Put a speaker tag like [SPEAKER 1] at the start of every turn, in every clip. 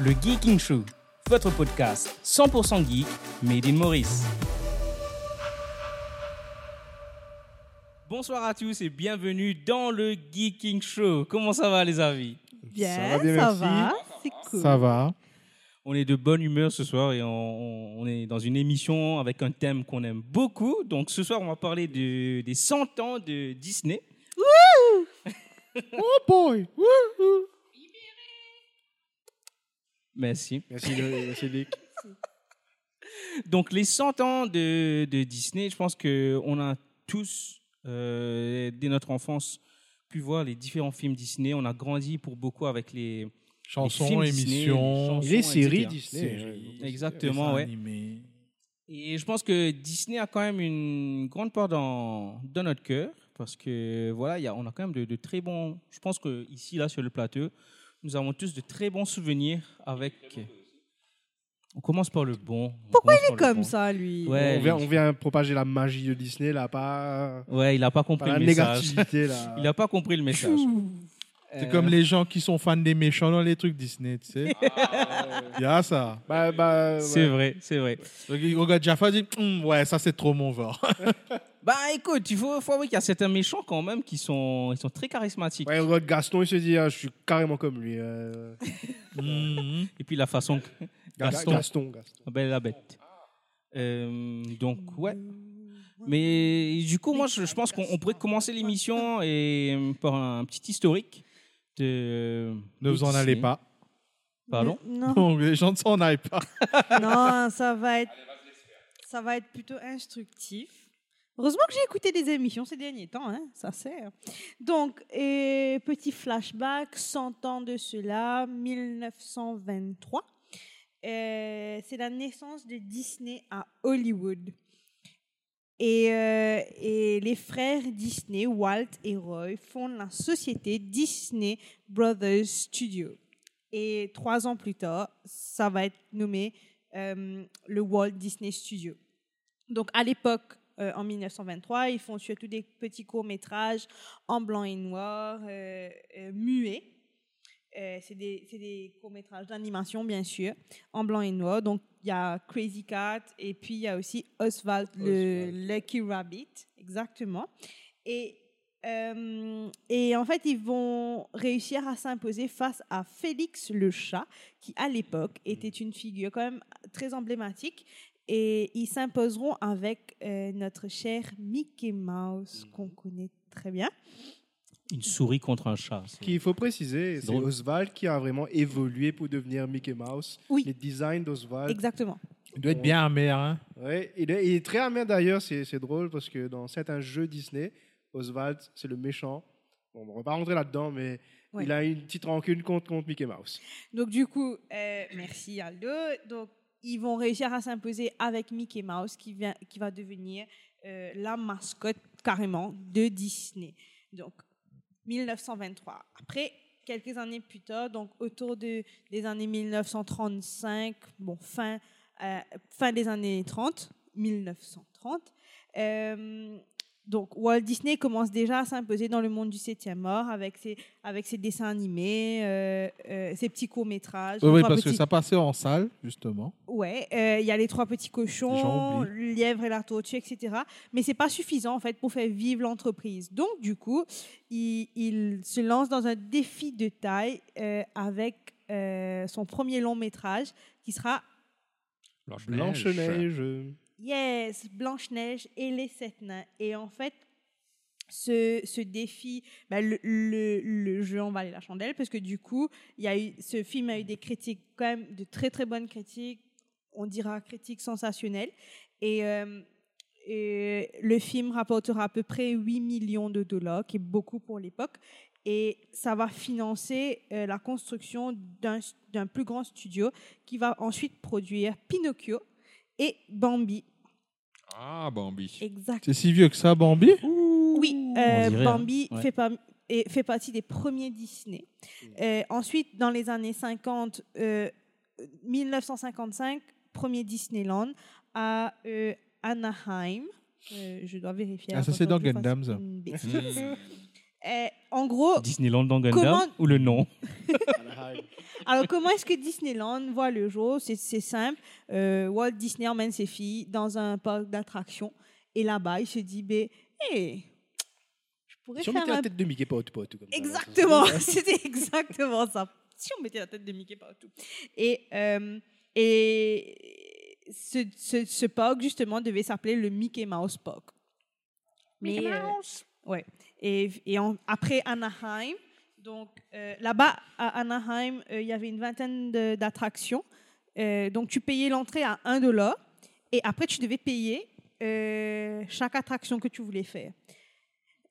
[SPEAKER 1] le Geeking Show, votre podcast 100% geek made in Maurice. Bonsoir à tous et bienvenue dans le Geeking Show. Comment ça va les amis
[SPEAKER 2] Bien,
[SPEAKER 3] Ça va bien,
[SPEAKER 2] ça
[SPEAKER 3] merci.
[SPEAKER 2] va, c'est cool.
[SPEAKER 3] Ça va.
[SPEAKER 1] On est de bonne humeur ce soir et on- on, on est dans une émission avec un thème qu'on aime beaucoup. Donc ce soir, on va parler de- des 100 ans de Disney.
[SPEAKER 3] Oh boy!
[SPEAKER 1] Merci.
[SPEAKER 3] Merci, le- merci Lick.
[SPEAKER 1] Donc les 100 ans de, de Disney, je pense qu'on a tous, euh, dès notre enfance, pu voir les différents films Disney. On a grandi pour beaucoup avec les...
[SPEAKER 4] Chansons,
[SPEAKER 1] Les films Disney, les
[SPEAKER 4] émissions.
[SPEAKER 1] chansons.
[SPEAKER 3] Les
[SPEAKER 1] etc.
[SPEAKER 3] séries Disney. euh,
[SPEAKER 4] Séries.
[SPEAKER 3] ouais.
[SPEAKER 1] Exactement,
[SPEAKER 4] dessins
[SPEAKER 1] ouais.
[SPEAKER 4] animés.
[SPEAKER 1] Et je pense que Disney a quand même une grande part dans, dans notre cœur, parce que voilà, il y a, on a quand même de, de très bons. Je pense que ici, là, sur le plateau, nous avons tous de très bons souvenirs avec. On commence par le bon. on
[SPEAKER 2] Pourquoi
[SPEAKER 1] commence
[SPEAKER 2] C'est
[SPEAKER 1] par le bon.
[SPEAKER 2] comme ça, lui.
[SPEAKER 1] Ouais,
[SPEAKER 3] on, vient,
[SPEAKER 1] il-
[SPEAKER 3] on vient propager la magie de Disney, là, pas,
[SPEAKER 1] Ouais, il n'a pas compris
[SPEAKER 3] pas la
[SPEAKER 1] le message.
[SPEAKER 3] négativité. Là.
[SPEAKER 1] Il n'a pas compris le message.
[SPEAKER 4] C'est
[SPEAKER 1] Euh,
[SPEAKER 4] comme les gens qui sont fans des méchants dans les trucs Disney, tu sais. Il y a ça.
[SPEAKER 3] Bah, bah,
[SPEAKER 1] C'est
[SPEAKER 3] ouais.
[SPEAKER 1] vrai, c'est vrai.
[SPEAKER 4] Donc, il regarde Jaffa dit Hum, Ouais, ça c'est trop mon vent.
[SPEAKER 1] Bah écoute, il faut, faut avouer qu'il y a certains méchants quand même qui sont, ils sont très charismatiques.
[SPEAKER 3] Ouais, on regarde Gaston, il se dit, ah, je suis carrément comme lui. euh,
[SPEAKER 4] Hum,
[SPEAKER 1] Et puis la façon que
[SPEAKER 3] Ga-
[SPEAKER 1] Gaston.
[SPEAKER 3] Gaston. Gaston.
[SPEAKER 1] Ah ben, la bête. Euh, donc, ouais. Mais du coup, moi, je, je pense qu'on on pourrait commencer l'émission et, euh, par un petit historique de. euh,
[SPEAKER 4] Ne vous en
[SPEAKER 1] Disney.
[SPEAKER 4] allez pas.
[SPEAKER 1] Pardon
[SPEAKER 2] Non,
[SPEAKER 4] Non, les gens ne s'en aillent pas.
[SPEAKER 2] non, ça va être, ça va être plutôt instructif. Heureusement que j'ai écouté des émissions ces derniers temps, hein, ça sert. Donc, et petit flashback, 100 ans de cela, 1923. Euh, c'est la naissance de Disney à Hollywood. Et, euh, et les frères Disney, Walt et Roy, fondent la société Disney Brothers Studio. Et trois ans plus tard, ça va être nommé euh, le Walt Disney Studio. Donc à l'époque, euh, en 1923, ils font surtout des petits courts-métrages en blanc et noir, euh, euh, muets. Euh, c'est des, c'est des courts-métrages d'animation, bien sûr, en blanc et noir. Donc, il y a Crazy Cat et puis il y a aussi Oswald, le Lucky Rabbit, exactement. Et, euh, et en fait, ils vont réussir à s'imposer face à Félix le chat, qui à l'époque était une figure quand même très emblématique. Et ils s'imposeront avec euh, notre cher Mickey Mouse, qu'on connaît très bien.
[SPEAKER 1] Une souris contre un chat. c'est-
[SPEAKER 3] Qu'il faut préciser, c'est
[SPEAKER 1] Drôle.
[SPEAKER 3] Oswald qui a vraiment évolué pour devenir Mickey Mouse.
[SPEAKER 2] Oui.
[SPEAKER 3] Les designs d'Oswald.
[SPEAKER 2] Exactement.
[SPEAKER 4] Il doit être bien amer. Hein.
[SPEAKER 3] Ouais, il, est, il est très amer d'ailleurs, c'est c'est drôle parce que dans certains jeux Disney, Oswald, c'est le méchant. Bon, on ne va pas rentrer là-dedans, mais
[SPEAKER 2] Ouais.
[SPEAKER 3] il a une petite rancune contre, contre Mickey Mouse.
[SPEAKER 2] Donc du coup, euh, merci Aldo. Donc ils vont réussir à s'imposer avec Mickey Mouse qui, vient, qui va devenir euh, la mascotte carrément de Disney. Donc 1923. Après, quelques années plus tard, donc autour de, des années 1935, bon, fin, euh, fin des années 30, 1930, euh, donc Walt Disney commence déjà à s'imposer dans le monde du 7e art avec ses, avec ses dessins animés, euh, euh, ses petits courts-métrages.
[SPEAKER 4] Oui, oui,
[SPEAKER 2] trois
[SPEAKER 4] parce que
[SPEAKER 2] petits-
[SPEAKER 4] ça passait en salle, justement.
[SPEAKER 2] Ouais, euh, il y a les trois petits cochons,
[SPEAKER 4] gens
[SPEAKER 2] le lièvre et la tortue, etc. Mais c'est pas suffisant en fait pour faire vivre l'entreprise. Donc du coup, il, il se lance dans un défi de taille euh, avec euh, son premier long métrage qui sera
[SPEAKER 3] Blanche-Neige.
[SPEAKER 2] Yes, Blanche-Neige et les sept nains. Et en fait, ce, ce défi, ben, le, le, le jeu en valait la chandelle, parce que du coup, il y a eu, ce film a eu des critiques, quand même, de très très bonnes critiques, on dira critiques sensationnelles. Et, euh, et le film rapportera à peu près 8 millions de dollars, qui est beaucoup pour l'époque. Et ça va financer euh, la construction d'un d'un plus grand studio qui va ensuite produire Pinocchio et Bambi.
[SPEAKER 5] Ah, Bambi.
[SPEAKER 2] Exact.
[SPEAKER 4] C'est si vieux que ça, Bambi
[SPEAKER 2] Oui, euh,
[SPEAKER 1] On dirait, hein.
[SPEAKER 2] Bambi
[SPEAKER 1] Ouais.
[SPEAKER 2] fait, par- et fait partie des premiers Disney. Euh, ensuite, dans les années 50, euh, 1955, premier Disneyland à euh, Anaheim. Euh, je dois vérifier.
[SPEAKER 4] Ah, ça,
[SPEAKER 2] avant
[SPEAKER 4] c'est
[SPEAKER 2] que
[SPEAKER 4] dans
[SPEAKER 2] je fasse
[SPEAKER 4] Gundam, ça.
[SPEAKER 2] une bêtise.
[SPEAKER 5] Hmm.
[SPEAKER 2] Euh, en gros,
[SPEAKER 1] Disneyland dans Gundam
[SPEAKER 2] Comment-
[SPEAKER 1] ou le nom
[SPEAKER 3] blague.
[SPEAKER 2] Alors, comment est-ce que Disneyland voit le jour C'est c'est simple. Euh, Walt Disney emmène ses filles dans un parc d'attractions. Et là-bas, il se dit, ben, hé, je pourrais
[SPEAKER 3] Si on
[SPEAKER 2] faire
[SPEAKER 3] mettait
[SPEAKER 2] un...
[SPEAKER 3] la tête de Mickey Pote, pote, comme ça, là, ça serait-
[SPEAKER 2] Exactement, c'était exactement ça. Si on mettait la tête de Mickey partout. Et, euh, et ce, ce, ce parc, justement, devait s'appeler le Mickey Mouse Park. Mais, euh, ouais. Et, et en- après Anaheim, donc euh, là-bas, à Anaheim, euh, il y avait une vingtaine de- d'attractions. Euh, donc tu payais l'entrée à 1 dollar et après tu devais payer euh, chaque attraction que tu voulais faire.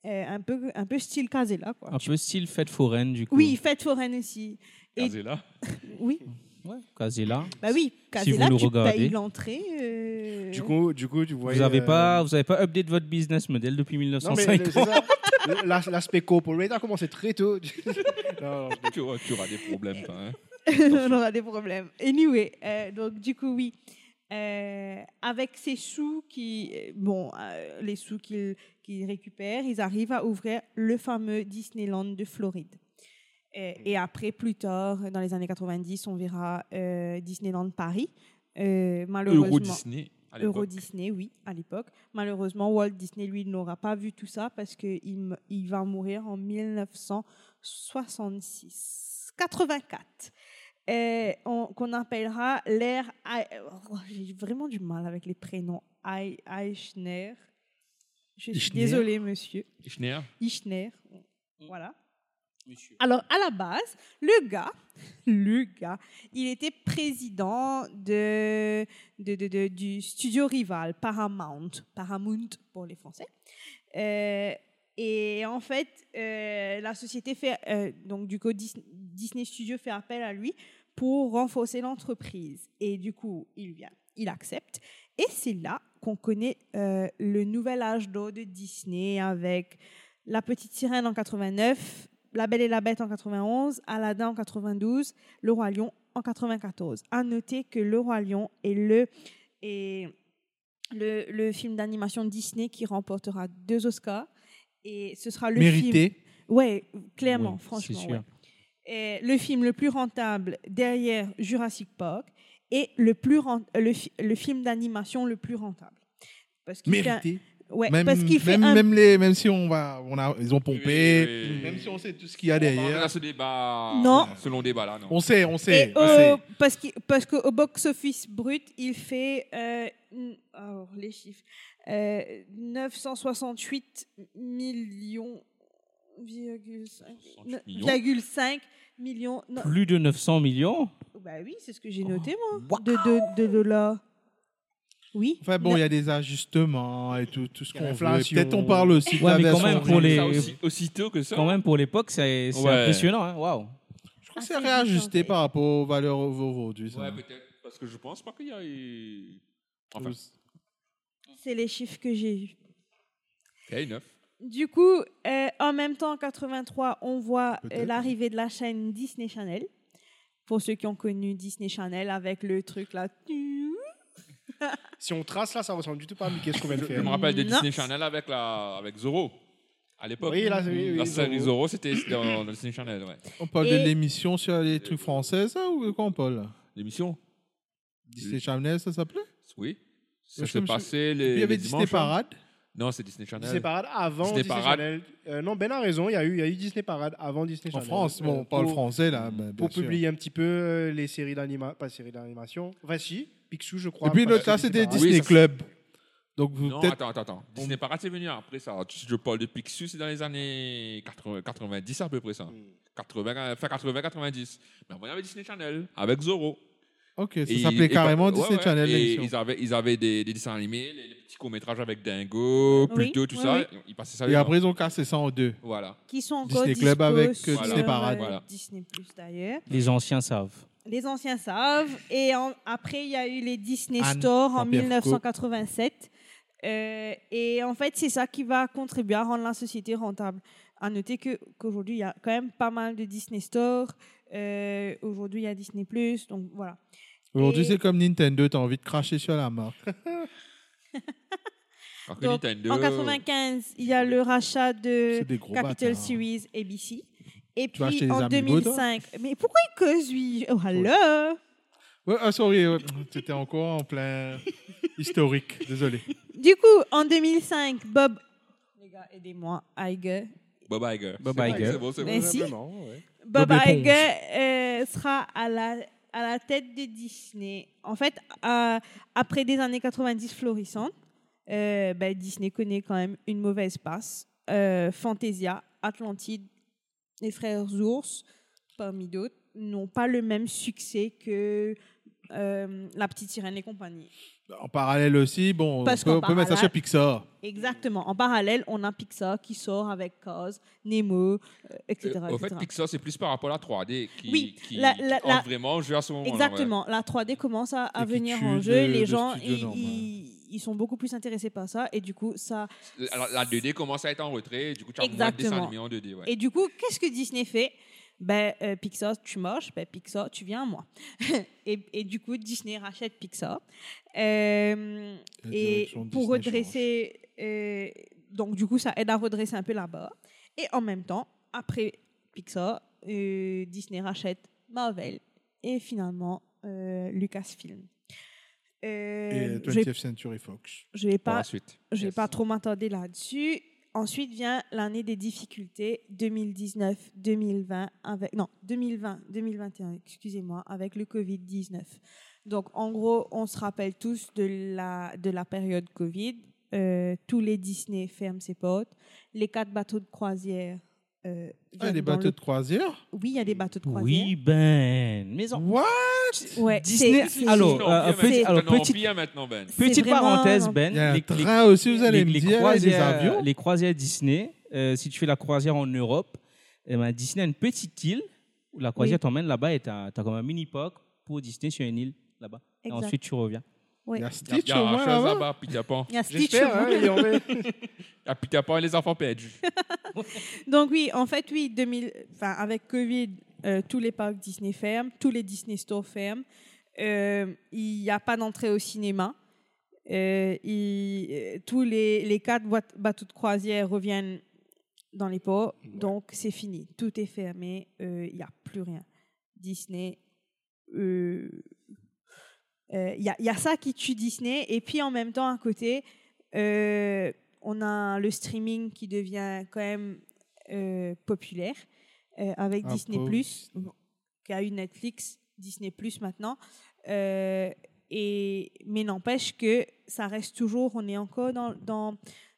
[SPEAKER 2] Euh, un, peu, un peu style Casella, quoi.
[SPEAKER 1] Un peu style fête foraine, du coup.
[SPEAKER 2] Oui, fête foraine aussi. Et-
[SPEAKER 5] Casella.
[SPEAKER 2] Oui,
[SPEAKER 1] Ouais, Casella.
[SPEAKER 2] bah oui,
[SPEAKER 1] Si vous
[SPEAKER 2] Casella,
[SPEAKER 1] nous
[SPEAKER 2] tu
[SPEAKER 1] regardez.
[SPEAKER 2] payes l'entrée. euh,
[SPEAKER 3] Du coup, du coup, tu voyais.
[SPEAKER 1] Vous n'avez
[SPEAKER 3] euh,
[SPEAKER 1] pas, vous avez pas update votre business model depuis
[SPEAKER 3] Non, mais
[SPEAKER 1] 1950.
[SPEAKER 3] le- c'est ça. Le- l'as- L'aspect corporate a commencé très tôt. Non, non, je-
[SPEAKER 5] tu, auras, tu auras des problèmes, toi. hein.
[SPEAKER 2] on aura des problèmes. Anyway, euh, donc du coup, oui. Euh, avec ces sous qui, euh, bon, euh, les sous qu'ils qu'ils récupèrent, ils arrivent à ouvrir le fameux Disneyland de Floride. Et, et après, plus tard, dans les années 90, on verra euh, Disneyland Paris. Euh, malheureusement,
[SPEAKER 5] Euro Disney. à l'époque.
[SPEAKER 2] Euro Disney, oui, à l'époque. Malheureusement, Walt Disney, lui, n'aura pas vu tout ça parce qu'il me- il va mourir en 1966. 84. Euh, on- Qu'on appellera l'ère. Ei- oh, J'ai vraiment du mal avec les prénoms. Ei- Eichner. Je suis
[SPEAKER 4] Eichner.
[SPEAKER 2] désolée, monsieur.
[SPEAKER 5] Schneer.
[SPEAKER 2] Eichner. Voilà. Alors, à la base, le gars, le gars, il était président de, de- de- de- du studio rival Paramount, Paramount pour les Français. Euh, et en fait, euh, la société fait, euh, donc du coup, Dis- Disney Studio fait appel à lui pour renforcer l'entreprise. Et du coup, il vient, il accepte. Et c'est là qu'on connaît euh, le nouvel âge d'or de Disney avec La Petite Sirène en 89, La Belle et la Bête en 91, Aladdin en 92, Le Roi Lion en 94. À noter que Le Roi Lion est le, est le, le film d'animation Disney qui remportera deux Oscars. Et ce sera le film.
[SPEAKER 4] Mérité.
[SPEAKER 2] Ouais, clairement,
[SPEAKER 1] Oui, c'est
[SPEAKER 2] franchement.
[SPEAKER 1] sûr.
[SPEAKER 2] ouais. Et le film le plus rentable derrière Jurassic Park et le, plus ren- le, fi- le film d'animation le plus rentable. Parce qu'il fait, un-
[SPEAKER 4] Mérité.
[SPEAKER 2] ouais,
[SPEAKER 4] Même,
[SPEAKER 2] parce qu'il fait
[SPEAKER 4] même,
[SPEAKER 2] un-
[SPEAKER 4] même les, même si on va, on a, ils ont pompé,
[SPEAKER 5] Oui, oui, oui.
[SPEAKER 4] même si on sait tout ce qu'il y a
[SPEAKER 5] On parle
[SPEAKER 4] derrière.
[SPEAKER 5] là, ce débat.
[SPEAKER 2] Non.
[SPEAKER 5] Selon débat, là, non.
[SPEAKER 4] On sait, on sait.
[SPEAKER 2] et euh,
[SPEAKER 4] on
[SPEAKER 2] au-
[SPEAKER 4] sait.
[SPEAKER 2] parce qu'au parce qu'au box-office brut, il fait euh, n- alors, les chiffres, euh, 968 millions, virgule cinq-
[SPEAKER 5] 968 millions.
[SPEAKER 2] virgule cinq millions. non,
[SPEAKER 1] Plus de 900 millions.
[SPEAKER 2] bah oui, c'est ce que j'ai noté, moi, de, de, de dollars. Oui.
[SPEAKER 4] Enfin bon, il y a des ajustements et tout, tout ce
[SPEAKER 3] Il y a
[SPEAKER 4] qu'on veut.
[SPEAKER 3] l'inflation.
[SPEAKER 4] Peut-être on parle aussi de
[SPEAKER 1] Ouais,
[SPEAKER 4] la
[SPEAKER 1] mais quand
[SPEAKER 4] version
[SPEAKER 1] même,
[SPEAKER 5] Pour
[SPEAKER 1] Pour
[SPEAKER 4] originale.
[SPEAKER 5] les...
[SPEAKER 1] les-
[SPEAKER 5] ça aussi, aussitôt que ça.
[SPEAKER 1] Quand même, pour l'époque, c'est c'est
[SPEAKER 5] Ouais.
[SPEAKER 1] impressionnant. hein. Waouh.
[SPEAKER 4] Je crois que c'est réajusté par rapport aux valeurs au- aujourd'hui. ça.
[SPEAKER 5] Ouais, peut-être. Parce que je pense pas qu'il y a. Enfin,
[SPEAKER 2] C'est les chiffres que j'ai eus.
[SPEAKER 5] c'est 9.
[SPEAKER 2] Du coup, euh, en même temps, en 83, on voit euh,
[SPEAKER 4] Peut-être.
[SPEAKER 2] l'arrivée de la chaîne Disney Channel. Pour ceux qui ont connu Disney Channel avec le truc là.
[SPEAKER 3] Si on trace là, ça ressemble du tout pas à Mickey ce qu'on vient de
[SPEAKER 5] Je, je me
[SPEAKER 3] faire.
[SPEAKER 5] rappelle de
[SPEAKER 2] Non.
[SPEAKER 5] Disney Channel avec, la, avec Zorro. À l'époque.
[SPEAKER 3] Oui, là, oui, oui,
[SPEAKER 5] La série
[SPEAKER 3] Zorro.
[SPEAKER 5] Zorro, c'était dans, dans Disney Channel, ouais.
[SPEAKER 4] On parle
[SPEAKER 2] Et-
[SPEAKER 4] de l'émission sur les trucs français, ça, ou de quoi on parle
[SPEAKER 5] L'émission
[SPEAKER 4] Disney Channel, ça s'appelait
[SPEAKER 5] Oui. Ça
[SPEAKER 4] Parce
[SPEAKER 5] se
[SPEAKER 4] que je me suis-
[SPEAKER 5] passait
[SPEAKER 4] Puis
[SPEAKER 5] les.
[SPEAKER 4] Il y avait
[SPEAKER 5] les
[SPEAKER 4] Disney
[SPEAKER 5] dimanches, hein.
[SPEAKER 4] Parade.
[SPEAKER 5] Non, c'est Disney Channel.
[SPEAKER 3] Disney Parade avant
[SPEAKER 5] Disney
[SPEAKER 3] Disney,
[SPEAKER 5] Parade.
[SPEAKER 3] Channel. Euh, non, Ben a raison, il y, a eu- il y a eu Disney Parade avant Disney
[SPEAKER 4] En
[SPEAKER 3] Channel.
[SPEAKER 4] France, bon,
[SPEAKER 3] Euh,
[SPEAKER 4] on parle
[SPEAKER 3] pour-
[SPEAKER 4] français, là.
[SPEAKER 5] bah,
[SPEAKER 4] ben, bien
[SPEAKER 3] Pour
[SPEAKER 4] sûr.
[SPEAKER 3] publier un petit peu euh, les séries d'animation. Pas séries d'animation. Enfin, si, Picsou, je crois.
[SPEAKER 4] Et puis
[SPEAKER 3] parce
[SPEAKER 4] l'autre,
[SPEAKER 3] que
[SPEAKER 4] là, c'était
[SPEAKER 3] Parade.
[SPEAKER 5] Oui,
[SPEAKER 4] Disney
[SPEAKER 5] ça, c'est-
[SPEAKER 4] Club. Donc, vous-
[SPEAKER 5] Non,
[SPEAKER 4] peut-être.
[SPEAKER 5] attends, attends, attends. Disney Parade, c'est venu après ça. Si je parle de Picsou, c'est dans les années 80, 90 à peu près ça.
[SPEAKER 2] Hmm.
[SPEAKER 5] 80, fin 80, 90. Mais avant, il y avait Disney Channel avec Zorro.
[SPEAKER 4] Ok,
[SPEAKER 5] Et-
[SPEAKER 4] ça s'appelait
[SPEAKER 5] et-
[SPEAKER 4] carrément
[SPEAKER 5] ouais,
[SPEAKER 4] Disney
[SPEAKER 5] ouais.
[SPEAKER 4] Channel,
[SPEAKER 5] Et
[SPEAKER 4] l'émission.
[SPEAKER 5] ils avaient, ils avaient des, des dessins animés, les, les petits courts-métrages avec
[SPEAKER 2] Oui,
[SPEAKER 5] Dingo, Pluto, tout
[SPEAKER 2] oui,
[SPEAKER 5] ça.
[SPEAKER 2] oui.
[SPEAKER 5] Ils passaient ça
[SPEAKER 4] Et
[SPEAKER 5] dedans.
[SPEAKER 4] après, ils ont cassé ça en deux.
[SPEAKER 5] Voilà.
[SPEAKER 2] Qui sont encore
[SPEAKER 4] Disney Club
[SPEAKER 2] dispo
[SPEAKER 4] avec, euh,
[SPEAKER 2] sur,
[SPEAKER 5] Disney
[SPEAKER 4] Parade.
[SPEAKER 2] euh,
[SPEAKER 5] Voilà.
[SPEAKER 2] Disney Plus d'ailleurs.
[SPEAKER 1] Les anciens savent.
[SPEAKER 2] Les anciens savent. Et en- après, il y a eu les Disney
[SPEAKER 4] Anne,
[SPEAKER 2] Store en
[SPEAKER 4] Jean-Pierre Foucault.
[SPEAKER 2] 1987. Euh, et en fait, c'est ça qui va contribuer à rendre la société rentable. À noter que- qu'aujourd'hui, il y a quand même pas mal de Disney Store. Euh, Aujourd'hui, il y a Disney Plus. Donc voilà.
[SPEAKER 4] Aujourd'hui,
[SPEAKER 2] Et-
[SPEAKER 4] c'est comme Nintendo, t'as envie de cracher sur la marque.
[SPEAKER 5] Alors que
[SPEAKER 2] Donc,
[SPEAKER 5] Nintendo.
[SPEAKER 2] En 95, il y a le rachat de
[SPEAKER 4] C'est des gros
[SPEAKER 2] Capital
[SPEAKER 4] bâtards.
[SPEAKER 2] Series ABC. Et
[SPEAKER 4] Tu vas acheter
[SPEAKER 2] puis
[SPEAKER 4] des
[SPEAKER 2] en
[SPEAKER 4] Amiibo, toi
[SPEAKER 2] 2005. Mais pourquoi il cause lui Oh, alors
[SPEAKER 4] Ouais, ah, sorry, ouais. t'étais encore en plein historique, désolé.
[SPEAKER 2] Du coup, en 2005, Bob. Les gars, aidez-moi, Iger.
[SPEAKER 5] Bob Iger.
[SPEAKER 1] Bob
[SPEAKER 5] C'est bon,
[SPEAKER 1] Iger.
[SPEAKER 5] C'est bon, c'est bon.
[SPEAKER 2] Mais si.
[SPEAKER 3] Simplement, ouais.
[SPEAKER 2] Bob
[SPEAKER 4] Bob l'éponge.
[SPEAKER 2] Iger euh, sera à la, à la tête de Disney. En fait, euh, après des années 90 florissantes, euh, ben, Disney connaît quand même une mauvaise passe. Euh, Fantasia, Atlantide, Les Frères Ours, parmi d'autres, n'ont pas le même succès que euh, La Petite Sirène et compagnie.
[SPEAKER 4] En parallèle aussi, bon,
[SPEAKER 2] Parce
[SPEAKER 4] on peut,
[SPEAKER 2] qu'en
[SPEAKER 4] on peut mettre ça
[SPEAKER 2] parallèle-
[SPEAKER 4] sur Pixar.
[SPEAKER 2] Exactement. En parallèle, on a Pixar qui sort avec Cause, Nemo, euh, etc.
[SPEAKER 5] Euh, Au fait,
[SPEAKER 2] etc.
[SPEAKER 5] Pixar, c'est plus par rapport à la 3D qui,
[SPEAKER 2] Oui,
[SPEAKER 5] qui,
[SPEAKER 2] la-
[SPEAKER 5] qui
[SPEAKER 2] la-
[SPEAKER 5] entre
[SPEAKER 2] la-
[SPEAKER 5] vraiment au jeu à ce moment-là.
[SPEAKER 2] Exactement. La 3D commence à, à
[SPEAKER 4] hein, Et qui
[SPEAKER 2] venir
[SPEAKER 4] tue
[SPEAKER 2] en
[SPEAKER 4] de-
[SPEAKER 2] jeu. et les
[SPEAKER 4] de
[SPEAKER 2] gens,
[SPEAKER 4] studio
[SPEAKER 2] ils-
[SPEAKER 4] normal.
[SPEAKER 2] ils, ils sont beaucoup plus intéressés par ça. Et du coup, ça.
[SPEAKER 5] ouais. Alors, la 2D commence à être en retrait, du coup, tu as moins de dessins
[SPEAKER 2] Exactement.
[SPEAKER 5] animés en 2D. Ouais.
[SPEAKER 2] Et du coup, qu'est-ce que Disney fait Ben euh, Pixar, tu moches. Ben Pixar, tu viens à moi. et, et du coup, Disney rachète Pixar. Euh,
[SPEAKER 4] La
[SPEAKER 2] et
[SPEAKER 4] direction de
[SPEAKER 2] pour
[SPEAKER 4] Disney
[SPEAKER 2] redresser. euh, donc, du coup, ça aide à redresser un peu là-bas. Et en même temps, après Pixar, euh, Disney rachète Marvel et finalement euh, Lucasfilm. Euh,
[SPEAKER 4] change. Et
[SPEAKER 2] je vais-
[SPEAKER 4] 20th Century Fox.
[SPEAKER 2] je vais
[SPEAKER 5] Par
[SPEAKER 2] pas,
[SPEAKER 5] la suite.
[SPEAKER 2] je vais
[SPEAKER 5] Yes.
[SPEAKER 2] pas trop m'attarder là-dessus. Ensuite vient l'année des difficultés 2019-2020 avec non 2020-2021 excusez-moi avec le Covid 19. Donc en gros on se rappelle tous de la de la période Covid. Euh, tous les Disney ferment ses portes. Les quatre bateaux de croisière. euh,
[SPEAKER 4] Ah,
[SPEAKER 2] viennent
[SPEAKER 4] des
[SPEAKER 2] dans
[SPEAKER 4] bateaux
[SPEAKER 2] le-
[SPEAKER 4] de croisière
[SPEAKER 2] Oui, il y a des bateaux de croisière.
[SPEAKER 1] Oui, ben, maison.
[SPEAKER 4] What
[SPEAKER 2] Ouais,
[SPEAKER 1] Disney-
[SPEAKER 2] c'est- c'est-
[SPEAKER 1] alors,
[SPEAKER 5] C'est
[SPEAKER 1] euh,
[SPEAKER 5] un empire,
[SPEAKER 1] petit-
[SPEAKER 5] maintenant.
[SPEAKER 1] alors,
[SPEAKER 5] C'est un
[SPEAKER 1] petite-
[SPEAKER 5] empire maintenant, Ben.
[SPEAKER 2] c'est
[SPEAKER 1] Petite
[SPEAKER 2] vraiment-
[SPEAKER 1] parenthèse, Ben.
[SPEAKER 4] Il y a un
[SPEAKER 1] les- les-
[SPEAKER 4] train aussi, vous allez
[SPEAKER 1] les, les
[SPEAKER 4] me dire, et des
[SPEAKER 1] croisières,
[SPEAKER 4] avions
[SPEAKER 1] les croisières Disney, euh, si tu fais la croisière en Europe, eh ben, Disney a une petite île où la croisière
[SPEAKER 2] Oui.
[SPEAKER 1] t'emmène là-bas et tu as, comme un mini-park pour Disney sur une île là-bas. Et
[SPEAKER 2] Exact.
[SPEAKER 1] ensuite, tu reviens.
[SPEAKER 2] Ouais.
[SPEAKER 4] Il y a
[SPEAKER 5] Il y a- il
[SPEAKER 4] Stitch
[SPEAKER 5] y
[SPEAKER 4] au
[SPEAKER 5] a
[SPEAKER 4] moins
[SPEAKER 5] un chose
[SPEAKER 4] là-bas.
[SPEAKER 5] là-bas, Peter Pan.
[SPEAKER 2] Il y a Stitch
[SPEAKER 3] J'espère,
[SPEAKER 2] au
[SPEAKER 3] hein,
[SPEAKER 2] monde.
[SPEAKER 3] ils ont fait-
[SPEAKER 5] Il y a Peter Pan Ah, et les enfants perdus.
[SPEAKER 2] Donc oui, en fait, oui, 2000, enfin, avec Covid, euh, tous les parcs Disney ferment, tous les Disney Store ferment. Euh, Il n'y a pas d'entrée au cinéma. Euh, il- euh, tous les, les quatre boîtes- bateaux de croisière reviennent dans les ports. Donc c'est fini. Tout est fermé. Euh, Il n'y a plus rien. Disney. euh, euh, Il y, a- il y a ça qui tue Disney. Et puis en même temps, à côté, euh, on a le streaming qui devient quand même euh, populaire euh, avec
[SPEAKER 4] Ah,
[SPEAKER 2] Disney
[SPEAKER 4] pauvre
[SPEAKER 2] Plus, qui a eu Netflix, Disney Plus maintenant. Euh, et, mais n'empêche que ça reste toujours, on est encore dans, dans,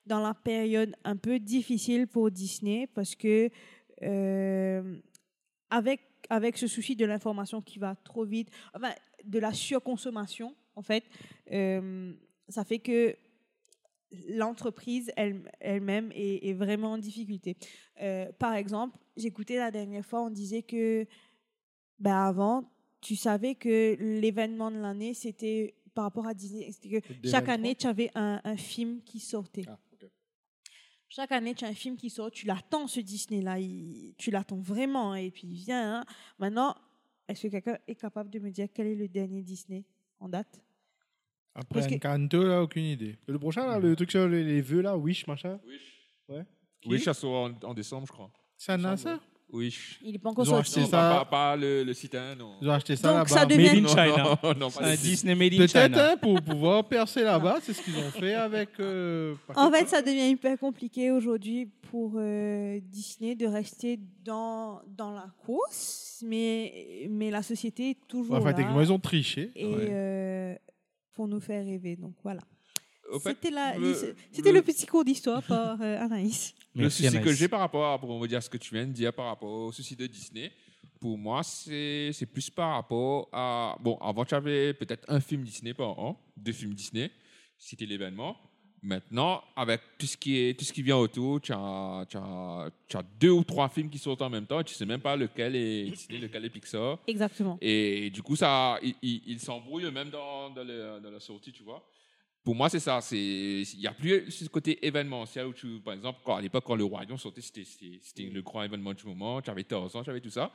[SPEAKER 2] dans la période un peu difficile pour Disney parce que euh, avec, avec ce souci de l'information qui va trop vite, enfin, de la surconsommation en fait, euh, ça fait que l'entreprise elle- elle-même est, est vraiment en difficulté. Euh, par exemple, j'écoutais la dernière fois, on disait que ben avant, tu savais que l'événement de l'année, c'était par rapport à Disney. c'était que
[SPEAKER 3] C'était
[SPEAKER 2] chaque
[SPEAKER 3] 23.
[SPEAKER 2] année, tu avais un, un film qui sortait.
[SPEAKER 3] Ah, ok.
[SPEAKER 2] Chaque année, tu as un film qui sort, tu l'attends ce Disney-là, il- tu l'attends vraiment, hein, et puis il vient. hein. Maintenant, est-ce que quelqu'un est capable de me dire quel est le dernier Disney en date
[SPEAKER 4] Après
[SPEAKER 2] Parce que-
[SPEAKER 4] Encanto, là, aucune idée.
[SPEAKER 3] Le prochain, là, le truc sur les, les vœux, là, Wish, machin.
[SPEAKER 5] Wish.
[SPEAKER 3] Ouais.
[SPEAKER 5] Wish, ça sort en, en décembre, je crois.
[SPEAKER 4] Ça n'a ça
[SPEAKER 5] Wish.
[SPEAKER 2] Il n'est pas encore
[SPEAKER 4] Ils ont
[SPEAKER 2] sorti.
[SPEAKER 4] C'est
[SPEAKER 5] non,
[SPEAKER 4] ça.
[SPEAKER 5] Pas, pas- pas le, le site, hein, non.
[SPEAKER 4] Ils ont acheté ça
[SPEAKER 2] Donc, ça
[SPEAKER 4] là-bas.
[SPEAKER 2] devient-
[SPEAKER 1] Made in
[SPEAKER 5] Non,
[SPEAKER 1] China.
[SPEAKER 5] Non, non, pas
[SPEAKER 1] Un
[SPEAKER 5] le site.
[SPEAKER 1] Euh, Disney Made in
[SPEAKER 4] Peut-être
[SPEAKER 1] China.
[SPEAKER 4] hein, pour pouvoir percer là-bas, c'est ce qu'ils ont fait avec. euh,
[SPEAKER 2] En fait, ça devient hyper compliqué aujourd'hui pour euh, Disney de rester dans, dans la course, mais, mais la société est toujours
[SPEAKER 4] Enfin, techniquement,
[SPEAKER 2] là
[SPEAKER 4] ils ont triché.
[SPEAKER 2] et euh, pour nous faire rêver. Donc voilà.
[SPEAKER 5] Au fait,
[SPEAKER 2] C'était la-
[SPEAKER 5] le-
[SPEAKER 2] l'histo- c'était le...
[SPEAKER 5] le-
[SPEAKER 2] petit cours d'histoire par euh, Anaïs.
[SPEAKER 5] Le
[SPEAKER 1] Merci,
[SPEAKER 5] souci que
[SPEAKER 1] Anaïs.
[SPEAKER 5] j'ai par rapport à, pour me dire ce que tu viens de dire par rapport au souci de Disney, pour moi, c'est c'est plus par rapport à. Bon, avant, tu avais peut-être un film Disney par an, deux films Disney, c'était l'événement. Maintenant, avec tout ce qui, est, tout ce qui vient autour, tu as, tu as- tu as deux ou trois films qui sortent en même temps, et tu ne sais même pas lequel est Disney, lequel est Pixar.
[SPEAKER 2] Exactement.
[SPEAKER 5] Et du coup, ça, ils- ils ils s'embrouillent eux-mêmes dans, dans, le- dans la sortie, tu vois. Pour moi, c'est ça. c'est- Il n'y a plus ce côté événementiel où, tu, par exemple, quand, à l'époque, quand le Royaume sortait, c'était- c'était
[SPEAKER 3] Mm.
[SPEAKER 5] c'était le grand événement du moment. Tu avais Tarzan, tu avais tout ça.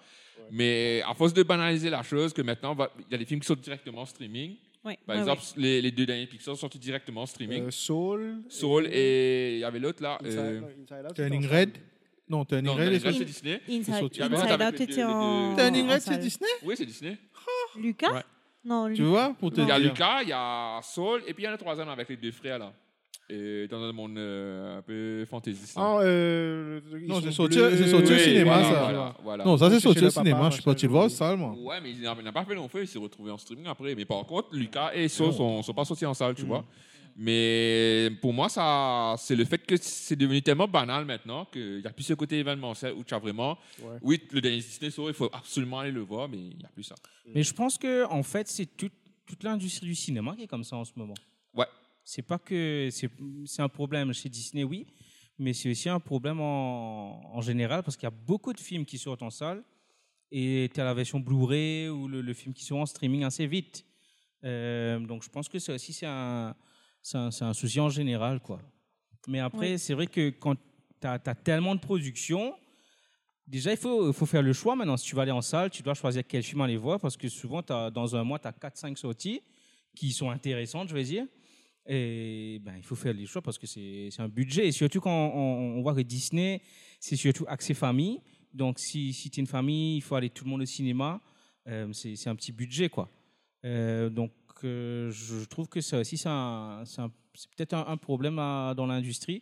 [SPEAKER 5] Mais à force de banaliser la chose, que maintenant, on va- il y a des films qui sortent directement en streaming.
[SPEAKER 2] Ouais,
[SPEAKER 5] Par
[SPEAKER 2] ouais,
[SPEAKER 5] exemple, les, les deux derniers Pixar sont sortis directement en streaming.
[SPEAKER 3] Ah Euh, Soul.
[SPEAKER 5] Soul et il y avait l'autre là.
[SPEAKER 3] Inside,
[SPEAKER 5] euh,
[SPEAKER 3] non, Inside Out,
[SPEAKER 4] Turning
[SPEAKER 3] c'était ensemble.
[SPEAKER 4] Red. Non, Turning
[SPEAKER 5] Non,
[SPEAKER 4] Red,
[SPEAKER 5] Turning
[SPEAKER 4] est-
[SPEAKER 5] Red, c'est Disney.
[SPEAKER 2] Inside,
[SPEAKER 4] sorti.
[SPEAKER 5] Ah, mais
[SPEAKER 2] Inside
[SPEAKER 5] attends,
[SPEAKER 2] Out
[SPEAKER 5] les deux-
[SPEAKER 2] était en.
[SPEAKER 5] les deux-
[SPEAKER 4] Turning
[SPEAKER 2] en
[SPEAKER 4] Red, c'est
[SPEAKER 2] salle.
[SPEAKER 4] Disney
[SPEAKER 5] Oui, c'est Disney.
[SPEAKER 2] Lucas
[SPEAKER 5] Ouais.
[SPEAKER 2] Non,
[SPEAKER 4] Tu
[SPEAKER 2] Lucas.
[SPEAKER 4] vois Pour te
[SPEAKER 5] Il y a
[SPEAKER 4] dire.
[SPEAKER 5] Lucas, il y a Saul, et puis il y en a trois hommes avec les deux frères, là. Et dans un monde euh, un peu fantaisiste. là.
[SPEAKER 3] Ah, euh, ils
[SPEAKER 4] Non,
[SPEAKER 3] sont
[SPEAKER 4] c'est sorti-
[SPEAKER 3] bleus,
[SPEAKER 4] c'est sorti au
[SPEAKER 3] euh,
[SPEAKER 4] cinéma,
[SPEAKER 3] voilà,
[SPEAKER 4] ça.
[SPEAKER 3] voilà.
[SPEAKER 5] voilà.
[SPEAKER 4] Non, ça c'est
[SPEAKER 3] C'est
[SPEAKER 4] sorti
[SPEAKER 3] chez
[SPEAKER 4] au
[SPEAKER 3] le papa,
[SPEAKER 4] cinéma. Je
[SPEAKER 3] ça,
[SPEAKER 4] suis parti
[SPEAKER 3] je
[SPEAKER 4] le voir au
[SPEAKER 3] l'ai
[SPEAKER 4] salle, moi.
[SPEAKER 5] Ouais, mais il n'a il n'a pas fait long feu, il s'est retrouvé en streaming après. Mais par contre, Lucas et Saul sont, sont pas sortis en
[SPEAKER 4] Mm.
[SPEAKER 5] salle, tu vois. Mais pour moi, ça, c'est le fait que c'est devenu tellement banal maintenant qu'il n'y a plus ce côté événementiel où tu as vraiment.
[SPEAKER 3] Ouais.
[SPEAKER 5] Oui, le dernier Disney, Saul, il faut absolument aller le voir, mais il n'y a plus ça.
[SPEAKER 1] Mais je pense que en fait, c'est tout- toute l'industrie du cinéma qui est comme ça en ce moment.
[SPEAKER 5] Ouais.
[SPEAKER 1] C'est pas que c'est c'est un problème chez Disney, oui, mais c'est aussi un problème en, en général parce qu'il y a beaucoup de films qui sortent en salle et tu as la version Blu-ray ou le, le film qui sort en streaming assez vite. Euh, donc je pense que ça aussi c'est un, c'est un, c'est un souci en général. quoi. Mais après, c'est vrai que quand tu as, tellement de productions, déjà il faut, faut faire le choix maintenant. Si tu vas aller en salle, tu dois choisir quel film aller voir parce que souvent t'as- dans un mois, tu as 4-5 sorties qui sont intéressantes, je vais dire. Et ben, il faut faire les choix parce que c'est c'est un budget. Et surtout quand on, on voit que Disney, c'est surtout axé famille. Donc si, si tu es une famille, il faut aller tout le monde au cinéma. Euh, c'est c'est un petit budget, quoi. Euh, donc euh, je je trouve que ça aussi, c'est un- c'est un- c'est peut-être un, un problème à- dans l'industrie.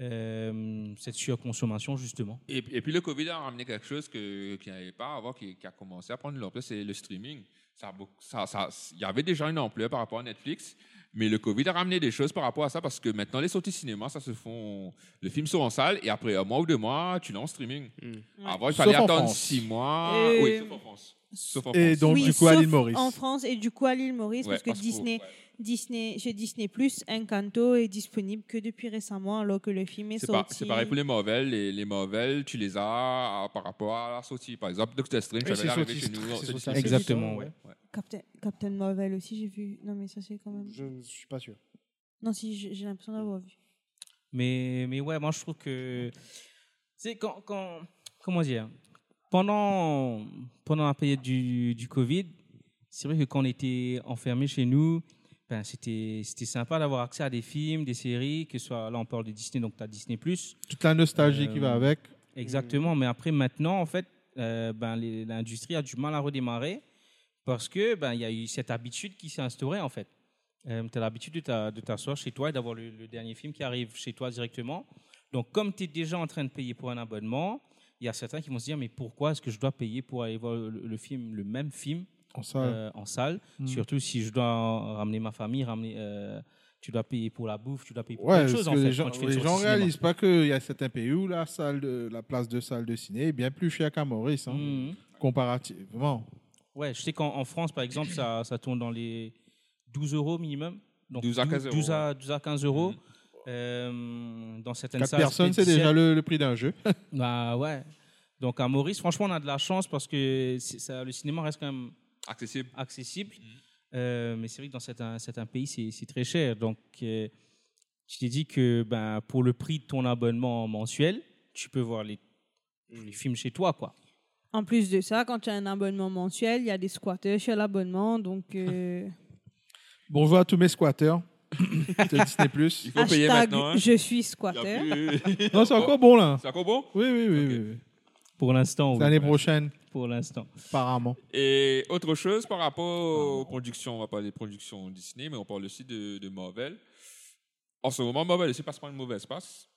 [SPEAKER 1] Euh, cette surconsommation, justement.
[SPEAKER 5] Et, et puis le Covid a ramené quelque chose que- qu'il n'y avait pas avant, qui, qui a commencé à prendre leur place, c'est le streaming. Ça a beaucoup- ça- ça- Il y avait déjà une ampleur par rapport à Netflix, mais le Covid a ramené des choses par rapport à ça parce que maintenant les sorties cinéma, ça se font. Le film sort en salle et après un mois ou deux mois, tu l'as en streaming.
[SPEAKER 2] Hmm.
[SPEAKER 5] Avant, il fallait
[SPEAKER 4] Sauf en
[SPEAKER 5] attendre
[SPEAKER 4] France.
[SPEAKER 5] six mois.
[SPEAKER 2] Et-
[SPEAKER 5] Oui, sauf en France. Sauf en
[SPEAKER 4] Et
[SPEAKER 5] France.
[SPEAKER 4] donc,
[SPEAKER 2] Oui,
[SPEAKER 4] du coup, à
[SPEAKER 2] sauf
[SPEAKER 4] l'île Maurice.
[SPEAKER 2] En France et du coup à l'île Maurice,
[SPEAKER 5] Ouais,
[SPEAKER 2] parce que Disney,
[SPEAKER 5] ouais.
[SPEAKER 2] Disney, chez Disney Plus, Encanto est disponible que depuis récemment, alors que le film est,
[SPEAKER 5] C'est pas-
[SPEAKER 2] sorti.
[SPEAKER 5] c'est pareil pour les Marvel. Les, les Marvel, tu les as à- par rapport à la sortie. Par exemple, Doctor Strange,
[SPEAKER 3] Oui,
[SPEAKER 5] tu
[SPEAKER 3] c'est
[SPEAKER 5] avais l'arrivée
[SPEAKER 3] sorti-
[SPEAKER 5] chez nous.
[SPEAKER 3] c'est
[SPEAKER 5] en-
[SPEAKER 3] sorti-
[SPEAKER 5] sorti-
[SPEAKER 3] c'est sorti-
[SPEAKER 1] Exactement,
[SPEAKER 3] ouais.
[SPEAKER 2] Captain, Captain Marvel aussi, j'ai vu. Non, mais ça c'est quand même.
[SPEAKER 3] Je ne suis pas sûr.
[SPEAKER 2] Non, si j'ai j'ai l'impression d'avoir vu.
[SPEAKER 1] Mais, mais ouais, moi je trouve que. C'est quand, quand. Comment dire Pendant, pendant la période du, du Covid, c'est vrai que quand on était enfermés chez nous, ben, c'était c'était sympa d'avoir accès à des films, des séries, que ce soit. Là, on parle de Disney, donc tu as Disney.
[SPEAKER 4] Toute la nostalgie
[SPEAKER 1] Euh,
[SPEAKER 4] qui va avec.
[SPEAKER 1] Exactement, mais après maintenant, en fait, euh, ben, les- l'industrie a du mal à redémarrer parce que ben, il y a eu cette habitude qui s'est instaurée en fait. tu as l'habitude de ta- de t'asseoir chez toi et d'avoir le, le dernier film qui arrive chez toi directement. Donc comme tu es déjà en train de payer pour un abonnement, il y a certains qui vont se dire mais pourquoi est-ce que je dois payer pour aller voir le, le film, le même film
[SPEAKER 4] En salle.
[SPEAKER 1] euh, en salle,
[SPEAKER 4] Mm.
[SPEAKER 1] surtout si je dois ramener ma famille, ramener, euh, tu dois payer pour la bouffe, tu dois payer pour
[SPEAKER 4] Ouais,
[SPEAKER 1] quelque
[SPEAKER 4] parce
[SPEAKER 1] chose en
[SPEAKER 4] que
[SPEAKER 1] fait.
[SPEAKER 4] les gens,
[SPEAKER 1] quand tu fais une
[SPEAKER 4] les
[SPEAKER 1] sortie
[SPEAKER 4] gens
[SPEAKER 1] cinéma.
[SPEAKER 4] réalisent pas qu'il y a certains pays où la, salle de, la place de salle de ciné est bien plus chère qu'à Maurice, hein,
[SPEAKER 1] Mhm.
[SPEAKER 4] comparativement.
[SPEAKER 1] Ouais, je sais qu'en en France, par exemple, ça, ça tourne dans les 12 euros minimum. Donc
[SPEAKER 5] 12 à
[SPEAKER 1] 12
[SPEAKER 5] 15 euros,
[SPEAKER 1] 12 à, 12 à 15 euros.
[SPEAKER 5] Mhm.
[SPEAKER 1] Euh, dans certaines
[SPEAKER 4] Quatre
[SPEAKER 1] salles,
[SPEAKER 4] personnes, c'est
[SPEAKER 1] c'était
[SPEAKER 4] déjà le, le prix d'un jeu.
[SPEAKER 1] 17. Bah ouais. Donc à Maurice, franchement, on a de la chance parce que c'est- ça, le cinéma reste quand même
[SPEAKER 5] Accessible.
[SPEAKER 1] accessible.
[SPEAKER 5] Mhm.
[SPEAKER 1] Euh, mais c'est vrai que dans certains, certains pays, c'est c'est très cher. Donc, euh, tu t'es dit que ben, pour le prix de ton abonnement mensuel, tu peux voir les, les films chez toi, quoi.
[SPEAKER 2] En plus de ça, quand tu as un abonnement mensuel, il y a des squatteurs chez l'abonnement, donc euh,
[SPEAKER 4] Bonjour à tous mes squatteurs de Disney+.
[SPEAKER 5] Il faut payer
[SPEAKER 2] hashtag
[SPEAKER 5] maintenant. hein.
[SPEAKER 2] je suis
[SPEAKER 5] Il y a
[SPEAKER 2] squatter.
[SPEAKER 5] plus-
[SPEAKER 4] Non, c'est encore bon, là.
[SPEAKER 5] C'est encore bon?
[SPEAKER 4] Oui, oui, oui.
[SPEAKER 5] Ok.
[SPEAKER 4] oui, oui.
[SPEAKER 1] Pour l'instant,
[SPEAKER 4] C'est
[SPEAKER 1] oui.
[SPEAKER 4] L'année prochaine,
[SPEAKER 1] Pour l'instant.
[SPEAKER 4] apparemment.
[SPEAKER 5] Et autre chose par rapport aux productions, on va parler des productions Disney, mais on parle aussi de, de Marvel. En ce moment, Marvel aussi passe par une mauvaise passe.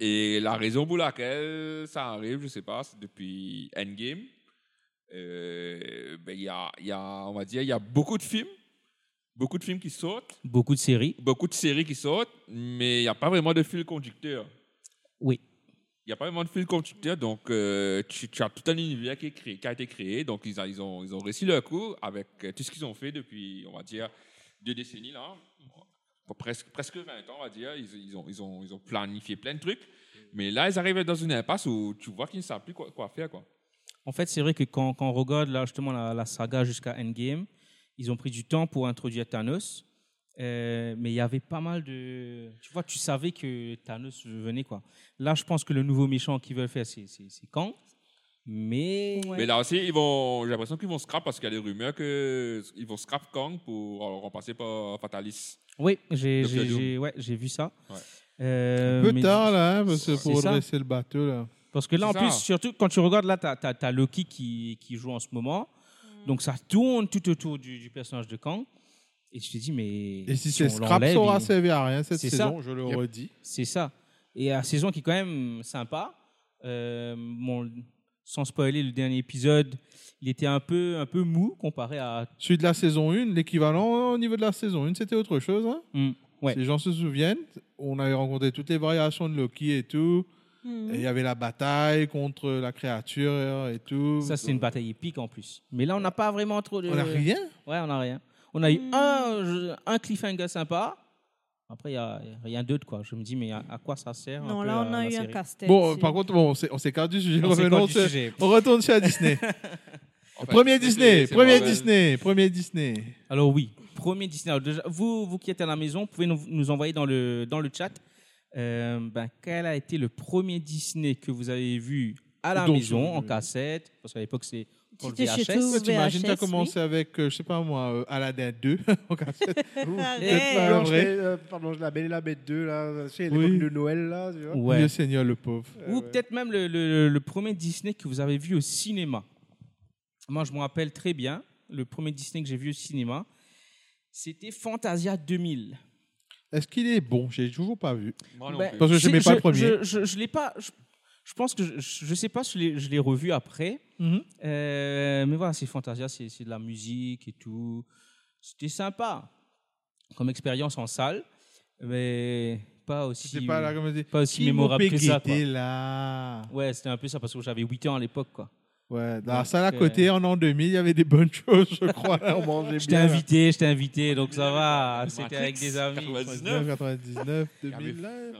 [SPEAKER 5] Et la raison pour laquelle ça arrive, je sais pas, c'est depuis Endgame. Euh, ben, il y a, il y a, on va dire, il y a beaucoup de films, beaucoup de films qui sortent,
[SPEAKER 1] Beaucoup de séries.
[SPEAKER 5] beaucoup de séries qui sortent, mais il n'y a pas vraiment de fil conducteur.
[SPEAKER 1] Oui.
[SPEAKER 5] Il n'y a pas vraiment de fil conducteur, donc euh, tu, tu as tout un univers qui, est créé, qui a été créé. Donc, ils, a- ils ont, ils ont réussi leur coup avec euh, tout ce qu'ils ont fait depuis, on va dire, deux décennies, là. Pas Presque, presque 20 ans, on va dire. Ils, ils ont, ils, ont, ils ont planifié plein de trucs. Mais là, ils arrivent dans une impasse où tu vois qu'ils ne savent plus quoi, quoi faire, quoi.
[SPEAKER 1] En fait, c'est vrai que quand, quand on regarde là, justement la, la saga jusqu'à Endgame, ils ont pris du temps pour introduire Thanos. Euh, mais il y avait pas mal de. Tu vois, tu savais que Thanos venait. quoi. Là, je pense que le nouveau méchant qu'ils veulent faire, c'est c'est- c'est Kang. Mais.
[SPEAKER 5] Mais là aussi, ils vont, j'ai l'impression qu'ils vont scrap parce qu'il y a des rumeurs qu'ils vont scrap Kang pour le remplacer par Fatalis.
[SPEAKER 1] Oui, j'ai
[SPEAKER 5] Doctor
[SPEAKER 1] j'ai-
[SPEAKER 5] Doom.
[SPEAKER 1] j'ai- ouais, j'ai vu ça.
[SPEAKER 5] Ouais.
[SPEAKER 1] Euh,
[SPEAKER 4] Peu
[SPEAKER 1] mais-
[SPEAKER 4] tard, là, hein, parce que
[SPEAKER 1] C'est
[SPEAKER 4] pour
[SPEAKER 1] ça.
[SPEAKER 4] redresser le bateau, là.
[SPEAKER 1] Parce que là, en
[SPEAKER 5] C'est
[SPEAKER 1] plus,
[SPEAKER 5] ça.
[SPEAKER 1] surtout quand tu regardes, là, tu as, Loki qui, qui joue en ce moment.
[SPEAKER 4] Mm.
[SPEAKER 1] Donc ça tourne tout autour du, du personnage de Kang. Et je te dis, mais.
[SPEAKER 4] Et si,
[SPEAKER 1] on
[SPEAKER 4] ces scraps
[SPEAKER 1] l'enlève,
[SPEAKER 4] n'aura
[SPEAKER 1] il-
[SPEAKER 4] servi à rien cette
[SPEAKER 1] C'est
[SPEAKER 4] saison, je le
[SPEAKER 3] Yep.
[SPEAKER 4] redis.
[SPEAKER 1] C'est ça. Et la saison qui est quand même sympa. Euh, bon, sans spoiler, le dernier épisode, il était un peu, un peu mou comparé à.
[SPEAKER 4] Celui de la saison 1, l'équivalent hein, au niveau de la saison 1, c'était autre chose. hein.
[SPEAKER 1] Hmm. Ouais.
[SPEAKER 4] Si les gens se souviennent, on avait rencontré toutes les variations de Loki et tout.
[SPEAKER 2] Mm. Hmm.
[SPEAKER 4] Et il y avait la bataille contre la créature et tout.
[SPEAKER 1] Ça, c'est une bataille épique en plus. Mais là, on n'a pas vraiment trop de.
[SPEAKER 4] On n'a rien.
[SPEAKER 1] Ouais, on n'a rien. On a eu
[SPEAKER 2] Hmm.
[SPEAKER 1] un, je- un cliffhanger sympa. Après, il n'y a, rien d'autre, quoi. Je me dis, mais à, à quoi ça sert un
[SPEAKER 2] Non,
[SPEAKER 1] peu,
[SPEAKER 2] là, on
[SPEAKER 1] euh, la-
[SPEAKER 2] a
[SPEAKER 1] la
[SPEAKER 2] eu un
[SPEAKER 1] série
[SPEAKER 2] casse-tête.
[SPEAKER 4] Bon,
[SPEAKER 2] c'est-
[SPEAKER 4] par contre, bon, on s'est- on s'écarte du sujet.
[SPEAKER 1] On s'écarte
[SPEAKER 4] revenons
[SPEAKER 1] du
[SPEAKER 4] sur-
[SPEAKER 1] sujet.
[SPEAKER 4] on retourne chez Disney.
[SPEAKER 5] Enfin,
[SPEAKER 4] premier
[SPEAKER 5] c'est-
[SPEAKER 4] Disney,
[SPEAKER 5] c'est
[SPEAKER 4] premier
[SPEAKER 5] Marvel.
[SPEAKER 4] Disney, premier Disney.
[SPEAKER 1] Alors oui, premier Disney. Alors, déjà, vous, vous qui êtes à la maison, vous pouvez nous, nous envoyer dans le, dans le chat euh, ben, quel a été le premier Disney que vous avez vu à la
[SPEAKER 4] Donc,
[SPEAKER 1] maison,
[SPEAKER 4] oui,
[SPEAKER 1] en
[SPEAKER 4] oui.
[SPEAKER 1] cassette, parce qu'à l'époque, c'est pour le
[SPEAKER 2] C'était chez
[SPEAKER 1] VHS.
[SPEAKER 2] Ou
[SPEAKER 4] Ouais, T'imagines,
[SPEAKER 2] VHS,
[SPEAKER 4] t'as commencé avec, euh, je sais pas moi, euh, Aladdin 2. en cassette.
[SPEAKER 2] Allez.
[SPEAKER 4] pas
[SPEAKER 3] Blanche,
[SPEAKER 4] Bah, vrai.
[SPEAKER 3] et, euh, pardon, la Belle et la Bête 2, là, tu sais,
[SPEAKER 4] Oui.
[SPEAKER 3] l'époque de Noël, là,
[SPEAKER 4] Euh,
[SPEAKER 3] tu vois.
[SPEAKER 1] Ouais.
[SPEAKER 4] Le Seigneur, le pauvre.
[SPEAKER 3] Euh,
[SPEAKER 1] Ou
[SPEAKER 3] ouais.
[SPEAKER 1] peut-être même le, le- le premier Disney que vous avez vu au cinéma. Moi, je me rappelle très bien, le premier Disney que j'ai vu au cinéma, c'était Fantasia 2000.
[SPEAKER 4] Est-ce qu'il est bon J'ai toujours pas vu.
[SPEAKER 5] Moi non
[SPEAKER 1] Ben,
[SPEAKER 5] plus.
[SPEAKER 4] Parce que
[SPEAKER 1] c'est-
[SPEAKER 4] j'aimais pas
[SPEAKER 1] je-
[SPEAKER 4] le premier.
[SPEAKER 1] Je, je- je l'ai pas. Je, je pense que je- je, je sais pas si je l'ai- je l'ai revu après.
[SPEAKER 4] Mhm.
[SPEAKER 1] Euh, mais voilà, c'est Fantasia, c'est c'est de la musique et tout. C'était sympa comme expérience en salle, mais pas aussi
[SPEAKER 4] C'était pas la comédie.
[SPEAKER 1] pas aussi mémorable que ça. quoi.
[SPEAKER 4] là.
[SPEAKER 1] Ouais, c'était un peu ça parce que j'avais 8 ans à l'époque quoi.
[SPEAKER 4] Ouais, dans
[SPEAKER 1] Donc,
[SPEAKER 4] la salle à
[SPEAKER 1] euh,
[SPEAKER 4] côté, en an 2000, il y avait des bonnes choses, je crois. On mangeait
[SPEAKER 1] J'étais
[SPEAKER 4] bien. là.
[SPEAKER 1] invité, j'étais invité, donc ça va.
[SPEAKER 5] Matrix,
[SPEAKER 1] C'était avec des amis.
[SPEAKER 5] 99.
[SPEAKER 4] 99,
[SPEAKER 5] Il y avait-
[SPEAKER 4] 2000. là.
[SPEAKER 5] Euh,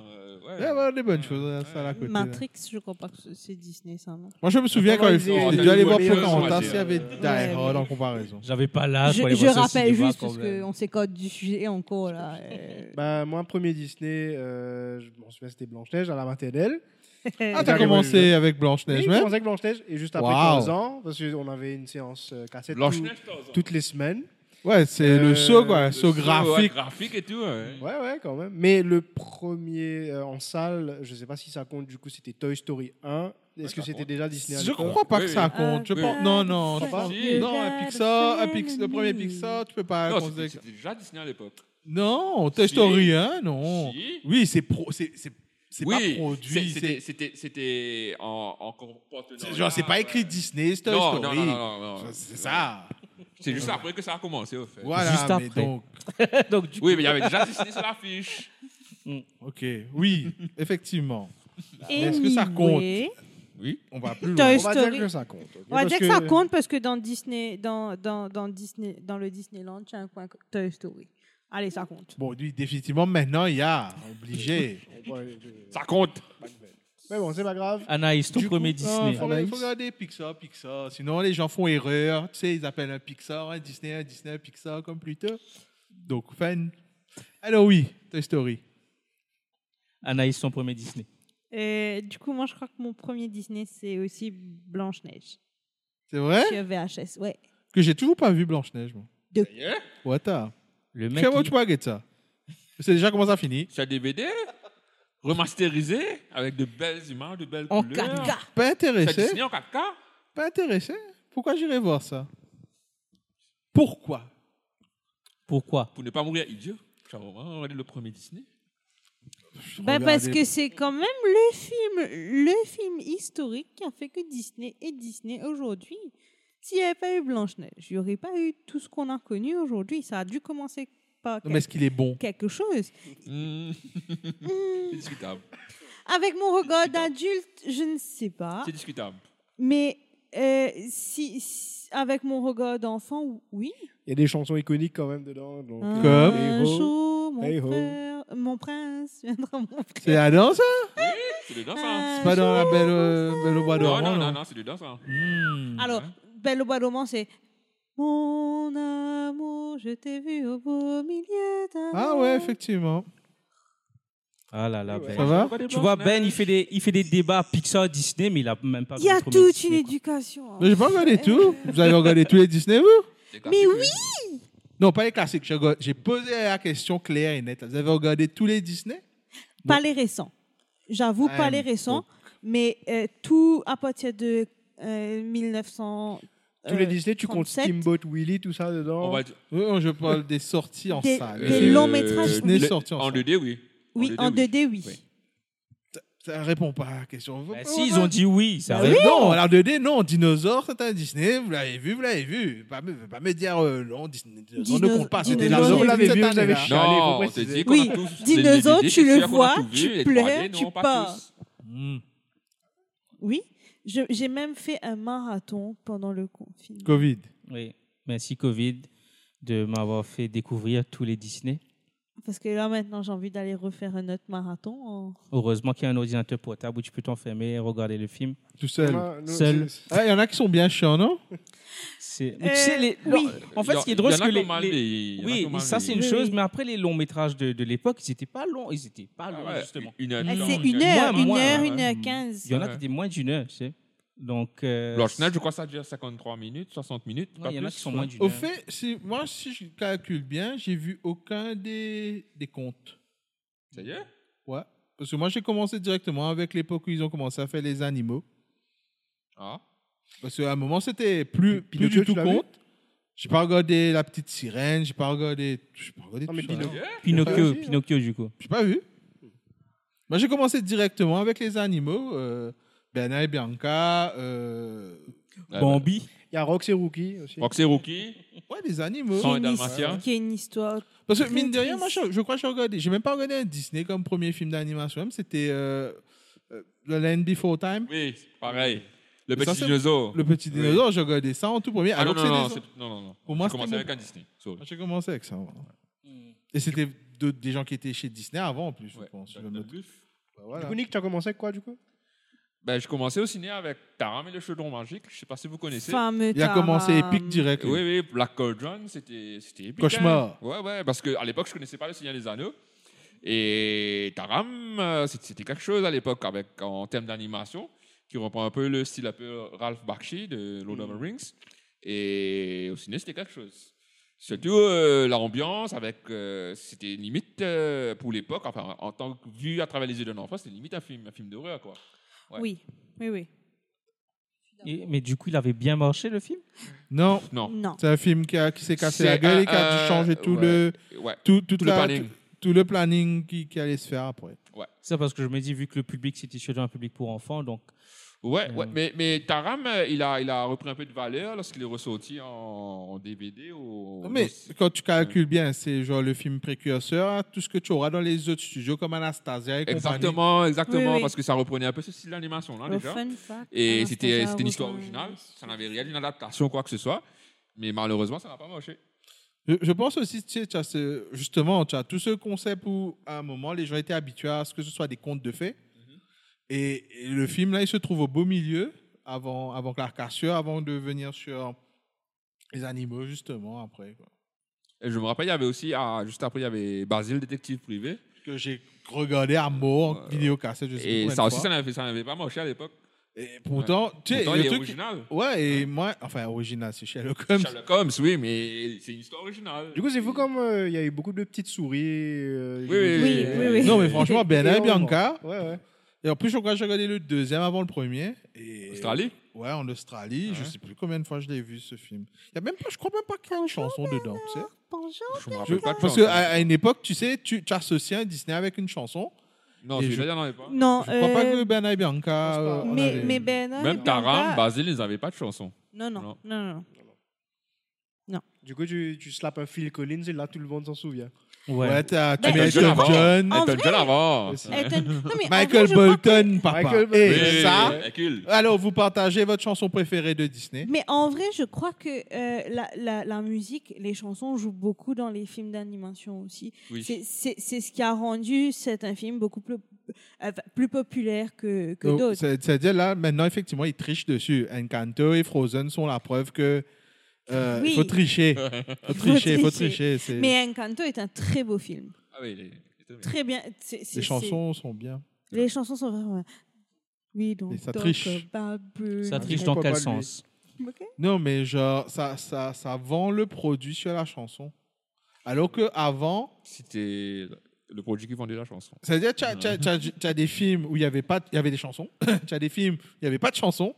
[SPEAKER 4] Il y avait des bonnes choses dans la
[SPEAKER 5] Ouais.
[SPEAKER 4] salle à côté. hein. là.
[SPEAKER 2] Matrix, je crois pas que c'est- c'est Disney, ça, non
[SPEAKER 4] Moi, je me souviens quand
[SPEAKER 3] Attends,
[SPEAKER 4] j'ai
[SPEAKER 5] Ah,
[SPEAKER 3] ils ont-
[SPEAKER 4] dû aller voir
[SPEAKER 3] ils ont-
[SPEAKER 4] Pocahontas,
[SPEAKER 5] ils ont-
[SPEAKER 4] il y avait Die
[SPEAKER 2] Ouais,
[SPEAKER 4] Hard
[SPEAKER 2] mais-
[SPEAKER 4] en comparaison.
[SPEAKER 1] J'avais pas
[SPEAKER 4] Ah,
[SPEAKER 1] l'âge. pour
[SPEAKER 2] Je,
[SPEAKER 1] aller
[SPEAKER 2] je
[SPEAKER 1] voir ça au
[SPEAKER 2] rappelle
[SPEAKER 1] cinéma,
[SPEAKER 2] juste
[SPEAKER 1] quand
[SPEAKER 2] parce
[SPEAKER 1] même.
[SPEAKER 2] qu'on s'écarte du sujet encore, là. euh.
[SPEAKER 3] Bah, moi, premier Disney, euh, je m'en souviens, c'était Blanche-Neige à la maternelle.
[SPEAKER 4] Ah,
[SPEAKER 3] J'avais
[SPEAKER 4] t'as
[SPEAKER 3] vu
[SPEAKER 4] commencé
[SPEAKER 3] le-
[SPEAKER 4] avec
[SPEAKER 3] Oui,
[SPEAKER 4] Blanche-Neige
[SPEAKER 3] j'ai
[SPEAKER 4] même
[SPEAKER 3] commencé avec Blanche-Neige et juste après
[SPEAKER 4] Waouh.
[SPEAKER 3] 15 ans, parce qu'on avait une séance euh, cassette tout-
[SPEAKER 5] Blanche-Neige, Tarzan.
[SPEAKER 3] toutes les semaines.
[SPEAKER 4] Ouais, c'est
[SPEAKER 3] Euh,
[SPEAKER 4] le saut, quoi,
[SPEAKER 5] Le
[SPEAKER 4] le saut
[SPEAKER 5] ouais,
[SPEAKER 4] Ah, graphique.
[SPEAKER 5] graphique et tout. ouais.
[SPEAKER 3] Ouais, ouais, quand même. Mais le premier euh, en salle, je sais pas si ça compte, du coup, c'était Toy Story 1. Est-ce
[SPEAKER 5] Ouais,
[SPEAKER 3] que
[SPEAKER 5] ça
[SPEAKER 3] c'était
[SPEAKER 5] compte.
[SPEAKER 3] déjà Disney à
[SPEAKER 4] Je
[SPEAKER 3] l'époque
[SPEAKER 4] crois pas
[SPEAKER 5] Oui,
[SPEAKER 4] que
[SPEAKER 5] oui.
[SPEAKER 4] ça compte. Je
[SPEAKER 5] Oui.
[SPEAKER 4] pense... Non, non, je
[SPEAKER 5] Ah,
[SPEAKER 4] pense.
[SPEAKER 5] si.
[SPEAKER 4] Non, un Pixar, un Pix- le premier Pixar, tu peux pas.
[SPEAKER 5] Non,
[SPEAKER 4] considérer
[SPEAKER 5] c'était
[SPEAKER 4] que-
[SPEAKER 5] c'était déjà Disney à l'époque.
[SPEAKER 4] Non, Toy
[SPEAKER 5] Si.
[SPEAKER 4] Story 1, non.
[SPEAKER 5] Si.
[SPEAKER 4] Oui, c'est pro, c'est c'est Oh. c'est
[SPEAKER 5] Oui,
[SPEAKER 4] pas produit.
[SPEAKER 5] c'est-
[SPEAKER 4] c'est-
[SPEAKER 5] c'était- C'était c'était en, en comportement.
[SPEAKER 4] c'est- Genre, c'est pas écrit Disney, c'est Toy
[SPEAKER 5] Non,
[SPEAKER 4] Story.
[SPEAKER 5] non, Euh, non, non, non, non.
[SPEAKER 4] C'est ça.
[SPEAKER 5] C'est juste après que ça a commencé, au fait.
[SPEAKER 4] Voilà.
[SPEAKER 1] Juste
[SPEAKER 4] mais
[SPEAKER 1] après.
[SPEAKER 4] donc,
[SPEAKER 1] Donc du coup,
[SPEAKER 5] Oui, mais il y avait déjà Disney sur l'affiche.
[SPEAKER 4] ok, oui, effectivement.
[SPEAKER 2] Et
[SPEAKER 4] Est-ce que ça
[SPEAKER 2] anyway,
[SPEAKER 5] Oui.
[SPEAKER 4] On va plus
[SPEAKER 2] Toy
[SPEAKER 4] loin.
[SPEAKER 3] On va dire
[SPEAKER 2] Story.
[SPEAKER 3] que ça compte. ok,
[SPEAKER 2] On va
[SPEAKER 3] parce
[SPEAKER 2] dire que ça compte parce que dans Disney, dans, dans, dans Disney, dans le Disneyland, tu as un coin Toy Story. Allez, ça compte.
[SPEAKER 4] Bon, lui, définitivement, maintenant, il y a obligé.
[SPEAKER 3] Ouais, je-
[SPEAKER 5] Ça compte.
[SPEAKER 3] Mais bon, c'est pas grave.
[SPEAKER 1] Anaïs, ton
[SPEAKER 4] Du
[SPEAKER 1] premier
[SPEAKER 4] coup, oh, non,
[SPEAKER 1] Disney.
[SPEAKER 4] faut-
[SPEAKER 3] Anaïs.
[SPEAKER 4] faut regarder Pixar, Pixar. Sinon, les gens font erreur. Tu sais, ils appellent un Pixar, un Disney, un Disney, un Pixar, comme plus tôt. Donc, fan. Alors, oui, Toy Story.
[SPEAKER 1] Anaïs, ton premier Disney.
[SPEAKER 2] Euh, du coup, moi, je crois que mon premier Disney, c'est aussi Blanche-Neige.
[SPEAKER 4] C'est vrai
[SPEAKER 2] Sur VHS, ouais.
[SPEAKER 4] que j'ai toujours pas vu Blanche-Neige. moi.
[SPEAKER 5] Yeah.
[SPEAKER 4] What the?
[SPEAKER 1] Le mec.
[SPEAKER 4] Très bon,
[SPEAKER 1] qui-
[SPEAKER 4] tu peux get ça. C'est déjà comment ça finit.
[SPEAKER 5] Sur DVD, remasterisé, avec de belles images, de belles
[SPEAKER 1] En
[SPEAKER 5] couleurs.
[SPEAKER 1] 4K.
[SPEAKER 4] Pas
[SPEAKER 5] Sur
[SPEAKER 4] intéressé.
[SPEAKER 5] Disney en 4K.
[SPEAKER 4] Pas intéressé. Pourquoi j'irai voir ça Pourquoi
[SPEAKER 1] Pourquoi
[SPEAKER 5] Pour ne pas mourir idiot. Genre, on va regarder le premier Disney.
[SPEAKER 2] Ben,
[SPEAKER 4] Regardez.
[SPEAKER 2] parce que c'est quand même le film, le film historique qui a fait que Disney est Disney aujourd'hui. S'il n'y avait pas eu Blanche-Neige, il n'y aurait pas eu tout ce qu'on a connu aujourd'hui. Ça a dû commencer par
[SPEAKER 4] Non, mais
[SPEAKER 2] quel-
[SPEAKER 4] est-ce qu'il est bon
[SPEAKER 2] quelque chose.
[SPEAKER 5] Hmm,
[SPEAKER 2] Hmm.
[SPEAKER 5] c'est discutable.
[SPEAKER 2] Avec mon regard
[SPEAKER 5] C'est pas-
[SPEAKER 2] d'adulte, je ne sais pas.
[SPEAKER 5] C'est discutable.
[SPEAKER 2] Mais euh, si, si- avec mon regard d'enfant, oui.
[SPEAKER 3] Il y a des chansons iconiques quand même dedans. donc, euh,
[SPEAKER 4] Comme
[SPEAKER 2] Un
[SPEAKER 3] Hey Ho.
[SPEAKER 2] jour, mon,
[SPEAKER 3] Hey ho.
[SPEAKER 2] frère- mon prince viendra mon frère.
[SPEAKER 4] C'est la danse, hein
[SPEAKER 5] C'est dedans, ça.
[SPEAKER 4] C'est pas dans la belle, euh, belle au bois
[SPEAKER 5] Non,
[SPEAKER 4] dormant.
[SPEAKER 5] non, non,
[SPEAKER 4] non.
[SPEAKER 5] non, c'est dedans, ça.
[SPEAKER 4] Hmm.
[SPEAKER 2] Alors,
[SPEAKER 5] Mhm.
[SPEAKER 2] Belle au bois dormant, c'est Mon amour, je t'ai vu au beau milieu d'un.
[SPEAKER 4] Ah ouais, effectivement.
[SPEAKER 1] Ah là là,
[SPEAKER 3] Ouais.
[SPEAKER 1] Ben.
[SPEAKER 4] Ça va
[SPEAKER 1] Tu vois, Ben, il fait des, il fait des débats Pixar, Disney, mais il a même pas.
[SPEAKER 2] Il y a
[SPEAKER 1] vu le premier
[SPEAKER 2] toute une
[SPEAKER 1] Disney, quoi.
[SPEAKER 2] éducation. hein.
[SPEAKER 4] Mais j'ai pas regardé tout. Vous avez regardé tous les Disney, vous
[SPEAKER 2] Mais oui Non,
[SPEAKER 4] Non, pas les classiques. J'ai regardé- J'ai posé la question claire et nette. Vous avez regardé tous les Disney
[SPEAKER 2] Pas les récents. J'avoue, pas
[SPEAKER 4] Ah,
[SPEAKER 2] les récents.
[SPEAKER 4] donc-
[SPEAKER 2] Mais euh, tout à partir de euh, 1900.
[SPEAKER 3] Tous
[SPEAKER 2] euh,
[SPEAKER 3] les Disney, tu comptes
[SPEAKER 2] 37.
[SPEAKER 3] Steamboat Willie, tout ça dedans.
[SPEAKER 5] On va dire-
[SPEAKER 4] Oui, non, je parle des sorties en
[SPEAKER 2] Des-
[SPEAKER 4] salle.
[SPEAKER 2] des
[SPEAKER 5] Euh,
[SPEAKER 4] Euh,
[SPEAKER 2] longs métrages.
[SPEAKER 4] Disney
[SPEAKER 5] le-
[SPEAKER 4] sorti en
[SPEAKER 5] En
[SPEAKER 4] salle.
[SPEAKER 5] 2D, oui.
[SPEAKER 2] Oui, en 2D, oui.
[SPEAKER 5] Oui.
[SPEAKER 4] Ça répond pas à la question.
[SPEAKER 1] Bah, si, ils ont dit oui. Ça
[SPEAKER 2] Bah
[SPEAKER 4] Ah
[SPEAKER 1] répond.
[SPEAKER 4] Non, alors 2D, non, dinosaure, c'est un Disney, vous l'avez vu, vous l'avez vu. Pas me, pas me dire, euh, non, Disney, dinosaure ne
[SPEAKER 2] Dino-
[SPEAKER 4] compte pas, c'était
[SPEAKER 2] dinosaure,
[SPEAKER 4] la
[SPEAKER 2] vous l'avez
[SPEAKER 3] vu, vous l'avez Allez,
[SPEAKER 5] Non,
[SPEAKER 3] faut
[SPEAKER 5] on t'a
[SPEAKER 3] préciser.
[SPEAKER 5] dit qu'on
[SPEAKER 2] Oui,
[SPEAKER 5] a tous.
[SPEAKER 2] dinosaure,
[SPEAKER 5] les 2D,
[SPEAKER 2] tu
[SPEAKER 5] c'est
[SPEAKER 2] le
[SPEAKER 5] sûr qu'on a
[SPEAKER 2] vois,
[SPEAKER 5] tout vu,
[SPEAKER 2] tu
[SPEAKER 5] les
[SPEAKER 2] pleures,
[SPEAKER 5] 3D, non,
[SPEAKER 2] tu
[SPEAKER 5] pas
[SPEAKER 2] pars.
[SPEAKER 5] tous.
[SPEAKER 1] Hmm.
[SPEAKER 2] Oui. Je- J'ai même fait un marathon pendant le confinement.
[SPEAKER 4] Covid.
[SPEAKER 1] Oui. Merci, Covid, de m'avoir fait découvrir tous les Disney.
[SPEAKER 2] Parce que là, maintenant, j'ai envie d'aller refaire un autre marathon. en-
[SPEAKER 1] Heureusement qu'il y a un ordinateur portable où tu peux t'enfermer et regarder le film.
[SPEAKER 4] Tout seul. Ah,
[SPEAKER 3] Non, non,
[SPEAKER 1] Seul.
[SPEAKER 3] c'est-
[SPEAKER 4] Il y en a qui sont bien chiants, non
[SPEAKER 1] C'est...
[SPEAKER 2] Euh,
[SPEAKER 1] Mais tu sais, les-
[SPEAKER 2] oui.
[SPEAKER 1] en fait, ce qui est
[SPEAKER 5] Il y
[SPEAKER 1] drôle,
[SPEAKER 5] en
[SPEAKER 1] c'est
[SPEAKER 5] a
[SPEAKER 1] que
[SPEAKER 5] qui
[SPEAKER 1] les-
[SPEAKER 5] ont mal
[SPEAKER 1] les-
[SPEAKER 5] vieilli, il y en a qui
[SPEAKER 1] Oui,
[SPEAKER 5] ont mal
[SPEAKER 1] ça c'est
[SPEAKER 5] vieilli.
[SPEAKER 1] une
[SPEAKER 2] Oui,
[SPEAKER 1] chose,
[SPEAKER 2] oui.
[SPEAKER 1] mais après les longs métrages de, de l'époque, ils n'étaient pas longs, ils étaient pas longs
[SPEAKER 5] Ah ouais,
[SPEAKER 1] justement.
[SPEAKER 5] Une heure.
[SPEAKER 1] Ah,
[SPEAKER 2] Eh,
[SPEAKER 5] non,
[SPEAKER 2] C'est
[SPEAKER 5] une
[SPEAKER 2] une
[SPEAKER 5] heure.
[SPEAKER 2] heure,
[SPEAKER 1] moins,
[SPEAKER 2] une
[SPEAKER 1] moins,
[SPEAKER 2] heure,
[SPEAKER 1] ouais.
[SPEAKER 2] une heure quinze.
[SPEAKER 1] Il y en a
[SPEAKER 5] Ouais.
[SPEAKER 1] qui étaient moins d'une heure, tu sais. Donc, euh,
[SPEAKER 5] Alors, au final, je crois que ça dure 53 minutes, 60 minutes.
[SPEAKER 1] non,
[SPEAKER 5] pas
[SPEAKER 1] il y en a
[SPEAKER 5] plus.
[SPEAKER 1] qui sont moins d'une
[SPEAKER 4] Au
[SPEAKER 1] heure.
[SPEAKER 4] fait, si, moi, si je calcule bien, j'ai vu aucun des, des comptes.
[SPEAKER 5] Ça y est
[SPEAKER 4] Ouais. Parce que moi, j'ai commencé directement avec l'époque où ils ont commencé à faire les animaux.
[SPEAKER 5] Ah.
[SPEAKER 4] Parce qu'à un moment, c'était plus,
[SPEAKER 3] Pinocchio,
[SPEAKER 4] plus du
[SPEAKER 3] tu
[SPEAKER 4] tout
[SPEAKER 3] l'as vu
[SPEAKER 4] compte. J'ai pas regardé La Petite Sirène, j'ai pas regardé. J'ai pas regardé
[SPEAKER 3] Non,
[SPEAKER 4] tout
[SPEAKER 3] mais
[SPEAKER 4] ça.
[SPEAKER 5] Ça
[SPEAKER 3] Pinocchio.
[SPEAKER 5] y est
[SPEAKER 1] Pinocchio,
[SPEAKER 3] Ouais.
[SPEAKER 1] Pinocchio du coup.
[SPEAKER 4] J'ai pas vu. Moi, j'ai commencé directement avec les animaux. euh, Bernard et Bianca. euh,
[SPEAKER 5] Ouais, bah,
[SPEAKER 1] Bambi.
[SPEAKER 3] Il y a Rox et Rookie aussi.
[SPEAKER 5] Roxy Rookie.
[SPEAKER 4] Ouais, les animaux.
[SPEAKER 5] Sans-
[SPEAKER 2] Qui est une
[SPEAKER 5] Dalmatien.
[SPEAKER 2] his- qui est une histoire.
[SPEAKER 4] Parce que,
[SPEAKER 2] Très
[SPEAKER 4] mine de rien, moi,
[SPEAKER 2] triste.
[SPEAKER 4] je, je crois que j'ai regardé. J'ai même pas regardé un Disney comme premier film d'animation. même, C'était euh, euh, The Land Before Time.
[SPEAKER 5] Oui, pareil. Le
[SPEAKER 4] Mais ça,
[SPEAKER 5] petit
[SPEAKER 4] c'est-
[SPEAKER 5] dinosaure.
[SPEAKER 4] Le petit dinosaure, j'ai regardé ça en tout premier.
[SPEAKER 5] Ah non,
[SPEAKER 4] alors que
[SPEAKER 5] non, non,
[SPEAKER 4] c'est des-
[SPEAKER 5] c'est- non, non, non.
[SPEAKER 4] Pour moi,
[SPEAKER 5] J'ai commencé
[SPEAKER 4] c'était
[SPEAKER 5] avec
[SPEAKER 4] mon-
[SPEAKER 5] un Disney. Sorry.
[SPEAKER 4] J'ai commencé avec ça. ouais. Et c'était de- des gens qui étaient chez Disney avant, en plus, je
[SPEAKER 5] Mm. Ouais.
[SPEAKER 4] pense.
[SPEAKER 5] Jack
[SPEAKER 4] Je me-
[SPEAKER 5] the Buff.
[SPEAKER 4] Bah,
[SPEAKER 3] Du
[SPEAKER 4] voilà.
[SPEAKER 3] coup, Nick, tu as commencé avec quoi du coup
[SPEAKER 5] Ben, je commençais au ciné avec Taram et le chaudron magique. Je sais pas si vous connaissez. Euh,
[SPEAKER 2] Fameux
[SPEAKER 4] Il a commencé
[SPEAKER 2] taram.
[SPEAKER 4] épique direct. lui.
[SPEAKER 5] Oui, oui, Black Cauldron, c'était c'était épique.
[SPEAKER 4] Cauchemar.
[SPEAKER 5] hein. Ouais, ouais, parce qu'à l'époque, je connaissais pas le Seigneur des Anneaux. Et Taram, euh, c'est- c'était quelque chose à l'époque avec en termes d'animation, qui reprend un peu le style un peu Ralph Bakshi de Lord
[SPEAKER 4] Hmm.
[SPEAKER 5] of the Rings. Et au ciné, c'était quelque chose. Surtout euh, l'ambiance, avec euh, c'était limite euh, pour l'époque, enfin en tant que vu à travers les yeux d'un enfant, c'était limite un film, un film d'horreur quoi. Ouais.
[SPEAKER 2] Oui, oui, oui.
[SPEAKER 1] Et- mais du coup, il avait bien marché le film.
[SPEAKER 4] Non,
[SPEAKER 5] Non.
[SPEAKER 2] Non.
[SPEAKER 4] c'est un film qui, a- qui s'est cassé la
[SPEAKER 5] C'est
[SPEAKER 4] gueule
[SPEAKER 5] un-
[SPEAKER 4] et qui a dû
[SPEAKER 5] un-
[SPEAKER 4] changer tout
[SPEAKER 5] ouais.
[SPEAKER 4] le.
[SPEAKER 5] Ouais.
[SPEAKER 4] tout, toute
[SPEAKER 5] Tout le
[SPEAKER 4] la-
[SPEAKER 5] planning.
[SPEAKER 4] tout- tout le planning qui, qui allait se faire après.
[SPEAKER 1] C'est parce que je me dis, vu que le public c'était surtout un public pour enfants, donc
[SPEAKER 5] Ouais, ouais,
[SPEAKER 4] Hmm.
[SPEAKER 1] Euh.
[SPEAKER 5] mais, mais Taram, euh, il a, il a repris un peu de valeur lorsqu'il est ressorti en, en DVD. Au,
[SPEAKER 4] mais
[SPEAKER 5] au-
[SPEAKER 4] quand tu calcules bien, c'est genre le film précurseur, tout ce que tu auras dans les autres studios comme Anastasia et compagnie.
[SPEAKER 5] exactement, exactement,
[SPEAKER 2] Oui, oui.
[SPEAKER 5] parce que ça reprenait un peu ce style d'animation là
[SPEAKER 2] Le
[SPEAKER 5] hein, déjà.
[SPEAKER 2] fun Ah, fact,
[SPEAKER 5] Et
[SPEAKER 2] Anastasia
[SPEAKER 5] c'était c'était une histoire
[SPEAKER 2] Rosen.
[SPEAKER 5] originale, ça n'avait rien d'une adaptation quoi que ce soit, mais malheureusement ça n'a pas marché.
[SPEAKER 4] Je, je pense aussi, tu sais, tu as ce- justement, tu as tout ce concept où à un moment, les gens étaient habitués à ce que ce soit des contes de fées.
[SPEAKER 5] Mhm.
[SPEAKER 4] et, et le film, là, il se trouve au beau milieu, avant, avant Clark Cassieux, avant de venir sur les animaux, justement, après. quoi.
[SPEAKER 5] Et je me rappelle, il y avait aussi, ah, juste après, il y avait Basile, détective privé,
[SPEAKER 4] Que j'ai regardé à mort,
[SPEAKER 5] Ouais.
[SPEAKER 4] vidéo cassette, je sais
[SPEAKER 5] et
[SPEAKER 4] pas combien
[SPEAKER 5] ça
[SPEAKER 4] de
[SPEAKER 5] aussi
[SPEAKER 4] fois.
[SPEAKER 5] ça n'avait ça n'avait pas marché à l'époque.
[SPEAKER 4] Et pourtant, tu sais,
[SPEAKER 5] Pourtant,
[SPEAKER 4] le
[SPEAKER 5] il est
[SPEAKER 4] truc- euh,
[SPEAKER 5] original.
[SPEAKER 4] Ouais, et moi, enfin, original, c'est Sherlock Holmes.
[SPEAKER 5] Sherlock Holmes, oui, mais c'est une histoire originale.
[SPEAKER 3] Du coup, c'est fou comme euh, il y a eu beaucoup de petites souris. euh,
[SPEAKER 5] Oui, oui,
[SPEAKER 2] Oui, oui, oui.
[SPEAKER 4] Non, mais franchement, Bernard et
[SPEAKER 3] Et on-
[SPEAKER 4] Bianca.
[SPEAKER 3] Ouais, ouais.
[SPEAKER 4] Et en plus, je crois que j'ai regardé le deuxième avant le premier. Et...
[SPEAKER 5] Australie
[SPEAKER 4] Ouais, en Australie. Je
[SPEAKER 5] Ouais.
[SPEAKER 4] sais plus combien de fois je l'ai vu ce film. Il y a même pas, je crois même pas qu'il y a une chanson dedans, tu sais.
[SPEAKER 2] Bonjour.
[SPEAKER 5] Je me
[SPEAKER 4] Je- euh,
[SPEAKER 5] rappelle pas de
[SPEAKER 4] parce
[SPEAKER 5] ça,
[SPEAKER 4] qu'à
[SPEAKER 5] en fait.
[SPEAKER 4] à une époque, tu sais, tu, tu associes un Disney avec une chanson.
[SPEAKER 5] Non,
[SPEAKER 4] et
[SPEAKER 5] celui-là,
[SPEAKER 4] je-
[SPEAKER 5] il n'y en avait pas.
[SPEAKER 2] Non,
[SPEAKER 4] je crois pas
[SPEAKER 2] euh,
[SPEAKER 4] que Bernard et Bianca.
[SPEAKER 3] pense pas.
[SPEAKER 4] euh, en
[SPEAKER 2] mais,
[SPEAKER 4] avait.
[SPEAKER 2] mais Bernard et
[SPEAKER 5] Même Taram,
[SPEAKER 2] Bianca-
[SPEAKER 5] Basile, ils n'avaient pas de chanson.
[SPEAKER 2] Non, non, non,
[SPEAKER 5] Non.
[SPEAKER 2] non. non.
[SPEAKER 3] Du coup, tu, tu slappes un Phil Collins et là, tout le monde s'en souvient.
[SPEAKER 1] ouais.
[SPEAKER 4] Ouais, t'as t'as
[SPEAKER 2] Ben,
[SPEAKER 4] Elton
[SPEAKER 5] Elton John avant.
[SPEAKER 4] John,
[SPEAKER 2] En
[SPEAKER 5] Elton
[SPEAKER 2] vrai-
[SPEAKER 5] John avant.
[SPEAKER 3] Aussi.
[SPEAKER 5] Ouais.
[SPEAKER 2] Elton- non, mais en vrai,
[SPEAKER 4] Michael
[SPEAKER 2] je crois que-
[SPEAKER 4] Bolton, papa.
[SPEAKER 3] Michael Bolton.
[SPEAKER 4] Et
[SPEAKER 5] Oui, oui,
[SPEAKER 4] ça.
[SPEAKER 5] oui, Hercule.
[SPEAKER 4] Alors, vous partagez votre chanson préférée de Disney.
[SPEAKER 2] Mais en vrai, je crois que euh, la, la, la musique, les chansons jouent beaucoup dans les films d'animation aussi.
[SPEAKER 5] Oui.
[SPEAKER 2] C'est- C'est c'est ce qui a rendu certains films beaucoup plus, euh, plus populaires que, que
[SPEAKER 4] Donc,
[SPEAKER 2] d'autres.
[SPEAKER 4] c'est- C'est-à-dire là, maintenant, effectivement, ils trichent dessus. Encanto et Frozen sont la preuve que euh,
[SPEAKER 2] Oui.
[SPEAKER 4] faut tricher. faut tricher, faut
[SPEAKER 2] tricher.
[SPEAKER 4] tricher. c'est-
[SPEAKER 2] Mais Encanto est un très beau film.
[SPEAKER 5] Ah oui, il est- il est très bien.
[SPEAKER 2] Très bien. c'est- c'est-
[SPEAKER 4] Les chansons sont bien.
[SPEAKER 2] c'est- Les chansons sont vraiment. Oui,
[SPEAKER 4] Et
[SPEAKER 2] donc. euh,
[SPEAKER 4] ça triche.
[SPEAKER 1] Ça
[SPEAKER 3] je
[SPEAKER 1] triche
[SPEAKER 3] comprends
[SPEAKER 1] dans quel
[SPEAKER 3] pas, lui.
[SPEAKER 1] sens
[SPEAKER 4] Non, mais genre, ça, ça, ça vend le produit sur la chanson. Alors que avant,
[SPEAKER 5] C'était le produit qu'ils vendaient la chanson.
[SPEAKER 4] C'est-à-dire, tu as, tu as- tu as- tu as des films où il y avait pas, il y avait des chansons. tu as des films où il n'y avait pas de chansons.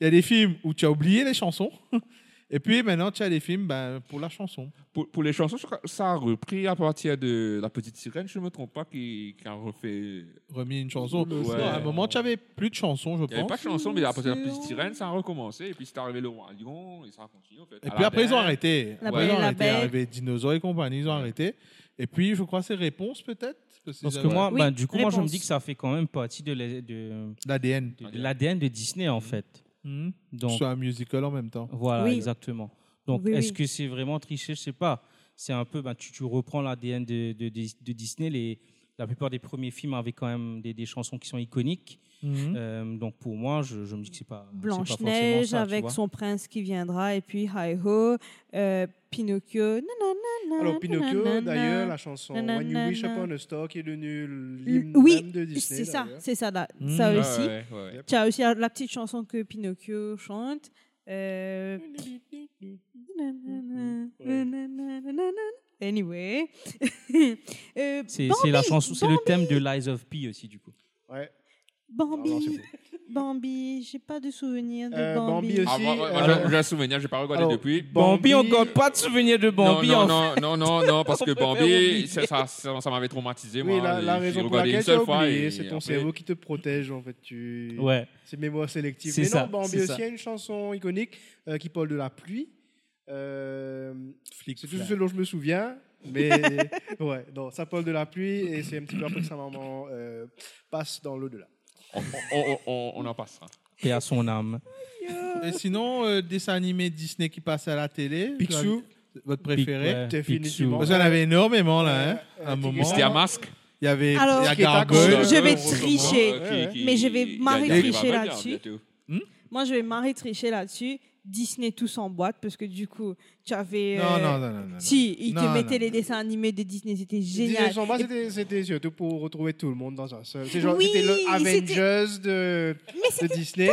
[SPEAKER 4] Il y a des films où tu as oublié les chansons. Et puis maintenant, tu as des films ben, pour la chanson.
[SPEAKER 5] Pour, pour les chansons, je crois que ça a repris à partir de La Petite Sirène, je ne me trompe pas, qui, qui a refait.
[SPEAKER 4] Remis une chanson.
[SPEAKER 5] Ouais.
[SPEAKER 4] Non, à un moment, tu n'avais plus de chansons, je
[SPEAKER 5] Il n'y avait
[SPEAKER 4] pense.
[SPEAKER 5] pas de chanson, mais à partir de La Petite Sirène, ça a recommencé. Et puis c'est arrivé Le Roi Lion, et ça a continué. En fait.
[SPEAKER 4] Et puis après, ils ont arrêté.
[SPEAKER 2] La
[SPEAKER 4] Après,
[SPEAKER 2] Belle
[SPEAKER 4] ils
[SPEAKER 2] et
[SPEAKER 4] ont
[SPEAKER 2] la
[SPEAKER 4] arrêté.
[SPEAKER 2] Bête.
[SPEAKER 4] Arrivé Dinosaures et compagnie, ils ont arrêté. Et puis, je crois, c'est Réponse, peut-être.
[SPEAKER 1] Parce
[SPEAKER 4] qu'ils
[SPEAKER 1] que
[SPEAKER 4] avaient-
[SPEAKER 1] moi,
[SPEAKER 2] Oui,
[SPEAKER 1] ben, du coup, moi, je me
[SPEAKER 2] réponse.
[SPEAKER 1] dis que ça fait quand même partie de l'ADN de,
[SPEAKER 4] L'ADN.
[SPEAKER 1] de- de l'ADN de Disney, en fait.
[SPEAKER 4] Mhm.
[SPEAKER 1] Hmm. Donc,
[SPEAKER 4] Ah, Soit un musical en même temps.
[SPEAKER 1] voilà,
[SPEAKER 2] Oui.
[SPEAKER 1] exactement. Donc,
[SPEAKER 2] Oui,
[SPEAKER 1] est-ce
[SPEAKER 2] oui.
[SPEAKER 1] que c'est vraiment triché Je sais pas. C'est un peu, ben, tu, tu reprends l'ADN de, de, de- de Disney. Les, la plupart des premiers films avaient quand même des, des chansons qui sont iconiques. Euh, donc, pour moi, je, je me dis que c'est pas. c'est pas forcément
[SPEAKER 2] Mmh. Blanche-Neige
[SPEAKER 1] ça, tu
[SPEAKER 2] avec
[SPEAKER 1] vois.
[SPEAKER 2] son prince qui viendra, et puis Hi-Ho, euh, Pinocchio. nanana,
[SPEAKER 3] Alors, Pinocchio,
[SPEAKER 2] nanana.
[SPEAKER 3] d'ailleurs, la chanson
[SPEAKER 2] nanana.
[SPEAKER 3] When You Wish Upon a Star qui est devenue l'hymne
[SPEAKER 2] Oui,
[SPEAKER 3] même de Disney.
[SPEAKER 2] C'est ça,
[SPEAKER 3] d'ailleurs.
[SPEAKER 2] c'est ça, là,
[SPEAKER 4] Mm.
[SPEAKER 2] ça
[SPEAKER 4] Ah
[SPEAKER 2] aussi.
[SPEAKER 5] Ouais, ouais, ouais.
[SPEAKER 2] Tu as aussi la, la petite chanson que Pinocchio chante. euh, Anyway. Euh,
[SPEAKER 1] C'est
[SPEAKER 2] Bambi,
[SPEAKER 1] c'est la chanson, c'est le
[SPEAKER 2] Bambi,
[SPEAKER 1] thème de Lies of P aussi, du coup.
[SPEAKER 3] Ouais.
[SPEAKER 5] Ah,
[SPEAKER 3] Non, non, c'est
[SPEAKER 2] Bambi,
[SPEAKER 3] faux.
[SPEAKER 2] Bambi, j'ai pas de souvenir de
[SPEAKER 3] Euh,
[SPEAKER 2] Bambi.
[SPEAKER 3] Bambi aussi.
[SPEAKER 5] Ah, moi, moi,
[SPEAKER 3] euh,
[SPEAKER 5] j'ai- j'ai un souvenir, je n'ai pas regardé
[SPEAKER 3] alors,
[SPEAKER 5] depuis.
[SPEAKER 1] Bambi, on garde pas de souvenir de Bambi.
[SPEAKER 5] non,
[SPEAKER 1] en
[SPEAKER 5] non, non, non, non, parce
[SPEAKER 1] On
[SPEAKER 5] que
[SPEAKER 1] peut faire
[SPEAKER 5] Bambi,
[SPEAKER 1] oublier.
[SPEAKER 5] ça, ça, ça- ça m'avait traumatisé.
[SPEAKER 3] Oui,
[SPEAKER 5] moi,
[SPEAKER 3] la, la
[SPEAKER 5] et
[SPEAKER 3] raison
[SPEAKER 5] j'ai
[SPEAKER 3] pour
[SPEAKER 5] regardé
[SPEAKER 3] laquelle
[SPEAKER 5] une
[SPEAKER 3] tu as
[SPEAKER 5] seule fois.
[SPEAKER 3] oublié,
[SPEAKER 5] et
[SPEAKER 3] c'est ton E
[SPEAKER 5] après-
[SPEAKER 3] cerveau qui te protège en fait. Tu...
[SPEAKER 1] fait. Ouais.
[SPEAKER 3] C'est mémoire sélective.
[SPEAKER 1] C'est
[SPEAKER 3] Mais
[SPEAKER 1] ça,
[SPEAKER 3] non, Bambi
[SPEAKER 1] c'est
[SPEAKER 3] aussi
[SPEAKER 1] ça.
[SPEAKER 3] il y a une chanson iconique euh, qui parle de la pluie. Euh,
[SPEAKER 4] Flic.
[SPEAKER 3] c'est tout ce dont je me souviens. Mais ouais, non, ça parle de la pluie et c'est un petit peu après que sa maman euh, passe dans l'au-delà.
[SPEAKER 5] On, on- on- on en passera.
[SPEAKER 1] Paix à son âme.
[SPEAKER 4] Et sinon, euh, dessin animé Disney qui passe à la télé.
[SPEAKER 3] Picsou,
[SPEAKER 4] Votre préféré.
[SPEAKER 1] Pic- ouais,
[SPEAKER 3] Définitivement.
[SPEAKER 4] Parce
[SPEAKER 1] Picsou.
[SPEAKER 4] qu'il y en avait énormément là, hein,
[SPEAKER 3] Euh,
[SPEAKER 4] à un
[SPEAKER 3] Tigre.
[SPEAKER 4] moment.
[SPEAKER 5] Mais c'était à masque.
[SPEAKER 4] Il y avait
[SPEAKER 2] Alors,
[SPEAKER 4] il y a
[SPEAKER 3] Qui est à
[SPEAKER 4] Gargoyle.
[SPEAKER 2] Je vais
[SPEAKER 5] Grosso modo,
[SPEAKER 2] tricher.
[SPEAKER 5] euh, qui- qui-
[SPEAKER 2] Mais je vais
[SPEAKER 5] il y a-
[SPEAKER 2] marrer
[SPEAKER 5] il y a-
[SPEAKER 2] tricher
[SPEAKER 5] il y a-
[SPEAKER 2] là-dessus.
[SPEAKER 5] bientôt.
[SPEAKER 2] Moi, je vais m'arrêter tricher là-dessus. Disney tous en boîte parce que du coup, tu avais.
[SPEAKER 4] Non,
[SPEAKER 2] euh,
[SPEAKER 4] non, non, non. non.
[SPEAKER 2] Si, ils
[SPEAKER 4] Non,
[SPEAKER 2] te mettaient
[SPEAKER 4] non.
[SPEAKER 2] les dessins animés de Disney, c'était
[SPEAKER 3] Disney
[SPEAKER 2] génial.
[SPEAKER 3] Sans Moi, c'était- c'était surtout pour retrouver tout le monde dans un seul. C'est genre-
[SPEAKER 2] Oui,
[SPEAKER 3] C'était le
[SPEAKER 2] c'était-
[SPEAKER 3] Avengers de,
[SPEAKER 2] Mais
[SPEAKER 3] de
[SPEAKER 2] c'était
[SPEAKER 3] Disney.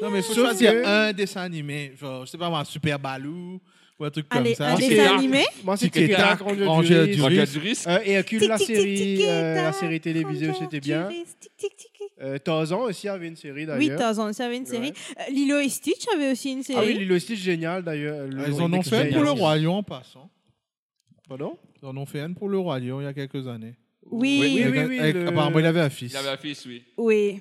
[SPEAKER 4] Non, mais faut
[SPEAKER 3] Sauf
[SPEAKER 4] choisir
[SPEAKER 3] que-
[SPEAKER 4] un dessin animé. Genre, je sais pas moi, Super Baloo ou un truc comme
[SPEAKER 2] Allez,
[SPEAKER 4] ça. Ah,
[SPEAKER 2] un
[SPEAKER 5] Tic
[SPEAKER 2] dessin
[SPEAKER 5] et tac.
[SPEAKER 2] animé.
[SPEAKER 3] Moi,
[SPEAKER 4] Tic
[SPEAKER 3] c'était
[SPEAKER 4] et tac,
[SPEAKER 3] Ranger
[SPEAKER 4] Ranger
[SPEAKER 3] du
[SPEAKER 4] du
[SPEAKER 3] Risque.
[SPEAKER 5] Roger Duris.
[SPEAKER 3] Euh, Hercule,
[SPEAKER 2] Tic,
[SPEAKER 3] la
[SPEAKER 2] tic, tic, tic,
[SPEAKER 3] série,
[SPEAKER 2] et
[SPEAKER 3] euh, la
[SPEAKER 2] tac,
[SPEAKER 3] série télévisée,
[SPEAKER 2] Ranger,
[SPEAKER 3] c'était bien.
[SPEAKER 2] Tigris, tic, tic, tic, tic.
[SPEAKER 3] Euh, Tarzan aussi avait une série d'ailleurs.
[SPEAKER 2] Oui, Tarzan, ça avait une série.
[SPEAKER 3] Ouais.
[SPEAKER 2] Euh, Lilo et Stitch avait aussi une série.
[SPEAKER 3] Ah oui, Lilo et Stitch, génial d'ailleurs. Le
[SPEAKER 4] Ah, Ils
[SPEAKER 3] nom
[SPEAKER 4] en
[SPEAKER 3] était
[SPEAKER 4] ont fait un
[SPEAKER 3] génial.
[SPEAKER 4] pour le Roi Lion en passant.
[SPEAKER 3] Pardon
[SPEAKER 4] Ils en ont fait un pour le Roi Lion il y a quelques années.
[SPEAKER 2] Oui.
[SPEAKER 5] Oui,
[SPEAKER 3] oui,
[SPEAKER 4] Avec un-
[SPEAKER 3] oui,
[SPEAKER 4] avec-
[SPEAKER 3] le-
[SPEAKER 4] Apparemment, il avait un fils.
[SPEAKER 5] Il avait un fils, oui.
[SPEAKER 2] Oui.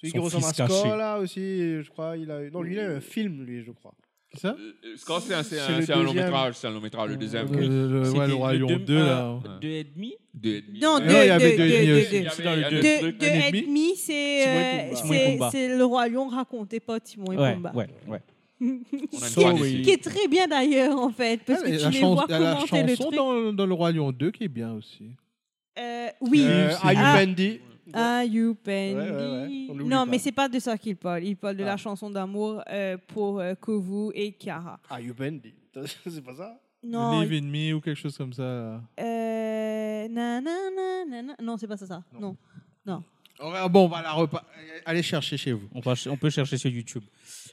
[SPEAKER 3] Celui qui
[SPEAKER 1] Son
[SPEAKER 3] ressemble à
[SPEAKER 1] fils caché.
[SPEAKER 3] Score là aussi, je crois. Il a... Non, lui, il a eu un film, lui, je crois.
[SPEAKER 4] C'est ça
[SPEAKER 5] Euh, euh, Score, c'est un, c'est
[SPEAKER 3] C'est
[SPEAKER 5] un,
[SPEAKER 3] le
[SPEAKER 5] c'est un long
[SPEAKER 3] deuxième.
[SPEAKER 5] métrage, c'est un long métrage, le deuxième.
[SPEAKER 4] Le- le- ouais,
[SPEAKER 1] C'était
[SPEAKER 4] le Roi
[SPEAKER 1] le
[SPEAKER 4] Lion
[SPEAKER 1] deux-
[SPEAKER 4] 2, là.
[SPEAKER 5] Ah.
[SPEAKER 1] un- deux et demi.
[SPEAKER 5] Deux et demi.
[SPEAKER 2] Non,
[SPEAKER 4] Non,
[SPEAKER 2] deux,
[SPEAKER 4] il y avait
[SPEAKER 2] deux,
[SPEAKER 4] deux et demi
[SPEAKER 2] deux,
[SPEAKER 4] aussi.
[SPEAKER 2] deux.
[SPEAKER 5] Il y avait-
[SPEAKER 1] C'est dans le
[SPEAKER 5] il y avait
[SPEAKER 1] deux.
[SPEAKER 5] le
[SPEAKER 2] Deux,
[SPEAKER 5] truc.
[SPEAKER 2] deux et demi, c'est
[SPEAKER 3] Timon et
[SPEAKER 2] euh,
[SPEAKER 3] Pumba.
[SPEAKER 1] Timon et
[SPEAKER 2] c'est-
[SPEAKER 1] Pumba.
[SPEAKER 2] c'est le roi lion raconté par Timon et
[SPEAKER 1] Ouais,
[SPEAKER 2] Pumba.
[SPEAKER 1] ouais, ouais.
[SPEAKER 5] On a une
[SPEAKER 1] Sorry.
[SPEAKER 5] tradition.
[SPEAKER 2] Qui est très bien d'ailleurs en fait parce
[SPEAKER 4] Ah,
[SPEAKER 2] que
[SPEAKER 4] mais
[SPEAKER 2] tu
[SPEAKER 4] la
[SPEAKER 2] les
[SPEAKER 4] chan-
[SPEAKER 2] vois
[SPEAKER 4] il y a la
[SPEAKER 2] commenter le
[SPEAKER 4] chanson
[SPEAKER 2] truc.
[SPEAKER 4] dans, dans le Roi Lion 2 qui est bien aussi.
[SPEAKER 2] Euh, oui.
[SPEAKER 3] Euh,
[SPEAKER 4] c'est-
[SPEAKER 3] Are You
[SPEAKER 2] Ah.
[SPEAKER 3] Bendy
[SPEAKER 2] Ah, you
[SPEAKER 3] ouais,
[SPEAKER 2] Penny.
[SPEAKER 3] ouais. On l'oublie
[SPEAKER 2] Non,
[SPEAKER 3] pas.
[SPEAKER 2] mais c'est pas de ça qu'il parle. Il parle de
[SPEAKER 3] Ah.
[SPEAKER 2] la chanson d'amour euh, pour euh, Kovu et Kiara.
[SPEAKER 3] Are You Bendy C'est pas ça
[SPEAKER 2] Non,
[SPEAKER 4] Live in Me ou quelque chose comme ça. là.
[SPEAKER 2] euh, na, na, na, na, na. non, c'est pas ça, ça. Non.
[SPEAKER 4] On va- Oh, Bon, on va la repa... Allez chercher chez vous.
[SPEAKER 1] On, va ch- on peut chercher sur YouTube.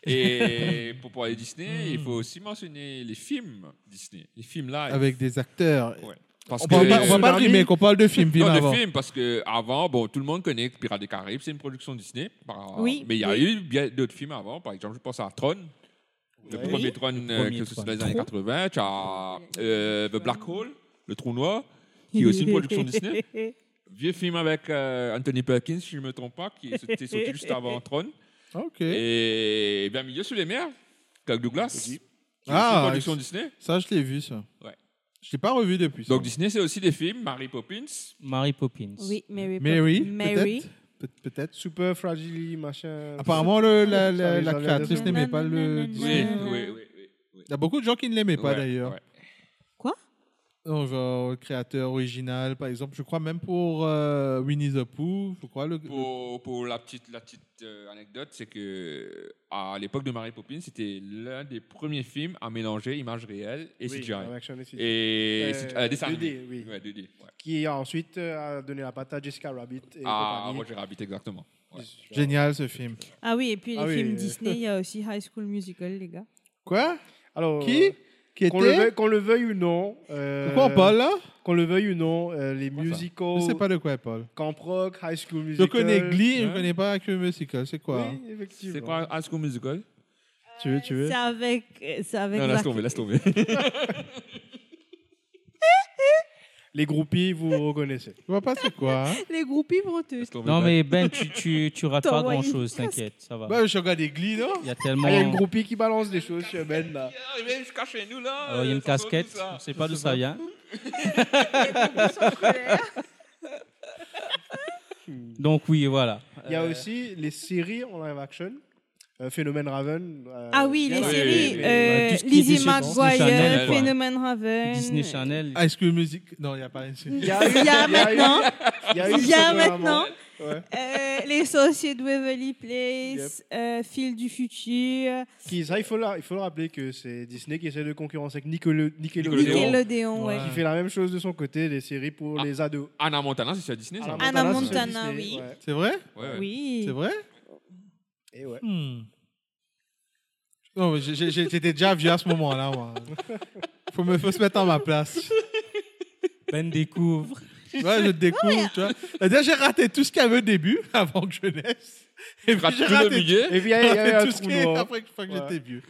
[SPEAKER 5] Et pour parler Disney, il faut aussi mentionner les films Disney, les films live.
[SPEAKER 4] Avec des acteurs.
[SPEAKER 5] Ouais. Parce
[SPEAKER 4] On parle pas, on parle pas de
[SPEAKER 3] Tsunami.
[SPEAKER 4] remake, on parle de film. film
[SPEAKER 5] Non,
[SPEAKER 4] avant.
[SPEAKER 5] de films, parce que avant, bon, tout le monde connaît que Pirates des Caraïbes, c'est une production Disney. par-
[SPEAKER 2] Oui,
[SPEAKER 5] Mais il y a
[SPEAKER 2] oui.
[SPEAKER 5] eu bien d'autres films avant. Par exemple, je pense à Tron. Le
[SPEAKER 3] Oui.
[SPEAKER 5] premier Tron, euh,
[SPEAKER 1] premier
[SPEAKER 5] que ce soit dans
[SPEAKER 1] Tron.
[SPEAKER 5] les années 80. Tu as euh, The Black Hole, Le Trou Noir, qui est aussi une production Disney. Vieux film avec euh, Anthony Perkins, si je ne me trompe pas, qui était sorti juste avant Tron.
[SPEAKER 4] Ok.
[SPEAKER 5] Et bien, Milieu sous les mers, Kirk Douglas. qui est aussi
[SPEAKER 4] Ah,
[SPEAKER 5] une production
[SPEAKER 4] ex-
[SPEAKER 5] Disney.
[SPEAKER 4] Ça, je l'ai vu, ça.
[SPEAKER 5] Ouais.
[SPEAKER 4] Je l'ai pas revu depuis. ça.
[SPEAKER 5] Donc, Disney, c'est aussi des films. Mary Poppins.
[SPEAKER 1] Mary Poppins.
[SPEAKER 2] Oui, Mary. Pop-
[SPEAKER 4] Mary,
[SPEAKER 2] Mary.
[SPEAKER 4] peut-être. Pe- peut-être.
[SPEAKER 3] Super Fragile, machin.
[SPEAKER 4] Apparemment, le- la-
[SPEAKER 3] Ça,
[SPEAKER 4] la-
[SPEAKER 3] les
[SPEAKER 4] l'actrice
[SPEAKER 3] Avengers.
[SPEAKER 4] n'aimait pas le.
[SPEAKER 2] Nanana.
[SPEAKER 5] Oui,
[SPEAKER 4] Disney.
[SPEAKER 2] Euh,
[SPEAKER 5] oui, oui. oui, oui.
[SPEAKER 4] Il y a beaucoup de gens qui ne l'aimaient pas
[SPEAKER 5] Ouais,
[SPEAKER 4] d'ailleurs.
[SPEAKER 5] ouais.
[SPEAKER 4] Non, genre, le créateur original, par exemple. Je crois même pour euh, Winnie the Pooh, je crois. Le...
[SPEAKER 5] Pour, pour la petite, la petite euh, anecdote, c'est que euh, à l'époque de Mary Poppins, c'était l'un des premiers films à mélanger images réelles et
[SPEAKER 3] Oui,
[SPEAKER 5] CGI.
[SPEAKER 3] avec Sean Astin.
[SPEAKER 5] Et
[SPEAKER 3] Euh,
[SPEAKER 5] c'est- euh, dessin
[SPEAKER 3] 2D,
[SPEAKER 5] animé.
[SPEAKER 3] oui.
[SPEAKER 5] Ouais, 2D, ouais.
[SPEAKER 3] Qui a ensuite euh, a donné la patte à Jessica Rabbit. Et
[SPEAKER 5] Ah,
[SPEAKER 3] compagnie.
[SPEAKER 5] Roger Rabbit, exactement. ouais.
[SPEAKER 4] Génial ce film.
[SPEAKER 2] Ah oui, et puis les
[SPEAKER 3] Ah oui,
[SPEAKER 2] films
[SPEAKER 3] euh.
[SPEAKER 2] Disney, il y a aussi High School Musical, les gars.
[SPEAKER 4] Quoi
[SPEAKER 3] Alors,
[SPEAKER 4] Qui
[SPEAKER 3] euh,
[SPEAKER 4] qui
[SPEAKER 3] Qu'on le,
[SPEAKER 4] était.
[SPEAKER 3] veuille- qu'on le veuille ou non, euh,
[SPEAKER 4] De quoi on parle là
[SPEAKER 3] qu'on le veuille ou non, euh, les
[SPEAKER 5] ça
[SPEAKER 4] Je
[SPEAKER 3] musicals,
[SPEAKER 4] sais pas de quoi elle parle.
[SPEAKER 3] Camp Rock, High School
[SPEAKER 4] Je
[SPEAKER 3] Musical.
[SPEAKER 4] connais Glee, je
[SPEAKER 5] hein.
[SPEAKER 4] connais pas que Musical. C'est quoi hein
[SPEAKER 3] Oui, effectivement.
[SPEAKER 5] C'est quoi High School Musical
[SPEAKER 3] Tu veux, tu veux
[SPEAKER 2] C'est avec. euh, C'est avec.
[SPEAKER 5] Non, laisse
[SPEAKER 2] Zac-
[SPEAKER 5] tomber, laisse tomber.
[SPEAKER 3] Les groupies, vous reconnaissez.
[SPEAKER 4] Je vois pas c'est quoi. hein.
[SPEAKER 2] Les groupies venteuses.
[SPEAKER 5] Laisse tomber,
[SPEAKER 1] Non,
[SPEAKER 5] Zach.
[SPEAKER 1] mais Ben, tu, tu, tu rates pas
[SPEAKER 2] T'envoies une
[SPEAKER 1] grand-chose,
[SPEAKER 2] casque.
[SPEAKER 1] t'inquiète, ça va.
[SPEAKER 4] Bah, je regarde les Glee, non
[SPEAKER 1] Il y a tellement...
[SPEAKER 3] Ah, Il y a une groupie qui balance des choses chez Ben, là.
[SPEAKER 5] Il est arrivé jusqu'à chez nous là.
[SPEAKER 1] Alors, Oh, euh, il y a une
[SPEAKER 5] ça sort tout
[SPEAKER 1] casquette,
[SPEAKER 5] ça.
[SPEAKER 1] on sait pas hein. d'où ça vient. Donc oui, voilà.
[SPEAKER 3] Il y a aussi les séries en live action. Euh, Phénomène Raven. euh,
[SPEAKER 2] Ah oui,
[SPEAKER 3] bien
[SPEAKER 2] les
[SPEAKER 5] Oui,
[SPEAKER 3] sûr.
[SPEAKER 2] séries.
[SPEAKER 5] oui,
[SPEAKER 2] euh,
[SPEAKER 1] oui. Tout ce qui est
[SPEAKER 2] Lizzie
[SPEAKER 1] Disney Channel,
[SPEAKER 2] McGuire,
[SPEAKER 5] Disney Channel,
[SPEAKER 2] Phénomène Raven.
[SPEAKER 1] Disney Channel,
[SPEAKER 4] High School Music. Non, il n'y a pas une série.
[SPEAKER 3] Il y a, eu-
[SPEAKER 2] Il y a
[SPEAKER 3] il y a eu-
[SPEAKER 2] maintenant.
[SPEAKER 3] Il y a, eu
[SPEAKER 2] Il y a
[SPEAKER 3] ce drama.
[SPEAKER 2] maintenant.
[SPEAKER 3] Ouais.
[SPEAKER 2] Euh, les sorciers de Waverly Place, euh, Fil du futur,
[SPEAKER 3] Qui- ça, il, faut le- il faut le rappeler que c'est Disney qui essaie de concurrencer avec Nickel- Nickelodeon,
[SPEAKER 5] Nickelodeon.
[SPEAKER 2] Nickelodeon, ouais.
[SPEAKER 4] Ouais.
[SPEAKER 3] qui fait la même chose de son côté, les séries pour
[SPEAKER 5] Ah.
[SPEAKER 3] les ados.
[SPEAKER 5] Anna Montana, c'est sur Disney ça
[SPEAKER 2] Anna
[SPEAKER 3] c'est sur
[SPEAKER 2] Montana,
[SPEAKER 3] Disney,
[SPEAKER 2] oui.
[SPEAKER 3] ouais.
[SPEAKER 4] C'est vrai
[SPEAKER 5] Ouais, ouais.
[SPEAKER 2] Oui.
[SPEAKER 4] C'est vrai
[SPEAKER 3] Et ouais.
[SPEAKER 4] Hmm. Non, mais j'ai- j'ai- j'ai- j'étais déjà vieux à ce moment-là, moi. Faut me faut se mettre à ma place.
[SPEAKER 1] Ben découvre.
[SPEAKER 4] Ouais, je découvre, tu vois. C'est-à-dire, j'ai raté tout ce qu'il y avait au début, avant que je naisse. Et puis,
[SPEAKER 5] Rate
[SPEAKER 4] j'ai
[SPEAKER 5] tout le Ah
[SPEAKER 4] raté
[SPEAKER 5] billet.
[SPEAKER 3] Et puis il y a, il y a eu
[SPEAKER 4] Après
[SPEAKER 3] un
[SPEAKER 4] tout ce
[SPEAKER 3] trou
[SPEAKER 4] qui est
[SPEAKER 3] noir.
[SPEAKER 4] après que- fois que
[SPEAKER 3] Ouais.
[SPEAKER 4] j'étais vieux.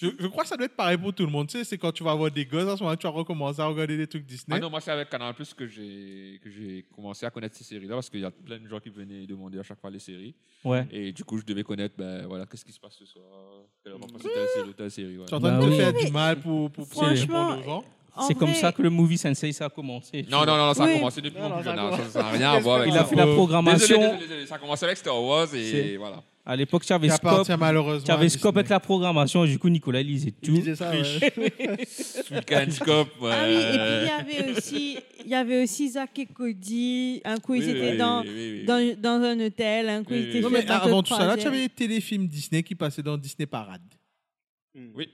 [SPEAKER 4] Je, je crois que ça doit être pareil pour tout le monde. Tu sais, c'est quand tu vas avoir des gosses, à ce moment-là, tu vas recommencer à regarder des trucs Disney.
[SPEAKER 5] Ah non, moi c'est avec Canal Plus que j'ai que j'ai commencé à connaître ces séries-là parce qu'il y a plein de gens qui venaient demander à chaque fois les séries
[SPEAKER 1] Ouais.
[SPEAKER 5] et du coup je devais connaître ben voilà qu'est-ce qui se passe ce soir, quelle heure va passer telle série ou telle série. ouais.
[SPEAKER 4] Tu es en train
[SPEAKER 1] Bah
[SPEAKER 4] de te
[SPEAKER 1] oui.
[SPEAKER 4] faire du mal pour, pour, pour
[SPEAKER 2] Franchement,
[SPEAKER 4] répondre aux gens.
[SPEAKER 2] En
[SPEAKER 1] C'est comme
[SPEAKER 2] vrai,
[SPEAKER 1] ça que le movie sensei ça a commencé.
[SPEAKER 5] Non non non, non, ça
[SPEAKER 2] Oui.
[SPEAKER 5] a commencé depuis
[SPEAKER 3] Non,
[SPEAKER 5] mon
[SPEAKER 3] non,
[SPEAKER 5] plus
[SPEAKER 3] ça a
[SPEAKER 5] jeune âge,
[SPEAKER 3] commencé-
[SPEAKER 5] ça- ça n'a rien à voir avec
[SPEAKER 1] Il a
[SPEAKER 5] ça.
[SPEAKER 1] fait la
[SPEAKER 4] Désolé,
[SPEAKER 1] programmation.
[SPEAKER 5] Désolé, désolé, désolé, ça a commencé avec Star Wars
[SPEAKER 1] C'est-
[SPEAKER 5] et voilà.
[SPEAKER 1] À l'époque, tu avais
[SPEAKER 4] Qui
[SPEAKER 1] Scope.
[SPEAKER 4] appartient malheureusement.
[SPEAKER 1] Tu avais
[SPEAKER 4] à
[SPEAKER 1] Scope
[SPEAKER 4] Disney.
[SPEAKER 1] avec la programmation. Du coup, Nicolas, il lisait
[SPEAKER 3] Il
[SPEAKER 1] tout.
[SPEAKER 3] disait ça, ouais.
[SPEAKER 5] Sweet Candy Cop.
[SPEAKER 2] Ah oui, et puis il
[SPEAKER 5] euh,
[SPEAKER 2] y avait aussi, il y avait aussi Zach et Cody. Un coup, ils
[SPEAKER 5] oui,
[SPEAKER 2] étaient
[SPEAKER 5] oui,
[SPEAKER 2] dans,
[SPEAKER 5] oui, oui, oui.
[SPEAKER 2] dans, dans un hôtel, un coup,
[SPEAKER 5] Oui,
[SPEAKER 2] ils
[SPEAKER 5] oui,
[SPEAKER 2] étaient
[SPEAKER 5] oui.
[SPEAKER 4] Non,
[SPEAKER 2] fait
[SPEAKER 4] mais
[SPEAKER 2] dans
[SPEAKER 4] avant
[SPEAKER 2] un
[SPEAKER 4] tout ça, là, tu
[SPEAKER 2] croisière.
[SPEAKER 4] avais les téléfilms Disney qui passaient dans Disney Parade.
[SPEAKER 5] Oui.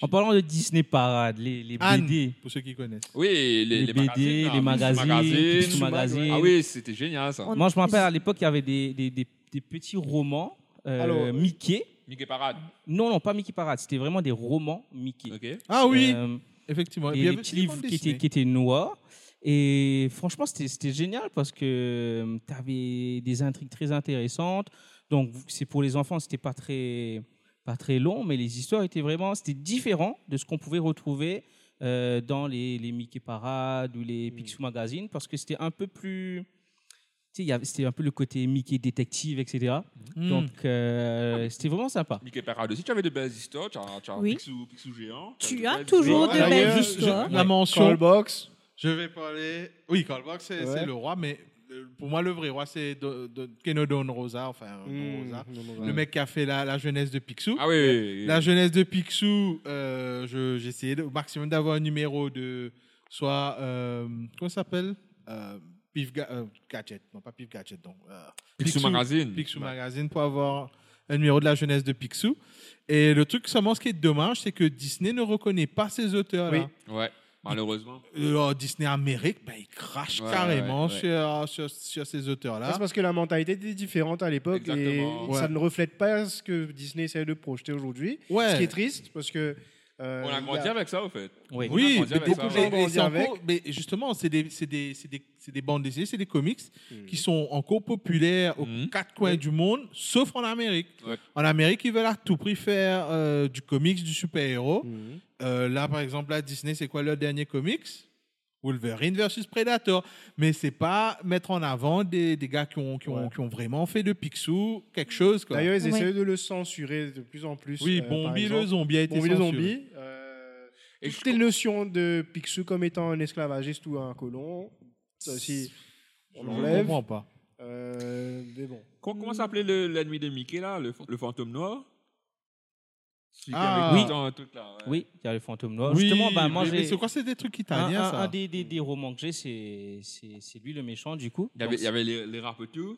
[SPEAKER 1] En parlant de Disney Parade, les, les
[SPEAKER 4] Anne,
[SPEAKER 1] BD,
[SPEAKER 4] pour ceux qui connaissent.
[SPEAKER 5] Oui, les,
[SPEAKER 1] les,
[SPEAKER 5] les,
[SPEAKER 1] BD,
[SPEAKER 5] magazines,
[SPEAKER 1] les magazines, les petits magazines.
[SPEAKER 5] Ah oui, c'était génial ça.
[SPEAKER 2] On-
[SPEAKER 1] Moi, je me rappelle à l'époque, il y avait des, des, des, des petits romans euh,
[SPEAKER 3] Alors,
[SPEAKER 1] Mickey.
[SPEAKER 5] Mickey Parade.
[SPEAKER 1] Non, non, pas Mickey Parade. C'était vraiment des romans Mickey.
[SPEAKER 5] Ok.
[SPEAKER 4] Ah oui,
[SPEAKER 1] Euh,
[SPEAKER 4] effectivement.
[SPEAKER 1] et
[SPEAKER 4] puis, il y
[SPEAKER 1] les
[SPEAKER 4] avait
[SPEAKER 1] petits
[SPEAKER 4] aussi
[SPEAKER 1] livres
[SPEAKER 4] bandes
[SPEAKER 1] qui étaient,
[SPEAKER 4] dessinées.
[SPEAKER 1] qui étaient noirs. Et franchement, c'était c'était génial parce que tu avais des intrigues très intéressantes. Donc, c'est pour les enfants, c'était pas très, pas très long, mais les histoires étaient vraiment c'était différent de ce qu'on pouvait retrouver euh, dans les, les Mickey Parade ou les
[SPEAKER 4] Mmh.
[SPEAKER 1] Picsou Magazine parce que c'était un peu plus. tu sais, il y avait- C'était un peu le côté Mickey détective, etc.
[SPEAKER 4] Hmm.
[SPEAKER 1] Donc, euh, c'était vraiment sympa.
[SPEAKER 5] Mickey Parade aussi, tu avais de belles histoires, tu as, tu as
[SPEAKER 2] Oui.
[SPEAKER 5] Picsou, Picsou géant.
[SPEAKER 2] Tu
[SPEAKER 5] de
[SPEAKER 2] as
[SPEAKER 5] belles
[SPEAKER 2] toujours
[SPEAKER 5] histoires. Ah,
[SPEAKER 2] de
[SPEAKER 3] D'ailleurs,
[SPEAKER 2] belles
[SPEAKER 3] juste-
[SPEAKER 2] histoires.
[SPEAKER 4] La mention.
[SPEAKER 3] Callbox.
[SPEAKER 4] Je vais parler. Oui, Karlbox, c'est
[SPEAKER 3] Ouais.
[SPEAKER 4] c'est le roi, mais euh, pour moi, le vrai roi, c'est Do- Do- Keno Don Rosa, enfin, Don
[SPEAKER 3] Hmm.
[SPEAKER 4] Rosa. Le mec qui a fait la, la jeunesse de Picsou.
[SPEAKER 5] Ah oui, oui, oui.
[SPEAKER 4] La jeunesse de Picsou, euh, je- j'ai essayé de- au maximum d'avoir un numéro de soit. euh, comment ça s'appelle euh, Pif Ga- euh, Gadget. Non, pas Pif Gadget, donc. euh,
[SPEAKER 5] Picsou Magazine.
[SPEAKER 4] Picsou Magazine pour avoir un numéro de la jeunesse de Picsou. Et le truc, seulement, ce qui est dommage, c'est que Disney ne reconnaît pas ces auteurs-là.
[SPEAKER 3] Oui.
[SPEAKER 5] Ouais, malheureusement.
[SPEAKER 4] Euh, Disney Amérique, ben, il crache
[SPEAKER 5] Ouais,
[SPEAKER 4] carrément
[SPEAKER 5] ouais, ouais.
[SPEAKER 4] Sur, euh, sur, sur ces
[SPEAKER 3] Ça,
[SPEAKER 4] auteurs-là.
[SPEAKER 3] C'est parce que la mentalité était différente à l'époque et
[SPEAKER 5] Exactement.
[SPEAKER 3] ça
[SPEAKER 4] Hein Ouais.
[SPEAKER 3] ne reflète pas ce que Disney essaie de projeter aujourd'hui. Ce qui
[SPEAKER 4] Ouais.
[SPEAKER 3] est triste parce que. euh,
[SPEAKER 5] On a
[SPEAKER 3] il y
[SPEAKER 5] grandi avec ça, au fait.
[SPEAKER 1] Oui.
[SPEAKER 5] On a
[SPEAKER 4] Oui,
[SPEAKER 5] grandi
[SPEAKER 4] mais
[SPEAKER 5] avec
[SPEAKER 4] beaucoup
[SPEAKER 5] ça,
[SPEAKER 4] de
[SPEAKER 3] ouais.
[SPEAKER 4] gens grandissent
[SPEAKER 3] Grandi
[SPEAKER 4] encore- Mais justement, c'est des, c'est des, c'est des, c'est des bandes dessinées, c'est des comics
[SPEAKER 3] Mhm.
[SPEAKER 4] qui sont encore populaires aux
[SPEAKER 5] Mhm.
[SPEAKER 4] quatre coins du monde, sauf en Amérique.
[SPEAKER 5] Ouais.
[SPEAKER 4] En Amérique, ils veulent à tout prix faire euh, du comics, du super-héros.
[SPEAKER 3] Mhm.
[SPEAKER 4] Euh, là, par exemple, là, Disney, c'est quoi leur dernier comics Wolverine versus Predator. Mais c'est pas mettre en avant des, des gars qui ont, qui, ont,
[SPEAKER 3] Ouais.
[SPEAKER 4] qui ont vraiment fait de Picsou quelque chose. Quoi.
[SPEAKER 3] D'ailleurs, ils
[SPEAKER 2] Ouais.
[SPEAKER 3] essaient de le censurer de plus en plus.
[SPEAKER 4] Oui,
[SPEAKER 3] euh, par
[SPEAKER 4] Bombi le
[SPEAKER 3] exemple.
[SPEAKER 4] zombie a été
[SPEAKER 3] Bombi le
[SPEAKER 4] censuré.
[SPEAKER 3] zombie. euh,
[SPEAKER 5] Et
[SPEAKER 3] toutes les notions de Picsou comme étant un esclavagiste ou un colon, ça aussi, on
[SPEAKER 4] Je
[SPEAKER 3] enlève.
[SPEAKER 4] comprends pas.
[SPEAKER 3] Euh, mais bon.
[SPEAKER 5] Comment, comment s'appelait le- l'ennemi de Mickey, là Le, fa- le fantôme noir Celui qui
[SPEAKER 4] Ah.
[SPEAKER 5] avait
[SPEAKER 1] Oui.
[SPEAKER 5] tout le temps un truc là. ouais.
[SPEAKER 1] Oui, il y a le fantôme noir. Justement, bah, moi,
[SPEAKER 4] mais- mais
[SPEAKER 1] j'ai.
[SPEAKER 4] c'est quoi C'est des trucs
[SPEAKER 1] Un,
[SPEAKER 4] italiens,
[SPEAKER 1] un-
[SPEAKER 4] ça
[SPEAKER 1] un des, des- des romans que j'ai, c'est- c'est c'est lui le méchant, du coup.
[SPEAKER 5] Il y avait,
[SPEAKER 1] Donc,
[SPEAKER 5] il y avait les, les rapetous.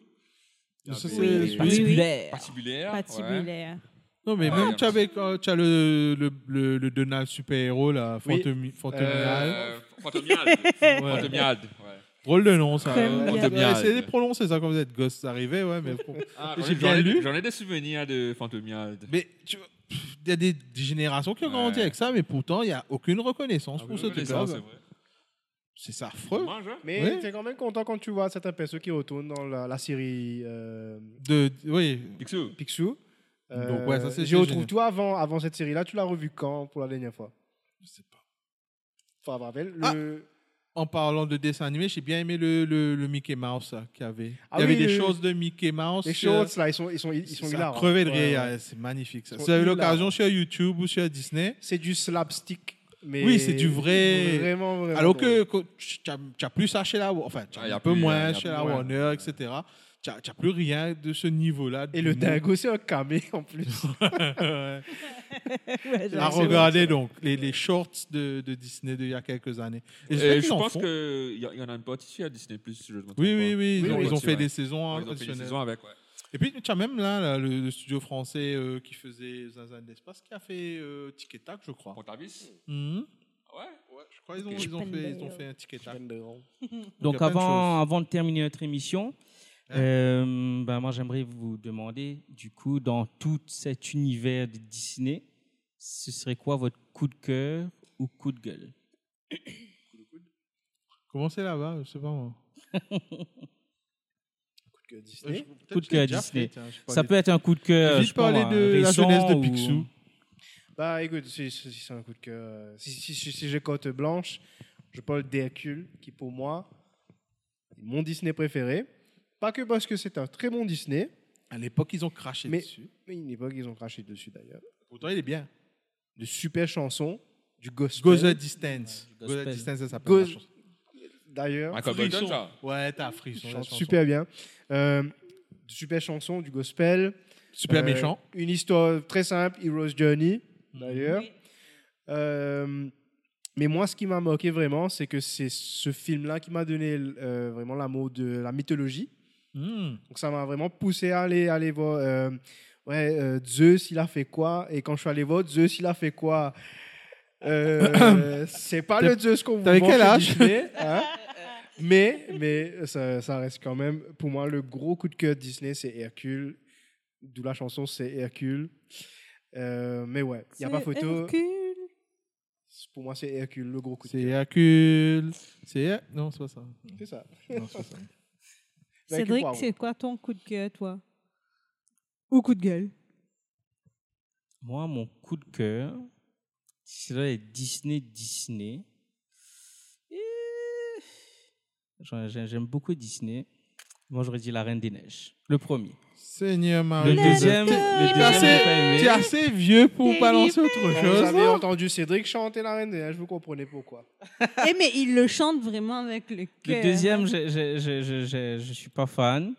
[SPEAKER 5] Il y
[SPEAKER 4] Ça,
[SPEAKER 5] avait
[SPEAKER 4] c'est-
[SPEAKER 5] les-
[SPEAKER 4] oui, oui,
[SPEAKER 5] les
[SPEAKER 4] oui.
[SPEAKER 1] Patibulaire.
[SPEAKER 5] patibulaires, ouais.
[SPEAKER 2] Patibulaire.
[SPEAKER 4] Non, mais
[SPEAKER 5] Ouais,
[SPEAKER 4] même
[SPEAKER 5] ouais.
[SPEAKER 4] tu as, avec, euh, tu as le, le, le, le Donald super-héros, là,
[SPEAKER 3] Oui.
[SPEAKER 4] Fantomi- Fantomial.
[SPEAKER 5] Euh, Fantomiade.
[SPEAKER 4] Ouais.
[SPEAKER 5] Fantomiade, ouais.
[SPEAKER 4] Drôle de nom, ça.
[SPEAKER 2] Fantomial.
[SPEAKER 4] Ouais,
[SPEAKER 5] Fantomial.
[SPEAKER 4] Essayez de prononcer ça quand vous êtes gosse, ça arrivait, ouais, mais...
[SPEAKER 5] Ah,
[SPEAKER 4] J'ai
[SPEAKER 5] j'en ai-
[SPEAKER 4] bien
[SPEAKER 5] j'en ai-
[SPEAKER 4] lu.
[SPEAKER 5] J'en ai des souvenirs de Fantomiade.
[SPEAKER 4] mais tu vois, pff, il y a des, des générations qui ont grandi
[SPEAKER 5] Ouais.
[SPEAKER 4] avec ça, mais pourtant, il n'y a aucune reconnaissance
[SPEAKER 5] Ah,
[SPEAKER 4] pour
[SPEAKER 5] oui,
[SPEAKER 4] ce
[SPEAKER 5] oui,
[SPEAKER 4] truc-là. bah.
[SPEAKER 5] ça, c'est vrai.
[SPEAKER 4] C'est ça, affreux.
[SPEAKER 5] Dommage, hein.
[SPEAKER 3] Mais
[SPEAKER 4] Ouais.
[SPEAKER 3] t'es quand même content quand tu vois certaines personnes qui retournent dans la, la série euh,
[SPEAKER 4] De, oui,
[SPEAKER 5] Picsou.
[SPEAKER 3] Picsou.
[SPEAKER 4] Donc, ouais, ça, c'est-
[SPEAKER 3] Je
[SPEAKER 4] c'est
[SPEAKER 3] retrouve
[SPEAKER 4] génial.
[SPEAKER 3] toi avant, avant cette série-là, tu l'as revu quand pour la dernière fois
[SPEAKER 4] je sais pas.
[SPEAKER 3] Enfin, rappelle,
[SPEAKER 4] Ah.
[SPEAKER 3] le...
[SPEAKER 4] En parlant de dessin animé, j'ai bien aimé le, le, le Mickey Mouse là, qu'il y avait.
[SPEAKER 3] Ah
[SPEAKER 4] il y avait
[SPEAKER 3] oui,
[SPEAKER 4] des
[SPEAKER 3] le-
[SPEAKER 4] choses de Mickey Mouse.
[SPEAKER 3] les
[SPEAKER 4] euh,
[SPEAKER 3] shorts, là, ils sont, ils sont, ils sont
[SPEAKER 4] ça
[SPEAKER 3] hilarants.
[SPEAKER 4] crevait de
[SPEAKER 3] Ouais, ouais.
[SPEAKER 4] rire, ah, c'est magnifique. Ça.
[SPEAKER 3] Ils sont
[SPEAKER 4] Si vous avez
[SPEAKER 3] hilarants.
[SPEAKER 4] l'occasion sur YouTube ou sur Disney,
[SPEAKER 3] C'est du slapstick. Mais
[SPEAKER 4] Oui, c'est du vrai-
[SPEAKER 3] Vraiment, vraiment.
[SPEAKER 4] alors
[SPEAKER 3] drôle.
[SPEAKER 4] que co- tu as, tu as plus ça chez la Wa- enfin, tu as
[SPEAKER 5] Ah, y a
[SPEAKER 4] un peu
[SPEAKER 5] plus,
[SPEAKER 4] moins
[SPEAKER 5] y a
[SPEAKER 4] chez
[SPEAKER 5] plus,
[SPEAKER 4] la
[SPEAKER 5] ouais.
[SPEAKER 4] Warner, etc. Tu n'as plus rien de ce niveau-là.
[SPEAKER 3] Et
[SPEAKER 4] du
[SPEAKER 3] le
[SPEAKER 4] monde.
[SPEAKER 3] dingo, c'est un camé en plus.
[SPEAKER 4] Ouais.
[SPEAKER 2] Ouais,
[SPEAKER 3] Ah,
[SPEAKER 4] à
[SPEAKER 2] genre,
[SPEAKER 3] c'est
[SPEAKER 4] regarder donc les, les shorts de, de Disney d'il y a quelques années. Et j'espère
[SPEAKER 5] Et
[SPEAKER 4] qu'ils
[SPEAKER 5] Euh, je
[SPEAKER 4] en
[SPEAKER 5] pense
[SPEAKER 4] font.
[SPEAKER 5] qu'il y, a- il y en a une partie sur Disney Plus. Je me trompe
[SPEAKER 4] Oui,
[SPEAKER 5] pas.
[SPEAKER 4] oui, oui, ils
[SPEAKER 3] Oui,
[SPEAKER 4] ont,
[SPEAKER 3] oui,
[SPEAKER 4] ils ont
[SPEAKER 5] aussi,
[SPEAKER 4] fait
[SPEAKER 5] ouais.
[SPEAKER 4] des saisons
[SPEAKER 5] Ouais, Ils ont fait des
[SPEAKER 4] additionnelles.
[SPEAKER 5] saisons avec. ouais.
[SPEAKER 4] Et puis tu as même là, là, le, le studio français euh, qui faisait Zinzin d'Espace qui a fait euh, Tic et Tac, je crois.
[SPEAKER 5] Pontavis.
[SPEAKER 4] Mhm.
[SPEAKER 5] Ouais.
[SPEAKER 4] Je crois qu'ils ont,
[SPEAKER 5] Ok.
[SPEAKER 4] ils ont fait, ils ont fait un Tic et Tac.
[SPEAKER 1] Donc
[SPEAKER 4] Il y a plein de
[SPEAKER 1] avant, avant de terminer notre émission,
[SPEAKER 4] Hein
[SPEAKER 1] euh, ben moi j'aimerais vous demander, du coup, dans tout cet univers de Disney, ce serait quoi votre coup de cœur ou coup de gueule
[SPEAKER 4] Comment c'est là-bas Je sais pas moi.
[SPEAKER 3] Que
[SPEAKER 4] Euh,
[SPEAKER 3] Disney.
[SPEAKER 1] Coup de cœur Disney. Ça peut être un coup de cœur.
[SPEAKER 4] Vite
[SPEAKER 1] je pense,
[SPEAKER 4] parler
[SPEAKER 1] hein,
[SPEAKER 4] de la
[SPEAKER 1] récent
[SPEAKER 4] jeunesse de
[SPEAKER 1] ou-
[SPEAKER 4] Picsou.
[SPEAKER 3] Bah écoute, si, si- si c'est un coup de cœur, euh, si, si, si, si j'ai cote blanche, je parle d'Hercule, qui pour moi est mon Disney préféré. Pas que parce que c'est un très bon Disney,
[SPEAKER 4] À l'époque, ils ont craché
[SPEAKER 3] Mais-
[SPEAKER 4] dessus.
[SPEAKER 3] mais une époque ils ont craché dessus d'ailleurs.
[SPEAKER 4] Pourtant, il est bien.
[SPEAKER 3] De super chansons, du
[SPEAKER 4] Go
[SPEAKER 3] gospel.
[SPEAKER 4] the distance.
[SPEAKER 1] Ouais, du
[SPEAKER 4] Go the
[SPEAKER 1] gospel.
[SPEAKER 4] distance, ça s'appelle.
[SPEAKER 3] Go-
[SPEAKER 4] la chanson.
[SPEAKER 3] D'ailleurs,
[SPEAKER 5] Michael
[SPEAKER 4] Frisson.
[SPEAKER 5] Bolton, ça.
[SPEAKER 4] Ouais, t'as frisson.
[SPEAKER 3] ils
[SPEAKER 4] la
[SPEAKER 3] chantent
[SPEAKER 4] chanson.
[SPEAKER 3] super bien. Euh, de super chansons, du gospel. Euh,
[SPEAKER 4] super méchant.
[SPEAKER 3] Une histoire très simple, Hero's Journey, d'ailleurs.
[SPEAKER 2] Oui.
[SPEAKER 3] Euh, mais moi, ce qui m'a marqué vraiment, c'est que c'est ce film-là qui m'a donné euh, vraiment l'amour de la mythologie.
[SPEAKER 4] Mhm.
[SPEAKER 3] Donc ça m'a vraiment poussé à aller, à aller voir euh, ouais, euh, Zeus, il a fait quoi Et quand je suis allé voir Zeus, il a fait quoi Euh, C'est pas
[SPEAKER 4] T'as-
[SPEAKER 3] le Zeus qu'on vous
[SPEAKER 4] t'avais
[SPEAKER 3] montre
[SPEAKER 4] quel
[SPEAKER 3] chez
[SPEAKER 4] âge
[SPEAKER 3] Disney, hein mais mais ça, ça reste quand même, pour moi, le gros coup de cœur de Disney, c'est Hercule. D'où la chanson, c'est Hercule. Euh, mais ouais, il n'y a pas
[SPEAKER 2] C'est
[SPEAKER 3] photo.
[SPEAKER 2] Hercule.
[SPEAKER 3] Pour moi, c'est Hercule, le gros coup de
[SPEAKER 4] C'est
[SPEAKER 3] cœur.
[SPEAKER 4] Hercule. C'est. Her- Non, c'est pas ça.
[SPEAKER 3] C'est ça. Bah,
[SPEAKER 4] Non, c'est pas ça.
[SPEAKER 3] Vaincu
[SPEAKER 2] Cédric,
[SPEAKER 3] par-
[SPEAKER 2] c'est quoi ton coup de cœur, toi Ou coup de gueule
[SPEAKER 1] Moi, mon coup de cœur, c'est les Disney, Disney. Et- J'en- j'ai- J'aime beaucoup Disney. Moi, j'aurais dit La Reine des Neiges, le premier.
[SPEAKER 4] Seigneur
[SPEAKER 1] Le
[SPEAKER 4] Marie.
[SPEAKER 1] deuxième, le deuxième,
[SPEAKER 4] T'es
[SPEAKER 1] j'ai pas
[SPEAKER 4] assez,
[SPEAKER 1] aimé.
[SPEAKER 4] t'es assez vieux pour
[SPEAKER 2] T'es
[SPEAKER 4] balancer autre
[SPEAKER 3] Quand vous
[SPEAKER 4] chose.
[SPEAKER 3] avez entendu Cédric chanter la reine, des Neiges, vous comprenez pourquoi.
[SPEAKER 2] Eh, mais il le chante vraiment avec le cœur.
[SPEAKER 1] Le deuxième, je je je je je- je suis pas fan.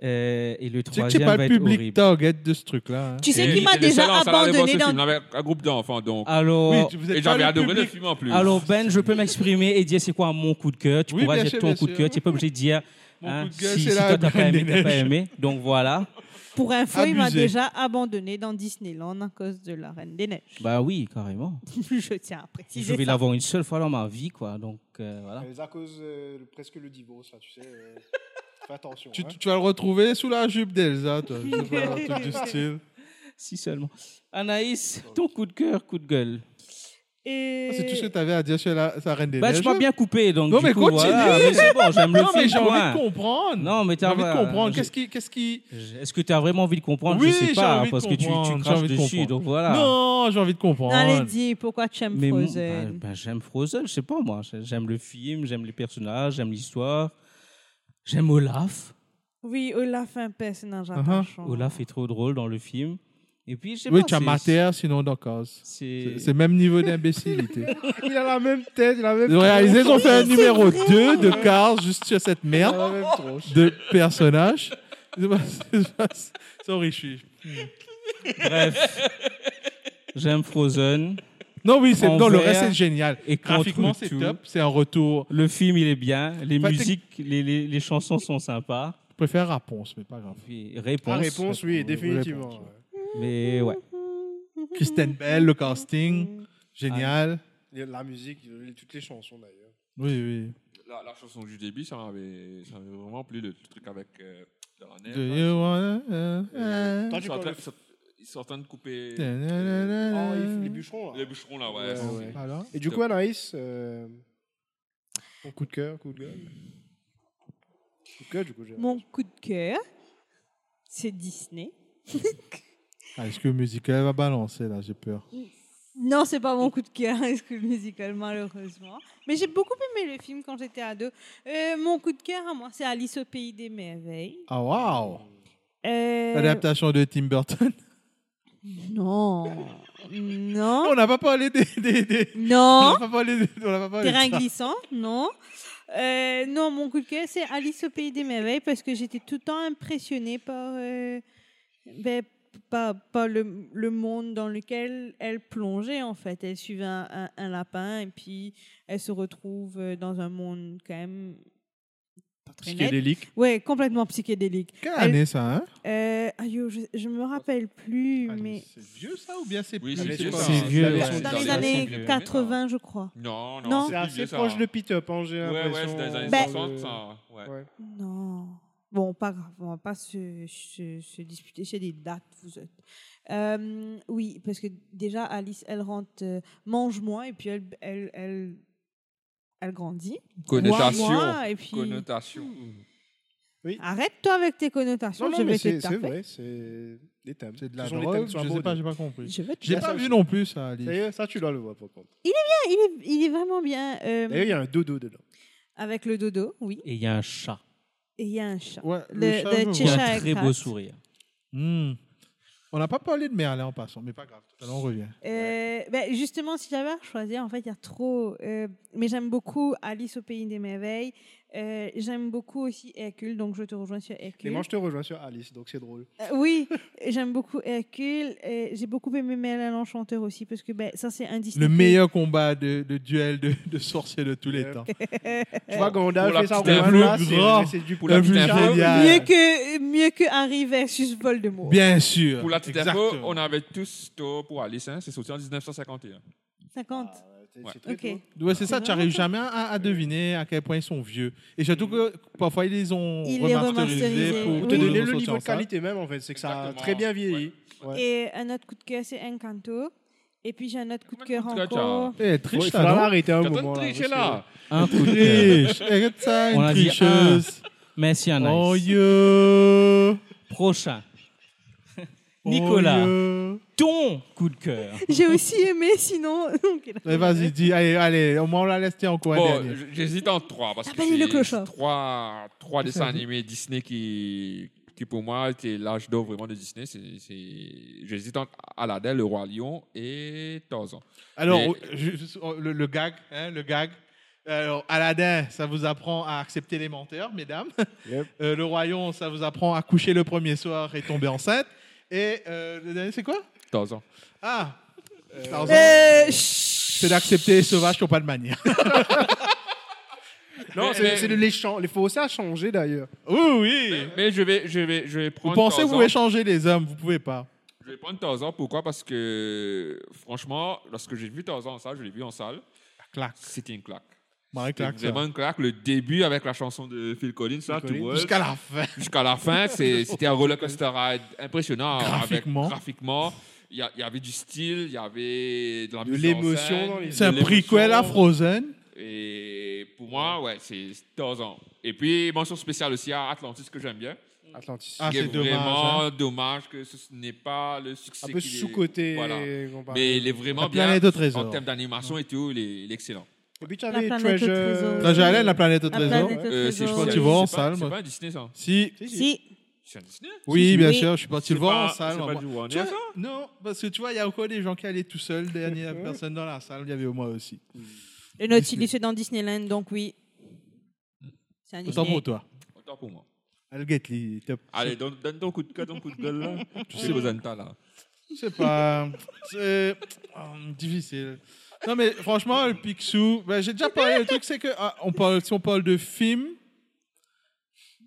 [SPEAKER 1] Euh, et le
[SPEAKER 4] Tu sais que
[SPEAKER 1] troisième
[SPEAKER 4] c'est pas
[SPEAKER 1] va
[SPEAKER 4] le
[SPEAKER 1] être
[SPEAKER 4] public
[SPEAKER 1] horrible.
[SPEAKER 4] target de ce truc-là. hein.
[SPEAKER 2] Tu sais
[SPEAKER 5] Et
[SPEAKER 2] qu'il m'a
[SPEAKER 5] j'étais le seul
[SPEAKER 2] déjà
[SPEAKER 5] en salle à aller voir
[SPEAKER 2] abandonné
[SPEAKER 5] ce
[SPEAKER 2] dans.
[SPEAKER 5] film avec un groupe d'enfants, donc.
[SPEAKER 4] Oui,
[SPEAKER 1] Alors,
[SPEAKER 4] tu- vous êtes
[SPEAKER 5] Et
[SPEAKER 4] pas
[SPEAKER 5] j'avais
[SPEAKER 4] le
[SPEAKER 5] adoré le
[SPEAKER 4] public.
[SPEAKER 5] film en plus.
[SPEAKER 1] alors Ben, je peux m'exprimer et dire c'est quoi mon coup de cœur. Tu
[SPEAKER 4] Oui,
[SPEAKER 1] pourras
[SPEAKER 4] bien
[SPEAKER 1] dire
[SPEAKER 4] sûr,
[SPEAKER 1] ton
[SPEAKER 4] bien
[SPEAKER 1] coup de
[SPEAKER 4] sûr.
[SPEAKER 1] cœur. Tu n'es pas obligé de dire
[SPEAKER 4] Mon
[SPEAKER 1] hein,
[SPEAKER 4] coup de gueule,
[SPEAKER 1] si,
[SPEAKER 4] c'est
[SPEAKER 1] si
[SPEAKER 4] la
[SPEAKER 1] toi t'as pas
[SPEAKER 4] Reine
[SPEAKER 1] aimé,
[SPEAKER 4] des
[SPEAKER 1] t'as pas
[SPEAKER 4] Neiges.
[SPEAKER 1] aimé. Donc voilà.
[SPEAKER 2] Pour info, il m'a
[SPEAKER 4] Abusé.
[SPEAKER 2] déjà abandonné dans Disneyland à cause de la Reine des Neiges.
[SPEAKER 1] Bah oui, carrément.
[SPEAKER 2] je tiens à
[SPEAKER 1] Et
[SPEAKER 2] préciser.
[SPEAKER 1] je vais
[SPEAKER 2] ça.
[SPEAKER 1] l'avoir une seule fois dans ma vie, quoi. Donc euh, voilà.
[SPEAKER 3] Euh, à cause euh, presque le divorce, là, tu sais. euh, fais attention.
[SPEAKER 4] Tu,
[SPEAKER 3] hein.
[SPEAKER 4] tu- tu vas le retrouver sous la jupe d'Elsa, toi. Je sais pas, un truc du style. Ah,
[SPEAKER 1] Si seulement. Anaïs, ton coup de cœur, coup de gueule.
[SPEAKER 2] Et-
[SPEAKER 4] Ah, C'est tout ce que tu avais à dire sur la, sa reine des
[SPEAKER 1] Bah,
[SPEAKER 4] neiges.
[SPEAKER 1] tu m'as bien coupé, donc.
[SPEAKER 4] Eh Non,
[SPEAKER 1] du
[SPEAKER 4] mais
[SPEAKER 1] coup,
[SPEAKER 4] continue.
[SPEAKER 1] voilà. Mais c'est bon, j'aime le
[SPEAKER 4] Non, mais
[SPEAKER 1] film,
[SPEAKER 4] j'ai envie
[SPEAKER 1] point.
[SPEAKER 4] de comprendre.
[SPEAKER 1] Non, mais
[SPEAKER 4] j'ai
[SPEAKER 1] t'as
[SPEAKER 4] envie de comprendre.
[SPEAKER 1] je-
[SPEAKER 4] Qu'est-ce qui. Qu'est-ce qui...
[SPEAKER 1] Est-ce que tu as vraiment envie de comprendre
[SPEAKER 4] Oui,
[SPEAKER 1] Je sais
[SPEAKER 4] j'ai
[SPEAKER 1] pas,
[SPEAKER 4] envie de
[SPEAKER 1] parce que tu,
[SPEAKER 4] comprendre,
[SPEAKER 1] tu
[SPEAKER 4] j'ai
[SPEAKER 1] craches
[SPEAKER 4] envie de
[SPEAKER 1] dessus,
[SPEAKER 4] comprendre.
[SPEAKER 1] donc voilà.
[SPEAKER 4] Non, j'ai envie de comprendre.
[SPEAKER 2] Allez, dis, pourquoi tu aimes
[SPEAKER 1] mais mon-
[SPEAKER 2] Frozen
[SPEAKER 1] bah, bah, j'aime Frozen, je sais pas moi. J'ai- J'aime le film, j'aime les personnages, j'aime l'histoire. J'aime Olaf.
[SPEAKER 2] Oui, Olaf est un personnage
[SPEAKER 4] Uh-huh.
[SPEAKER 2] attachant.
[SPEAKER 1] Olaf est trop drôle dans le film. Et puis, je sais
[SPEAKER 4] oui,
[SPEAKER 1] pas.
[SPEAKER 4] tu as
[SPEAKER 1] c'est-
[SPEAKER 4] Mater, sinon dans Cause.
[SPEAKER 1] C'est
[SPEAKER 4] C'est c'est même niveau d'imbécilité.
[SPEAKER 3] Il a la même tête, il a la même
[SPEAKER 4] Ils ont réalisé, ils ont fait un numéro 2 de Cars juste sur cette
[SPEAKER 3] Il a
[SPEAKER 4] merde
[SPEAKER 3] la même tronche.
[SPEAKER 4] de personnages. Sorry, je suis.
[SPEAKER 1] bref. J'aime Frozen.
[SPEAKER 4] Non, oui, c'est
[SPEAKER 1] En
[SPEAKER 4] non, le
[SPEAKER 1] vert
[SPEAKER 4] reste est génial.
[SPEAKER 1] et contre
[SPEAKER 4] Graphiquement, c'est
[SPEAKER 1] tout.
[SPEAKER 4] top. C'est un retour.
[SPEAKER 1] Le film, il est bien. Les
[SPEAKER 4] Bah, t'es-
[SPEAKER 1] musiques, les, les, les chansons sont sympas.
[SPEAKER 4] Je préfère Raponce, mais pas grave.
[SPEAKER 1] Puis réponse.
[SPEAKER 3] La réponse, oui,
[SPEAKER 4] Ah, réponse,
[SPEAKER 3] définitivement.
[SPEAKER 4] réponse.
[SPEAKER 1] Mais ouais.
[SPEAKER 4] Kristen Bell, le
[SPEAKER 2] Mm.
[SPEAKER 4] casting, génial.
[SPEAKER 3] Il y a de La musique, il y a toutes les chansons d'ailleurs.
[SPEAKER 4] Oui,
[SPEAKER 5] La, la chanson du début, ça m'avait ça m'avait vraiment plu, le, le truc avec. euh, dans la
[SPEAKER 4] oui.
[SPEAKER 5] neige.
[SPEAKER 4] Do
[SPEAKER 5] là.
[SPEAKER 4] you wanna- Ah,
[SPEAKER 5] Ils sont en train-
[SPEAKER 3] Toi, tu
[SPEAKER 5] ils sont- Ils sont en train de couper
[SPEAKER 3] Oh,
[SPEAKER 4] euh,
[SPEAKER 3] les, les bûcherons, là.
[SPEAKER 5] les bûcherons là, ouais.
[SPEAKER 3] Ouais, ouais.
[SPEAKER 4] Voilà.
[SPEAKER 3] Et du coup, Anaïs, euh, ton coup de cœur, coup de gueule Coup de cœur, du coup, j'ai.
[SPEAKER 2] Mon coup de cœur, c'est Disney.
[SPEAKER 4] Ah, Est-ce que le musical va balancer là J'ai peur.
[SPEAKER 2] Non, c'est pas mon coup de cœur, High School Musical, malheureusement. Mais j'ai beaucoup aimé le film quand j'étais ado. Euh, mon coup de cœur, à moi, c'est Alice au Pays des Merveilles.
[SPEAKER 4] Ah waouh
[SPEAKER 2] Euh,
[SPEAKER 4] Adaptation de Tim Burton.
[SPEAKER 2] Non. Non.
[SPEAKER 4] On n'a pas parlé des. des- des- On
[SPEAKER 2] Non.
[SPEAKER 4] n'a pas parlé des. On n'a pas parlé de
[SPEAKER 2] Oh. Terrain
[SPEAKER 4] ça.
[SPEAKER 2] glissant, non. Euh, non, mon coup de cœur, c'est Alice au Pays des Merveilles parce que j'étais tout le temps impressionnée par, euh, ben, par, par le, le monde dans lequel elle plongeait en fait. Elle suivait un, un- un lapin et puis elle se retrouve euh, dans un monde quand même. Pas très net.
[SPEAKER 3] Psychédélique.
[SPEAKER 2] Ouais, complètement psychédélique.
[SPEAKER 4] Quelle
[SPEAKER 2] Elle-
[SPEAKER 4] année ça hein
[SPEAKER 2] Euh, aïe, je, je me rappelle plus, mais
[SPEAKER 4] C'est vieux ça ou bien Ah, c'est
[SPEAKER 5] Oui,
[SPEAKER 4] plus
[SPEAKER 5] c'est
[SPEAKER 3] Allez,
[SPEAKER 5] vieux,
[SPEAKER 3] c'est
[SPEAKER 5] ça.
[SPEAKER 1] pas- C'est vieux,
[SPEAKER 5] Allez,
[SPEAKER 1] ouais.
[SPEAKER 5] c'est
[SPEAKER 2] dans
[SPEAKER 1] dans
[SPEAKER 2] les
[SPEAKER 1] les
[SPEAKER 2] années
[SPEAKER 1] années
[SPEAKER 2] 80, je crois.
[SPEAKER 5] Non, non,
[SPEAKER 2] Non.
[SPEAKER 3] C'est
[SPEAKER 5] c'est Bah, plus
[SPEAKER 3] assez
[SPEAKER 5] vieux, ça.
[SPEAKER 3] proche de Pit Up, hein, j'ai
[SPEAKER 5] Ouais, ouais,
[SPEAKER 3] l'impression.
[SPEAKER 5] c'est dans les années
[SPEAKER 2] Ben-
[SPEAKER 5] 60, ça. Ouais.
[SPEAKER 3] Ouais.
[SPEAKER 2] Non. Bon, pas grave, on va pas se, se, se disputer chez des dates, vous êtes. Euh, oui, parce que déjà, Alice, elle rentre, euh, mange moins, et puis elle, elle, elle, elle grandit. Boit
[SPEAKER 5] Connotation.
[SPEAKER 2] moins, et puis...
[SPEAKER 5] Connotation.
[SPEAKER 2] Arrête-toi avec tes connotations,
[SPEAKER 3] Non, non,
[SPEAKER 2] je
[SPEAKER 3] mais
[SPEAKER 2] vais te
[SPEAKER 3] c'est c'est
[SPEAKER 2] taper.
[SPEAKER 3] vrai, c'est des thèmes.
[SPEAKER 4] C'est de la
[SPEAKER 3] Ce sont des
[SPEAKER 4] drogue.
[SPEAKER 3] thèmes
[SPEAKER 4] Je
[SPEAKER 3] sur un beau
[SPEAKER 4] sais pas,
[SPEAKER 3] dé-
[SPEAKER 4] j'ai pas compris.
[SPEAKER 2] Je vais te
[SPEAKER 4] J'ai
[SPEAKER 3] Là,
[SPEAKER 4] pas
[SPEAKER 3] ça,
[SPEAKER 4] vu
[SPEAKER 3] je-
[SPEAKER 4] non plus ça. Alice.
[SPEAKER 3] D'ailleurs, ça, tu dois le voir, par contre.
[SPEAKER 2] Ah, il, est, il est vraiment bien. euh,
[SPEAKER 3] D'ailleurs, il y a un dodo dedans.
[SPEAKER 2] Avec le dodo, oui.
[SPEAKER 1] Et il y a un chat.
[SPEAKER 2] Et il y a un chat.
[SPEAKER 4] Ouais,
[SPEAKER 2] Le-
[SPEAKER 4] le
[SPEAKER 2] le
[SPEAKER 4] chat, hein. je vois.
[SPEAKER 1] Il y a
[SPEAKER 2] Chat
[SPEAKER 1] un
[SPEAKER 2] à
[SPEAKER 1] très
[SPEAKER 2] crasse.
[SPEAKER 1] beau sourire.
[SPEAKER 4] Hmm. On n'a pas parlé de Merlin en passant, mais pas grave. Tout à l'heure, on revient.
[SPEAKER 2] Euh, ben, justement, si j'avais à choisir, en fait, il y a trop. euh, mais j'aime beaucoup Alice au pays des merveilles. Euh, j'aime beaucoup aussi Hercule, donc je te rejoins sur Hercule.
[SPEAKER 3] Clément, je te rejoins sur Alice, donc c'est drôle.
[SPEAKER 2] Euh, oui, j'aime beaucoup Hercule. Euh, J'ai beaucoup aimé Merlin l'Enchanteur aussi, parce que ben, ça, c'est un Disney
[SPEAKER 4] Le
[SPEAKER 2] que-
[SPEAKER 4] meilleur combat de, de duel de, de sorciers de tous les
[SPEAKER 3] Ouais.
[SPEAKER 4] temps.
[SPEAKER 3] Tu vois, Gandalf
[SPEAKER 5] Pour la
[SPEAKER 3] fait ça,
[SPEAKER 5] petite
[SPEAKER 3] Rowan,
[SPEAKER 4] info,
[SPEAKER 3] là,
[SPEAKER 4] grand.
[SPEAKER 3] c'est- c'est du
[SPEAKER 5] Pour la
[SPEAKER 4] Un
[SPEAKER 5] petite
[SPEAKER 4] but
[SPEAKER 5] info,
[SPEAKER 4] génial.
[SPEAKER 2] Mieux que, mieux que Harry versus Voldemort.
[SPEAKER 4] Bien sûr.
[SPEAKER 5] Pour la petite info,
[SPEAKER 4] Exactement.
[SPEAKER 5] on avait tous tôt pour Alice, hein, c'est sorti en 1951.
[SPEAKER 2] 50.
[SPEAKER 3] C'est
[SPEAKER 5] Ouais.
[SPEAKER 3] c'est très
[SPEAKER 2] ok.
[SPEAKER 3] drôle.
[SPEAKER 4] Ouais, c'est
[SPEAKER 2] C'est
[SPEAKER 4] ça, tu
[SPEAKER 2] vraiment ça.
[SPEAKER 4] n'arrives jamais à, à deviner à quel point ils sont vieux. Et surtout que parfois ils les ont
[SPEAKER 2] Ils les
[SPEAKER 4] remasterisés
[SPEAKER 2] remasterisés,
[SPEAKER 4] pour,
[SPEAKER 2] oui.
[SPEAKER 3] Pour
[SPEAKER 4] pour
[SPEAKER 3] te
[SPEAKER 2] Oui.
[SPEAKER 3] donner
[SPEAKER 4] nous
[SPEAKER 3] le
[SPEAKER 4] sortir
[SPEAKER 3] niveau
[SPEAKER 4] en
[SPEAKER 3] de
[SPEAKER 4] salle.
[SPEAKER 3] qualité même, en fait, c'est que ça a
[SPEAKER 5] Exactement.
[SPEAKER 3] très bien vieilli.
[SPEAKER 4] Ah,
[SPEAKER 3] Ouais.
[SPEAKER 2] Et un autre coup de cœur, c'est Encanto. Et puis j'ai un autre coup de
[SPEAKER 5] Combien
[SPEAKER 2] cœur
[SPEAKER 5] de coups de cœur, t'as
[SPEAKER 2] encore.
[SPEAKER 4] Eh, elle triche
[SPEAKER 3] Ouais, il
[SPEAKER 4] là,
[SPEAKER 3] faudra
[SPEAKER 4] non
[SPEAKER 3] l'arrêter un
[SPEAKER 5] T'as pas
[SPEAKER 3] moment.
[SPEAKER 5] de triche,
[SPEAKER 3] parce
[SPEAKER 5] là
[SPEAKER 1] Un coup de cœur.
[SPEAKER 4] Triche. Arrête ça,
[SPEAKER 1] On
[SPEAKER 4] une
[SPEAKER 1] a dit
[SPEAKER 4] tricheuse.
[SPEAKER 1] Merci, Anaïs.
[SPEAKER 4] Oh yo.
[SPEAKER 1] Prochain.
[SPEAKER 4] Oh,
[SPEAKER 1] Nicolas,
[SPEAKER 4] yo.
[SPEAKER 1] ton coup de cœur.
[SPEAKER 2] J'ai aussi aimé, sinon. Ok, là.
[SPEAKER 4] Eh, Vas-y, dis. Allez, allez, au moins on la laisse tiens, encore un
[SPEAKER 5] Bon,
[SPEAKER 4] dernier.
[SPEAKER 5] j- j'hésite en trois parce que
[SPEAKER 2] Appelle le
[SPEAKER 5] c'est
[SPEAKER 2] clochard.
[SPEAKER 5] trois, trois
[SPEAKER 4] Qu'est-ce que
[SPEAKER 5] dessins
[SPEAKER 4] ça dit
[SPEAKER 5] animés Disney qui, qui pour moi étaient l'âge d'or vraiment de Disney. C'est- c'est- J'hésite entre Aladdin, le roi lion et Tarzan.
[SPEAKER 4] Alors,
[SPEAKER 5] Mais-
[SPEAKER 4] je- je- oh, le, le gag, hein, le gag. Alors, Aladdin, ça vous apprend à accepter les menteurs, mesdames.
[SPEAKER 3] Yep.
[SPEAKER 4] Euh, le royaume, ça vous apprend à coucher le premier soir et tomber enceinte. Et euh, le dernier, c'est quoi
[SPEAKER 5] Tarzan.
[SPEAKER 4] Ah Tarzan.
[SPEAKER 2] Euh,
[SPEAKER 4] C'est d'accepter les sauvages qui n'ont pas de manière.
[SPEAKER 3] que- Non, c'est
[SPEAKER 5] Mais-
[SPEAKER 3] c'est le les champs. Il faut ça a changé d'ailleurs.
[SPEAKER 4] oui, oui.
[SPEAKER 5] Mais je vais, je vais, je vais
[SPEAKER 4] Vous
[SPEAKER 5] prendre.
[SPEAKER 4] pensez que vous
[SPEAKER 5] Tarzan.
[SPEAKER 4] pouvez changer les hommes, vous pouvez pas.
[SPEAKER 5] Je vais prendre Tarzan. Pourquoi Parce que franchement, lorsque j'ai vu Tarzan en salle, je l'ai vu en salle,
[SPEAKER 4] Clac,
[SPEAKER 5] c'était une claque.
[SPEAKER 4] Marie
[SPEAKER 5] C'était
[SPEAKER 4] clac, ça.
[SPEAKER 5] vraiment une claque. Le début avec la chanson de Phil Collins, là,
[SPEAKER 3] Collins.
[SPEAKER 5] To World.
[SPEAKER 4] Jusqu'à la fin.
[SPEAKER 5] jusqu'à la fin, c'est- c'était un roller coaster ride impressionnant.
[SPEAKER 4] Graphiquement.
[SPEAKER 5] Avec, graphiquement. Il y, a- il y avait du style, il y avait de la
[SPEAKER 3] De
[SPEAKER 5] mise en
[SPEAKER 3] l'émotion
[SPEAKER 5] scène,
[SPEAKER 3] dans les-
[SPEAKER 4] C'est un
[SPEAKER 5] de l'émotion.
[SPEAKER 4] prequel à Frozen.
[SPEAKER 5] Et pour moi, ouais, c'est c'est Tarzan. Et puis, mention spéciale aussi à Atlantis que j'aime bien.
[SPEAKER 3] Atlantis.
[SPEAKER 4] Ah,
[SPEAKER 5] Il est
[SPEAKER 4] c'est dommage,
[SPEAKER 5] vraiment dommage que ce n'est pas le succès.
[SPEAKER 3] un peu
[SPEAKER 5] qu'il est-
[SPEAKER 3] sous-côté. euh,
[SPEAKER 5] Voilà.
[SPEAKER 3] comparé.
[SPEAKER 5] Mais il est vraiment
[SPEAKER 4] La
[SPEAKER 5] bien.
[SPEAKER 4] planète au
[SPEAKER 5] En
[SPEAKER 4] trésor.
[SPEAKER 5] termes d'animation et tout, il est, il est excellent.
[SPEAKER 3] Et puis tu
[SPEAKER 2] La
[SPEAKER 3] avais
[SPEAKER 2] planète au
[SPEAKER 3] Treasure.
[SPEAKER 2] trésor.
[SPEAKER 4] Là, j'allais la planète au
[SPEAKER 2] La
[SPEAKER 4] trésor.
[SPEAKER 2] planète au
[SPEAKER 5] Euh, c'est-
[SPEAKER 2] trésor.
[SPEAKER 4] Quand tu vas en
[SPEAKER 5] c'est pas-
[SPEAKER 4] salle,
[SPEAKER 5] C'est
[SPEAKER 4] moi.
[SPEAKER 5] pas un Disney, ça.
[SPEAKER 4] Si.
[SPEAKER 3] Si, si.
[SPEAKER 2] Si.
[SPEAKER 5] C'est un Disney.
[SPEAKER 4] Oui, bien
[SPEAKER 2] Oui.
[SPEAKER 4] sûr, je suis parti
[SPEAKER 5] C'est
[SPEAKER 4] le voir en
[SPEAKER 5] pas-
[SPEAKER 4] salle.
[SPEAKER 5] c'est
[SPEAKER 4] moi.
[SPEAKER 5] pas du Warner,
[SPEAKER 4] Tu vois-
[SPEAKER 5] ça
[SPEAKER 4] non, parce que tu vois, il y a encore des gens qui allaient tout seuls. Dernière personne dans la salle, il y avait moi aussi.
[SPEAKER 2] Le Nautilus est dans Disneyland, donc oui. C'est un
[SPEAKER 4] Autant
[SPEAKER 2] Disney.
[SPEAKER 4] pour toi.
[SPEAKER 5] Autant pour moi.
[SPEAKER 4] Al Gately, top.
[SPEAKER 5] Allez, donne, donne ton coup de cœur, ton coup de gueule là. Tu
[SPEAKER 4] sais.
[SPEAKER 5] sais, Rosanita là.
[SPEAKER 4] Je sais pas. C'est hum, difficile. Non, mais franchement, le Picsou, ben, j'ai déjà parlé. Le truc, c'est que ah, on parle, si on parle de film,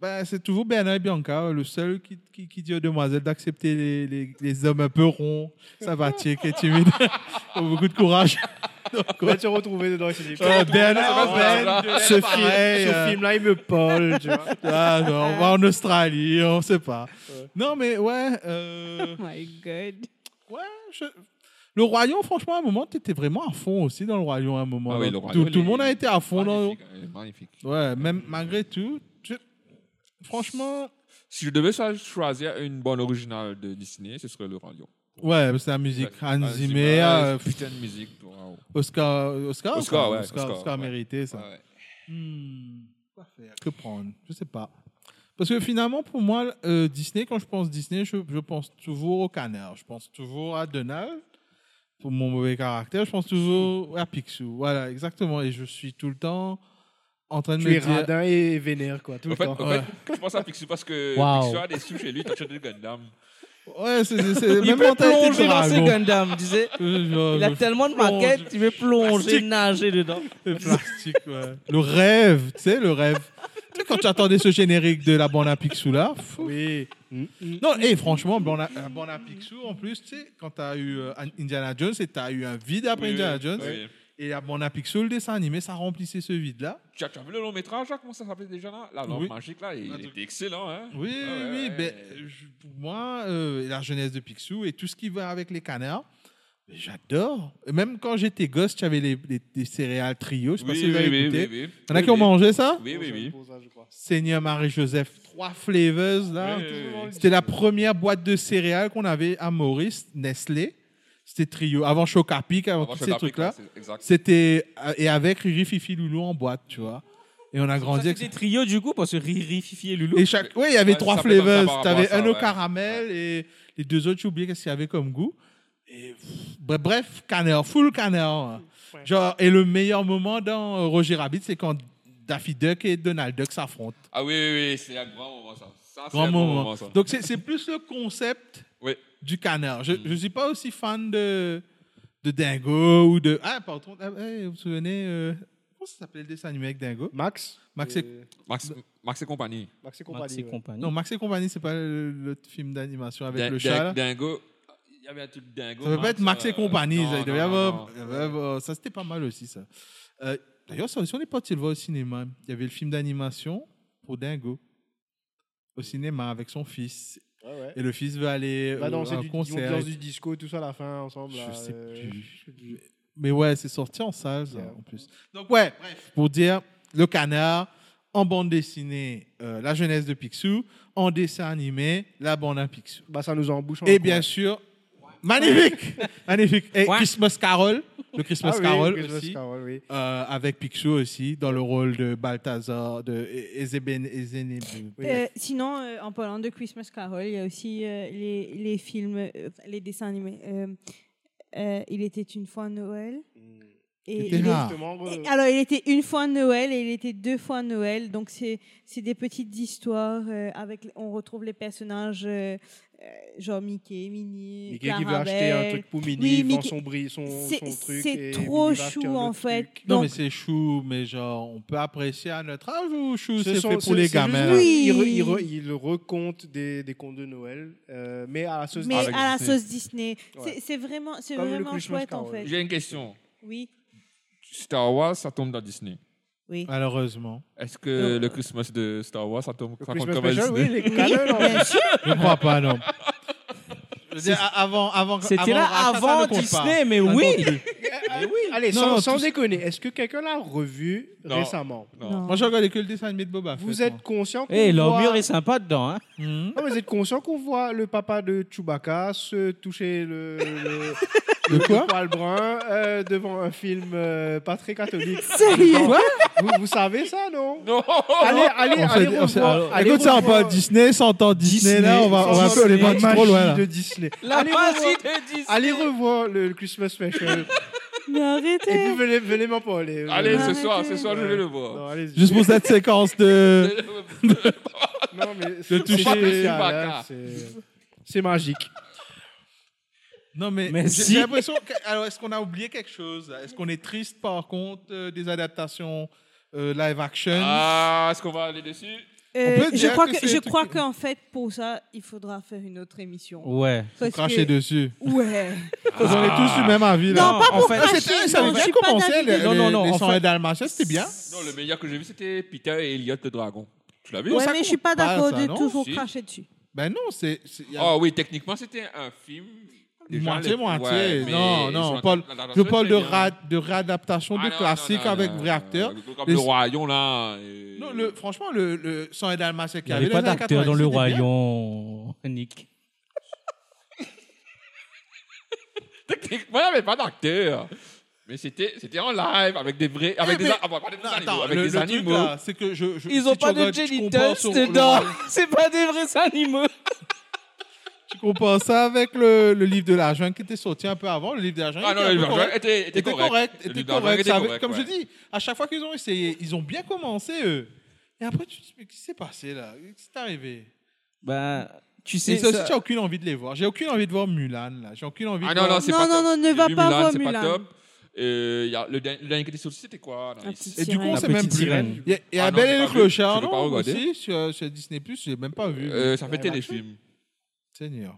[SPEAKER 4] ben, c'est toujours Bernard et Bianca, le seul qui, qui, qui dit aux demoiselles d'accepter les, les, les hommes un peu ronds, savatiques et timides. Faut beaucoup de courage.
[SPEAKER 3] On va te retrouver dedans. et tu dis,
[SPEAKER 4] Euh,
[SPEAKER 5] Ah,
[SPEAKER 4] Bernard,
[SPEAKER 5] c'est
[SPEAKER 4] Ben,
[SPEAKER 5] pas
[SPEAKER 3] Putain,
[SPEAKER 4] ce
[SPEAKER 3] pareil,
[SPEAKER 4] pareil,
[SPEAKER 3] ce
[SPEAKER 4] euh,
[SPEAKER 3] film-là, il me parle, tu vois.
[SPEAKER 4] ah, non, on va en Australie, on sait pas.
[SPEAKER 3] Ouais.
[SPEAKER 4] Non, mais ouais. euh,
[SPEAKER 2] Oh my god.
[SPEAKER 4] je- Le Royaume, franchement, à un moment, tu étais vraiment à fond aussi dans le Royaume. À un moment,
[SPEAKER 5] Ah oui,
[SPEAKER 4] Tout-
[SPEAKER 5] le Roi
[SPEAKER 4] tout,
[SPEAKER 5] Lion,
[SPEAKER 4] le
[SPEAKER 5] il
[SPEAKER 4] monde
[SPEAKER 5] est
[SPEAKER 4] a été à fond dans le.
[SPEAKER 5] Magnifique, hein, magnifique.
[SPEAKER 4] Ouais, même malgré tout. je- Franchement,
[SPEAKER 5] Si je devais cho- choisir une bande originale de Disney, ce serait le Roi Lion.
[SPEAKER 4] ouais, c'est la musique.
[SPEAKER 5] Ouais.
[SPEAKER 4] Hans
[SPEAKER 5] Ah, Zimmer,
[SPEAKER 4] Zimmer, euh,
[SPEAKER 5] putain de musique. waouh.
[SPEAKER 4] Oscar, Oscar,
[SPEAKER 5] Oscar,
[SPEAKER 4] quoi.
[SPEAKER 5] ouais,
[SPEAKER 4] Oscar,
[SPEAKER 5] Oscar,
[SPEAKER 4] Oscar
[SPEAKER 5] ouais.
[SPEAKER 4] mérité, ça.
[SPEAKER 5] Ouais, ouais.
[SPEAKER 4] Hmm, quoi faire Que prendre Je sais pas. Parce que finalement, pour moi, euh, Disney, quand je pense Disney, je, je pense toujours au canard. Je pense toujours à Donald, pour mon mauvais caractère. Je pense toujours à Picsou. Voilà, exactement. Et je suis tout le temps en train de
[SPEAKER 3] Tu
[SPEAKER 4] me
[SPEAKER 3] es
[SPEAKER 4] dire...
[SPEAKER 3] radin et vénère, quoi, tout
[SPEAKER 5] En
[SPEAKER 3] le
[SPEAKER 5] fait,
[SPEAKER 3] temps.
[SPEAKER 5] en fait, je pense à Picsou parce que
[SPEAKER 1] Waouh.
[SPEAKER 5] Picsou a des sous chez lui, t'achètes du Gundam.
[SPEAKER 4] Ouais, c'est- c'est c'est-
[SPEAKER 1] Il
[SPEAKER 4] même
[SPEAKER 1] peut
[SPEAKER 4] mentalité
[SPEAKER 1] plonger dans ses
[SPEAKER 4] dragon.
[SPEAKER 1] Gundam, tu sais.
[SPEAKER 4] Euh,
[SPEAKER 1] Il a tellement de maquettes, il veut plonger, nager dedans.
[SPEAKER 4] Le plastique, ouais. Le rêve, tu sais, le rêve. Tu sais, quand tu attendais ce générique de la bande à Picsou là, fou.
[SPEAKER 3] Oui. Mm, mm.
[SPEAKER 4] Non, et franchement, bon, la, la bande à Picsou, en plus, tu sais, quand tu as eu euh, Indiana Jones et tu as eu un vide après Indiana Jones,
[SPEAKER 5] Oui.
[SPEAKER 4] et la bande à Picsou, le dessin animé, ça remplissait ce vide-là.
[SPEAKER 5] Tu as, tu as vu le long métrage, là, comment ça s'appelait déjà là La lampe
[SPEAKER 4] Oui.
[SPEAKER 5] magique, là, il
[SPEAKER 4] Un truc.
[SPEAKER 5] était excellent. Hein
[SPEAKER 4] Oui, oui,
[SPEAKER 5] Ah ouais,
[SPEAKER 4] oui.
[SPEAKER 5] ouais.
[SPEAKER 4] ben, je- pour moi, euh, la jeunesse de Picsou et tout ce qui va avec les canards, ben, j'adore. Et Même quand j'étais gosse, tu avais les, les- les céréales trio, je sais pas si vous avez écouté.
[SPEAKER 5] oui, oui.
[SPEAKER 4] Y'en a
[SPEAKER 5] Oui,
[SPEAKER 4] qui ont
[SPEAKER 5] oui.
[SPEAKER 4] mangé ça
[SPEAKER 5] Oui, oui, oui.
[SPEAKER 3] Pour ça, je crois.
[SPEAKER 4] Seigneur Marie-Joseph, trois flavors là.
[SPEAKER 5] Oui, oui, oui.
[SPEAKER 4] C'était la première boîte de céréales qu'on avait à Maurice, Nestlé. C'était trio. Avant Chocapic, avant,
[SPEAKER 5] Avant
[SPEAKER 4] tous
[SPEAKER 5] Choc
[SPEAKER 4] ces
[SPEAKER 5] Afrique,
[SPEAKER 4] trucs-là.
[SPEAKER 5] ouais, c'est- Exact.
[SPEAKER 4] C'était. euh, Et avec Riri, Fifi, Loulou en boîte, tu vois. Et on a grandi
[SPEAKER 1] C'était
[SPEAKER 4] avec ça.
[SPEAKER 1] des trios du coup, parce que Riri, Fifi et Loulou.
[SPEAKER 4] Et chaque... Oui, il y avait
[SPEAKER 5] Ouais,
[SPEAKER 4] trois
[SPEAKER 5] ça fait longtemps
[SPEAKER 4] flavors.
[SPEAKER 5] par
[SPEAKER 4] Tu
[SPEAKER 5] rapport à
[SPEAKER 4] avais
[SPEAKER 5] ça,
[SPEAKER 4] un au
[SPEAKER 5] ouais.
[SPEAKER 4] caramel et les deux autres, j'ai oublié qu'est-ce qu'il y avait comme goût. Et pff, bref, bref, canard, full canard. Genre, et le meilleur moment dans euh, Roger Rabbit, c'est quand Daffy Duck et Donald Duck s'affrontent.
[SPEAKER 5] Ah oui, oui, oui, c'est un grand moment, ça. ça c'est
[SPEAKER 4] Grand
[SPEAKER 5] un grand
[SPEAKER 4] moment.
[SPEAKER 5] ça.
[SPEAKER 4] Donc c'est c'est plus le concept
[SPEAKER 5] Oui. Mm.
[SPEAKER 4] du canard. Je ne suis pas aussi fan de, de Dingo ou de... Ah, par contre, ah, ouais, vous vous souvenez... euh, comment ça s'appelait le dessin animé avec Dingo
[SPEAKER 3] Max
[SPEAKER 4] Max et...
[SPEAKER 3] euh,
[SPEAKER 5] Max,
[SPEAKER 4] Bah,
[SPEAKER 5] Max et compagnie.
[SPEAKER 3] Max et
[SPEAKER 1] Max
[SPEAKER 3] compagnie.
[SPEAKER 1] et
[SPEAKER 3] ouais.
[SPEAKER 1] compagnie.
[SPEAKER 4] Non, Max et compagnie, c'est pas le, le film d'animation avec
[SPEAKER 5] Din-
[SPEAKER 4] le
[SPEAKER 5] Din-
[SPEAKER 4] chat. là.
[SPEAKER 5] Dingo. Il y avait un truc dingo.
[SPEAKER 4] Ça peut pas être Max et
[SPEAKER 5] euh,
[SPEAKER 4] compagnie.
[SPEAKER 5] non,
[SPEAKER 4] ça, il
[SPEAKER 5] non,
[SPEAKER 4] devait y
[SPEAKER 5] non,
[SPEAKER 4] avoir-
[SPEAKER 5] non.
[SPEAKER 4] il devait y avoir- Ça, c'était pas mal aussi, ça. Euh, D'ailleurs, ça aussi, on est pas le voir au cinéma. Il y avait le film d'animation pour Dingo au cinéma avec son fils.
[SPEAKER 3] Ouais, ouais.
[SPEAKER 4] Et le fils veut aller
[SPEAKER 3] Bah
[SPEAKER 4] euh,
[SPEAKER 3] non,
[SPEAKER 4] à
[SPEAKER 3] c'est
[SPEAKER 4] un
[SPEAKER 3] du,
[SPEAKER 4] concert.
[SPEAKER 3] ambiance du disco, tout ça à la fin ensemble.
[SPEAKER 4] Je
[SPEAKER 3] là,
[SPEAKER 4] sais
[SPEAKER 3] euh,
[SPEAKER 4] plus.
[SPEAKER 3] je sais plus.
[SPEAKER 4] Mais ouais, c'est sorti en salle, ça,
[SPEAKER 3] Yeah.
[SPEAKER 4] en plus. Donc, ouais, bref, pour dire, le canard, en bande dessinée, euh, la jeunesse de Picsou, en dessin animé, la bande à Picsou.
[SPEAKER 3] Bah, ça nous embouche.
[SPEAKER 4] Et bien sûr, magnifique, magnifique. Et
[SPEAKER 1] Ouais.
[SPEAKER 4] Christmas Carol, le
[SPEAKER 3] Ah
[SPEAKER 4] Christmas Carol
[SPEAKER 3] Christmas
[SPEAKER 4] aussi,
[SPEAKER 3] Carol, oui.
[SPEAKER 4] euh, avec Picsou aussi, dans le rôle de Balthazar, de E- Ezeben, Ezenebu.
[SPEAKER 3] Oui.
[SPEAKER 2] Euh, sinon, euh, en parlant de Christmas Carol, il y a aussi euh, les, les films, euh, les dessins animés. Euh, euh, il était une fois Noël. Et
[SPEAKER 4] C'était
[SPEAKER 2] il est-
[SPEAKER 4] rare.
[SPEAKER 3] Justement,
[SPEAKER 2] et-
[SPEAKER 3] euh,
[SPEAKER 2] alors, il était une fois Noël et il était deux fois Noël. Donc, c'est c'est des petites histoires. euh, avec, on retrouve les personnages euh, euh, genre Mickey, Minnie,
[SPEAKER 3] Mickey qui veut
[SPEAKER 2] Clarabelle.
[SPEAKER 3] acheter un truc pour Minnie,
[SPEAKER 2] Oui,
[SPEAKER 3] il vend
[SPEAKER 2] Mickey-
[SPEAKER 3] son, bri- son,
[SPEAKER 2] C'est-
[SPEAKER 3] son truc.
[SPEAKER 2] c'est
[SPEAKER 3] et
[SPEAKER 2] trop
[SPEAKER 3] Minnie va acheter
[SPEAKER 2] chou,
[SPEAKER 3] un
[SPEAKER 2] en
[SPEAKER 3] autre
[SPEAKER 2] fait.
[SPEAKER 3] truc.
[SPEAKER 4] Non,
[SPEAKER 2] Donc-
[SPEAKER 4] mais c'est chou, mais genre, on peut apprécier à notre âge ou chou,
[SPEAKER 3] Ce
[SPEAKER 4] c'est
[SPEAKER 3] sont-
[SPEAKER 4] fait pour
[SPEAKER 3] c'est-
[SPEAKER 4] les
[SPEAKER 3] c'est juste-
[SPEAKER 4] gamins.
[SPEAKER 2] Oui.
[SPEAKER 3] Il, re- il re- il recompte des, des contes de Noël, euh, mais à la sauce
[SPEAKER 2] Mais
[SPEAKER 5] Avec
[SPEAKER 2] à la
[SPEAKER 5] Disney.
[SPEAKER 2] sauce Disney. C'est-
[SPEAKER 3] Ouais.
[SPEAKER 2] C'est vraiment, c'est
[SPEAKER 3] Comme le
[SPEAKER 2] vraiment
[SPEAKER 3] Christmas
[SPEAKER 2] chouette, en
[SPEAKER 3] Carol.
[SPEAKER 2] fait.
[SPEAKER 5] J'ai une question.
[SPEAKER 2] Oui,
[SPEAKER 5] Star Wars, ça tombe dans Disney.
[SPEAKER 2] oui.
[SPEAKER 4] Ah, Malheureusement.
[SPEAKER 5] Est-ce que le Christmas de Star Wars, ça tombe
[SPEAKER 3] Le
[SPEAKER 5] ça compte
[SPEAKER 3] Christmas
[SPEAKER 5] comme un
[SPEAKER 3] special, oui,
[SPEAKER 5] Disney
[SPEAKER 3] les canons. en fait.
[SPEAKER 4] Je crois pas, non. Je veux dire, a- avant, avant,
[SPEAKER 1] C'était là
[SPEAKER 4] Rachat, ça
[SPEAKER 1] avant
[SPEAKER 4] ne compte pas.
[SPEAKER 1] Disney, mais
[SPEAKER 4] Ça ne
[SPEAKER 1] oui.
[SPEAKER 4] compte plus.
[SPEAKER 3] Allez,
[SPEAKER 4] Non,
[SPEAKER 3] sans,
[SPEAKER 4] non,
[SPEAKER 3] sans
[SPEAKER 4] tout-
[SPEAKER 3] déconner, est-ce que quelqu'un l'a revu
[SPEAKER 5] Non.
[SPEAKER 3] récemment
[SPEAKER 5] Non.
[SPEAKER 4] Moi, j'ai regardé que le dessin animé de Boba Fett,
[SPEAKER 3] Vous
[SPEAKER 4] moi.
[SPEAKER 3] êtes Hmm? conscient qu'on
[SPEAKER 1] Eh, leur
[SPEAKER 3] voit-
[SPEAKER 1] mur est sympa dedans. Hein.
[SPEAKER 4] Mhm.
[SPEAKER 3] Non, mais vous êtes conscient qu'on voit le papa de Chewbacca se toucher le, le,
[SPEAKER 4] De
[SPEAKER 3] le
[SPEAKER 4] quoi
[SPEAKER 3] poil brun euh, devant un film euh, pas très catholique.
[SPEAKER 2] Sérieux
[SPEAKER 3] Quoi vous, vous savez ça, non
[SPEAKER 5] Non
[SPEAKER 3] Allez, allez,
[SPEAKER 4] On
[SPEAKER 3] allez,
[SPEAKER 4] fait- on fait-
[SPEAKER 3] revoir-
[SPEAKER 4] alors,
[SPEAKER 3] allez
[SPEAKER 4] écoute, ça, on
[SPEAKER 3] revoir-
[SPEAKER 4] parle Disney, 100 ans Disney,
[SPEAKER 1] Disney,
[SPEAKER 4] là, on va, on va
[SPEAKER 3] Sans
[SPEAKER 4] un peu les
[SPEAKER 3] la
[SPEAKER 4] bandes
[SPEAKER 3] magie
[SPEAKER 4] trop loin, là.
[SPEAKER 3] de Disney.
[SPEAKER 1] La
[SPEAKER 3] allez,
[SPEAKER 1] magie
[SPEAKER 3] revoir,
[SPEAKER 1] de Disney.
[SPEAKER 3] allez revoir le, le Christmas special.
[SPEAKER 2] Mais
[SPEAKER 3] Et puis
[SPEAKER 2] arrêtez
[SPEAKER 3] venez, venez m'en parler.
[SPEAKER 5] Allez,
[SPEAKER 3] Euh,
[SPEAKER 5] ce soir, ce soir, je vais le
[SPEAKER 3] non,
[SPEAKER 5] voir.
[SPEAKER 3] allez-y.
[SPEAKER 4] Juste pour cette séquence de...
[SPEAKER 3] Non, mais c'est c'est
[SPEAKER 4] toucher-
[SPEAKER 3] spécial,
[SPEAKER 5] Chewbacca.
[SPEAKER 3] hein, c'est- C'est magique.
[SPEAKER 4] Non, mais,
[SPEAKER 1] Mais
[SPEAKER 4] j'ai
[SPEAKER 1] si.
[SPEAKER 4] j'ai l'impression... que- Alors, est-ce qu'on a oublié quelque chose là Est-ce qu'on est triste, par contre, euh, des adaptations euh, live-action
[SPEAKER 5] Ah, est-ce qu'on va aller dessus
[SPEAKER 2] Euh,
[SPEAKER 4] peut
[SPEAKER 2] je
[SPEAKER 4] dire
[SPEAKER 2] crois
[SPEAKER 4] que
[SPEAKER 2] que
[SPEAKER 4] c'est
[SPEAKER 2] je
[SPEAKER 4] le truc
[SPEAKER 2] crois
[SPEAKER 4] que-
[SPEAKER 2] qu'en fait pour ça il faudra faire une autre émission.
[SPEAKER 1] Ouais.
[SPEAKER 2] Parce
[SPEAKER 4] Cracher
[SPEAKER 2] que-
[SPEAKER 4] dessus.
[SPEAKER 2] Ouais.
[SPEAKER 4] On est tous du même avis, là.
[SPEAKER 2] Non, pas
[SPEAKER 1] en
[SPEAKER 2] pour
[SPEAKER 1] fait-
[SPEAKER 4] Ah,
[SPEAKER 2] cracher.
[SPEAKER 4] c'était-
[SPEAKER 2] non,
[SPEAKER 4] ça avait
[SPEAKER 2] je
[SPEAKER 4] bien
[SPEAKER 2] suis pas
[SPEAKER 4] commencé,
[SPEAKER 2] d'avis
[SPEAKER 4] les,
[SPEAKER 2] de-
[SPEAKER 1] Non, non, non,
[SPEAKER 4] les
[SPEAKER 1] en
[SPEAKER 4] 100
[SPEAKER 1] fait-
[SPEAKER 4] Dalmatiens, c'était bien.
[SPEAKER 5] Non, le meilleur que j'ai vu, c'était Peter et Elliot le dragon. Tu l'as vu
[SPEAKER 4] Non,
[SPEAKER 2] Ouais,
[SPEAKER 4] ça
[SPEAKER 2] mais je
[SPEAKER 4] compte
[SPEAKER 2] suis pas
[SPEAKER 4] pas,
[SPEAKER 2] d'accord
[SPEAKER 4] ça,
[SPEAKER 2] de
[SPEAKER 4] non,
[SPEAKER 2] toujours
[SPEAKER 5] si.
[SPEAKER 2] cracher dessus.
[SPEAKER 4] Ben non, c'est. c'est- y a-
[SPEAKER 5] Ah oui, techniquement, c'était un film. Déjà,
[SPEAKER 4] Moitié,
[SPEAKER 5] le-
[SPEAKER 4] moitié.
[SPEAKER 5] Ouais, mais
[SPEAKER 4] non,
[SPEAKER 5] sur
[SPEAKER 4] non,
[SPEAKER 5] la-
[SPEAKER 4] Paul,
[SPEAKER 5] la- la- la-
[SPEAKER 4] je parle de,
[SPEAKER 5] très bien.
[SPEAKER 4] ra- de réadaptation
[SPEAKER 5] Ah,
[SPEAKER 4] de
[SPEAKER 5] non,
[SPEAKER 4] classique
[SPEAKER 5] non, non,
[SPEAKER 4] avec
[SPEAKER 5] non,
[SPEAKER 4] vrai
[SPEAKER 5] non,
[SPEAKER 4] acteur.
[SPEAKER 5] non, Comme
[SPEAKER 4] Les-
[SPEAKER 5] le royaume, là. euh, et-
[SPEAKER 4] Non, le, franchement, le, le sang et dalmatien
[SPEAKER 1] Il n'y
[SPEAKER 4] qu'il y
[SPEAKER 1] avait
[SPEAKER 4] dans
[SPEAKER 1] pas
[SPEAKER 4] les années
[SPEAKER 1] d'acteur dans
[SPEAKER 4] 90,
[SPEAKER 1] le
[SPEAKER 4] c'était bien.
[SPEAKER 1] royaume, Nick.
[SPEAKER 5] Techniquement, il n'y avait pas d'acteur. Mais c'était c'était en live, avec des vrais. Avec
[SPEAKER 4] Eh,
[SPEAKER 5] des,
[SPEAKER 4] mais-
[SPEAKER 5] a- ah, pas des vrais
[SPEAKER 4] Non,
[SPEAKER 5] animaux,
[SPEAKER 4] attends,
[SPEAKER 5] avec
[SPEAKER 4] le,
[SPEAKER 5] des
[SPEAKER 4] le truc,
[SPEAKER 5] animaux. Ah,
[SPEAKER 4] là, c'est que je. je-
[SPEAKER 1] Ils
[SPEAKER 4] si
[SPEAKER 1] ont
[SPEAKER 4] tu
[SPEAKER 1] pas de
[SPEAKER 4] regardes- tu
[SPEAKER 1] genitals
[SPEAKER 4] compares sur le-
[SPEAKER 1] dedans. C'est pas des vrais animaux.
[SPEAKER 4] Tu compares ça avec le, le livre de la jungle qui était sorti un peu avant. Le livre de la jungle
[SPEAKER 5] Ah non,
[SPEAKER 4] était un
[SPEAKER 5] le
[SPEAKER 4] peu
[SPEAKER 5] Liverpool
[SPEAKER 4] correct.
[SPEAKER 5] était, était
[SPEAKER 4] était
[SPEAKER 5] correct.
[SPEAKER 4] correct,
[SPEAKER 5] Le
[SPEAKER 4] était
[SPEAKER 5] Liverpool
[SPEAKER 4] correct.
[SPEAKER 5] était
[SPEAKER 4] ça avait-
[SPEAKER 5] correct,
[SPEAKER 4] Comme je
[SPEAKER 5] ouais.
[SPEAKER 4] dis, à chaque fois qu'ils ont essayé, ils ont bien commencé, eux. Et après, tu te dis, mais qu'est-ce qui s'est passé là Qu'est-ce qui s'est arrivé
[SPEAKER 1] Ben, tu sais.
[SPEAKER 4] Et ça aussi,
[SPEAKER 1] ça-
[SPEAKER 4] tu aucune envie de les voir. J'ai aucune envie de voir Mulan, là. J'ai aucune envie
[SPEAKER 5] Ah
[SPEAKER 4] de
[SPEAKER 5] non,
[SPEAKER 4] voir...
[SPEAKER 5] non, c'est
[SPEAKER 2] Non,
[SPEAKER 5] pas
[SPEAKER 2] non,
[SPEAKER 5] top.
[SPEAKER 2] non, ne
[SPEAKER 5] J'ai
[SPEAKER 2] va
[SPEAKER 5] vu
[SPEAKER 2] pas voir
[SPEAKER 5] c'est
[SPEAKER 2] Mulan.
[SPEAKER 5] Pas top. Euh, y a- le, dernier- le dernier qui était sorti, c'était quoi non,
[SPEAKER 2] Un
[SPEAKER 5] il-
[SPEAKER 2] petit
[SPEAKER 4] Et du coup, on
[SPEAKER 2] La
[SPEAKER 4] sait même
[SPEAKER 1] petite
[SPEAKER 4] plus.
[SPEAKER 1] sirène.
[SPEAKER 4] Il y a, il y a
[SPEAKER 5] Ah non,
[SPEAKER 4] Belle
[SPEAKER 5] j'ai
[SPEAKER 4] et le
[SPEAKER 5] pas vu.
[SPEAKER 4] Clochard,
[SPEAKER 5] Je l'ai pas
[SPEAKER 4] non
[SPEAKER 5] regardé.
[SPEAKER 4] Aussi, sur, sur Disney+, j'ai même pas vu.
[SPEAKER 5] Euh, ça fait
[SPEAKER 4] Live action.
[SPEAKER 5] téléfilm.
[SPEAKER 4] Seigneur.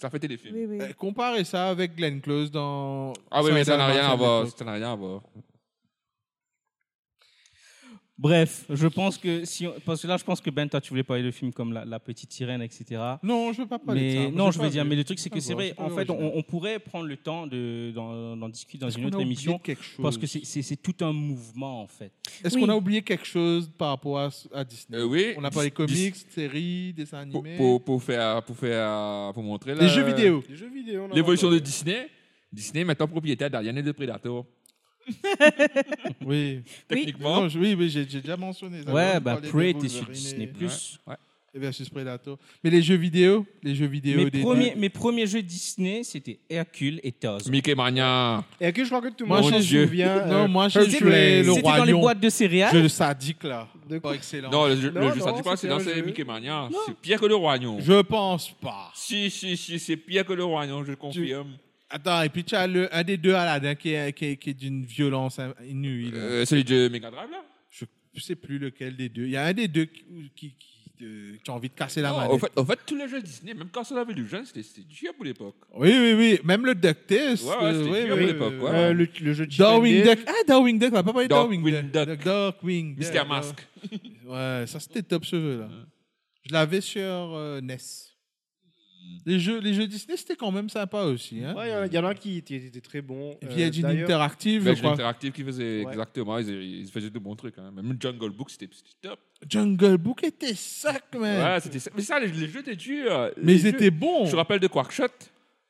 [SPEAKER 5] Ça fait téléfilm.
[SPEAKER 2] Oui, oui.
[SPEAKER 4] Euh, comparez ça avec Glenn Close dans...
[SPEAKER 5] Ah oui,
[SPEAKER 4] sur
[SPEAKER 5] mais ça n'a
[SPEAKER 4] Dalmatien
[SPEAKER 5] rien à
[SPEAKER 4] avec
[SPEAKER 5] voir.
[SPEAKER 4] Close.
[SPEAKER 5] Ça n'a rien à voir.
[SPEAKER 1] Bref, je pense que si. on- Parce que là, je pense que Ben, toi, tu voulais parler de films comme La, La Petite Sirène, etc.
[SPEAKER 4] Non, je veux pas parler de ça.
[SPEAKER 1] Mais
[SPEAKER 4] Moi,
[SPEAKER 1] non,
[SPEAKER 4] j'ai
[SPEAKER 1] je
[SPEAKER 4] pas
[SPEAKER 1] veux dire,
[SPEAKER 4] vu.
[SPEAKER 1] mais le truc, c'est que
[SPEAKER 4] Ah,
[SPEAKER 1] c'est vrai.
[SPEAKER 4] voilà, c'est pas
[SPEAKER 1] En fait,
[SPEAKER 4] original.
[SPEAKER 1] on, on pourrait prendre le temps de- d'en d'en discuter dans
[SPEAKER 4] Est-ce
[SPEAKER 1] une
[SPEAKER 4] qu'on
[SPEAKER 1] autre
[SPEAKER 4] a oublié
[SPEAKER 1] émission.
[SPEAKER 4] quelque chose Ah,
[SPEAKER 1] Parce que c'est- c'est c'est tout un mouvement, en fait.
[SPEAKER 4] Est-ce
[SPEAKER 2] Oui.
[SPEAKER 4] qu'on a oublié quelque chose par rapport à, à Disney
[SPEAKER 5] Euh, oui.
[SPEAKER 4] On n'a parlé
[SPEAKER 5] Dis-
[SPEAKER 4] comics, séries, dessins
[SPEAKER 5] Pour,
[SPEAKER 4] animés.
[SPEAKER 5] pour, pour faire, pour faire, pour montrer
[SPEAKER 4] Les
[SPEAKER 5] la-
[SPEAKER 4] jeux vidéo.
[SPEAKER 3] Les jeux vidéo. on en
[SPEAKER 5] L'évolution de
[SPEAKER 3] parle.
[SPEAKER 5] Disney. Disney est maintenant propriétaire d'Alien et de Predator.
[SPEAKER 4] Oui.
[SPEAKER 5] Techniquement.
[SPEAKER 4] Non, je- oui, mais j'ai j'ai déjà mentionné ça.
[SPEAKER 1] ouais,
[SPEAKER 4] On
[SPEAKER 1] bah,
[SPEAKER 4] parlait de
[SPEAKER 1] Prey était
[SPEAKER 4] Wolverine
[SPEAKER 1] sur
[SPEAKER 4] et-
[SPEAKER 1] Disney.
[SPEAKER 5] Ouais.
[SPEAKER 4] et Versus Predator. Mais les jeux vidéo, les jeux vidéo
[SPEAKER 1] Mes
[SPEAKER 4] des-
[SPEAKER 1] premiers, mes premiers jeux Disney, c'était Hercule et Thor.
[SPEAKER 5] Mickey Mania.
[SPEAKER 3] Et que je crois que tout le
[SPEAKER 4] Moi,
[SPEAKER 1] Oh
[SPEAKER 3] monde
[SPEAKER 4] je-
[SPEAKER 3] se souvient.
[SPEAKER 4] Non,
[SPEAKER 3] euh,
[SPEAKER 4] moi je
[SPEAKER 3] Hercules.
[SPEAKER 4] suis le
[SPEAKER 1] C'était
[SPEAKER 4] roi
[SPEAKER 1] dans les
[SPEAKER 4] lion.
[SPEAKER 1] boîtes de
[SPEAKER 4] Je
[SPEAKER 1] céréales.
[SPEAKER 4] le sadique là.
[SPEAKER 3] De
[SPEAKER 4] Pas
[SPEAKER 3] quoi
[SPEAKER 4] excellent.
[SPEAKER 5] Non, le jeu,
[SPEAKER 3] Non,
[SPEAKER 5] le jeu
[SPEAKER 3] non,
[SPEAKER 5] ça dit pas,
[SPEAKER 3] c'était
[SPEAKER 5] c'est
[SPEAKER 3] un
[SPEAKER 5] dans c'est
[SPEAKER 3] jeu.
[SPEAKER 5] Mickey Mania. C'est pire que le Roi Lion.
[SPEAKER 4] Je pense pas.
[SPEAKER 5] Si, si, si, c'est pire que le Roi Lion, je confirme.
[SPEAKER 4] Attends, et puis tu as le, un des deux Aladdin qui est, qui est- qui est d'une violence inouïe. là.
[SPEAKER 5] Euh, celui de Mega Drive, là
[SPEAKER 4] Je ne sais plus lequel des deux. Il y a un des deux qui, qui, qui, euh, qui a envie de casser la
[SPEAKER 5] Non,
[SPEAKER 4] manette.
[SPEAKER 5] au, fait, au fait, tous les jeux Disney, même quand ça avait du jeune, c'était c'était dur pour l'époque.
[SPEAKER 4] Oui, oui, oui. Même le DuckTales.
[SPEAKER 5] Ouais, ouais, c'était dur à l'époque, ouais.
[SPEAKER 3] euh, le, le jeu de
[SPEAKER 4] Darwing
[SPEAKER 3] Chicken
[SPEAKER 4] Duck. Ah, Darwing Duck, on va pas parler de Darwing
[SPEAKER 5] Darkwing
[SPEAKER 4] Duck.
[SPEAKER 5] Duck.
[SPEAKER 4] Darkwing Duck.
[SPEAKER 5] Mister Mask.
[SPEAKER 4] Ouais, ça c'était top cheveux là. Je l'avais sur euh, NES. Les jeux, les jeux Disney, c'était quand même sympa aussi. Hein.
[SPEAKER 3] Day. Ouais, il y en a- il y en a un qui était, était très bon.
[SPEAKER 4] Et
[SPEAKER 3] euh,
[SPEAKER 4] puis il y a Gene
[SPEAKER 3] d'ailleurs.
[SPEAKER 4] Interactive, je
[SPEAKER 5] Le jeu
[SPEAKER 4] crois.
[SPEAKER 5] interactif qui faisait
[SPEAKER 3] Ouais.
[SPEAKER 5] exactement, ils, ils faisaient de bons trucs. hein. Même Jungle Book, c'était c'était top.
[SPEAKER 4] Jungle Book était sac, man.
[SPEAKER 5] Ouais, c'était ça. Mais ça, les, les jeux étaient durs.
[SPEAKER 4] Mais
[SPEAKER 5] Les
[SPEAKER 4] ils
[SPEAKER 5] jeux-
[SPEAKER 4] étaient bons.
[SPEAKER 5] Je me rappelle de Quackshot,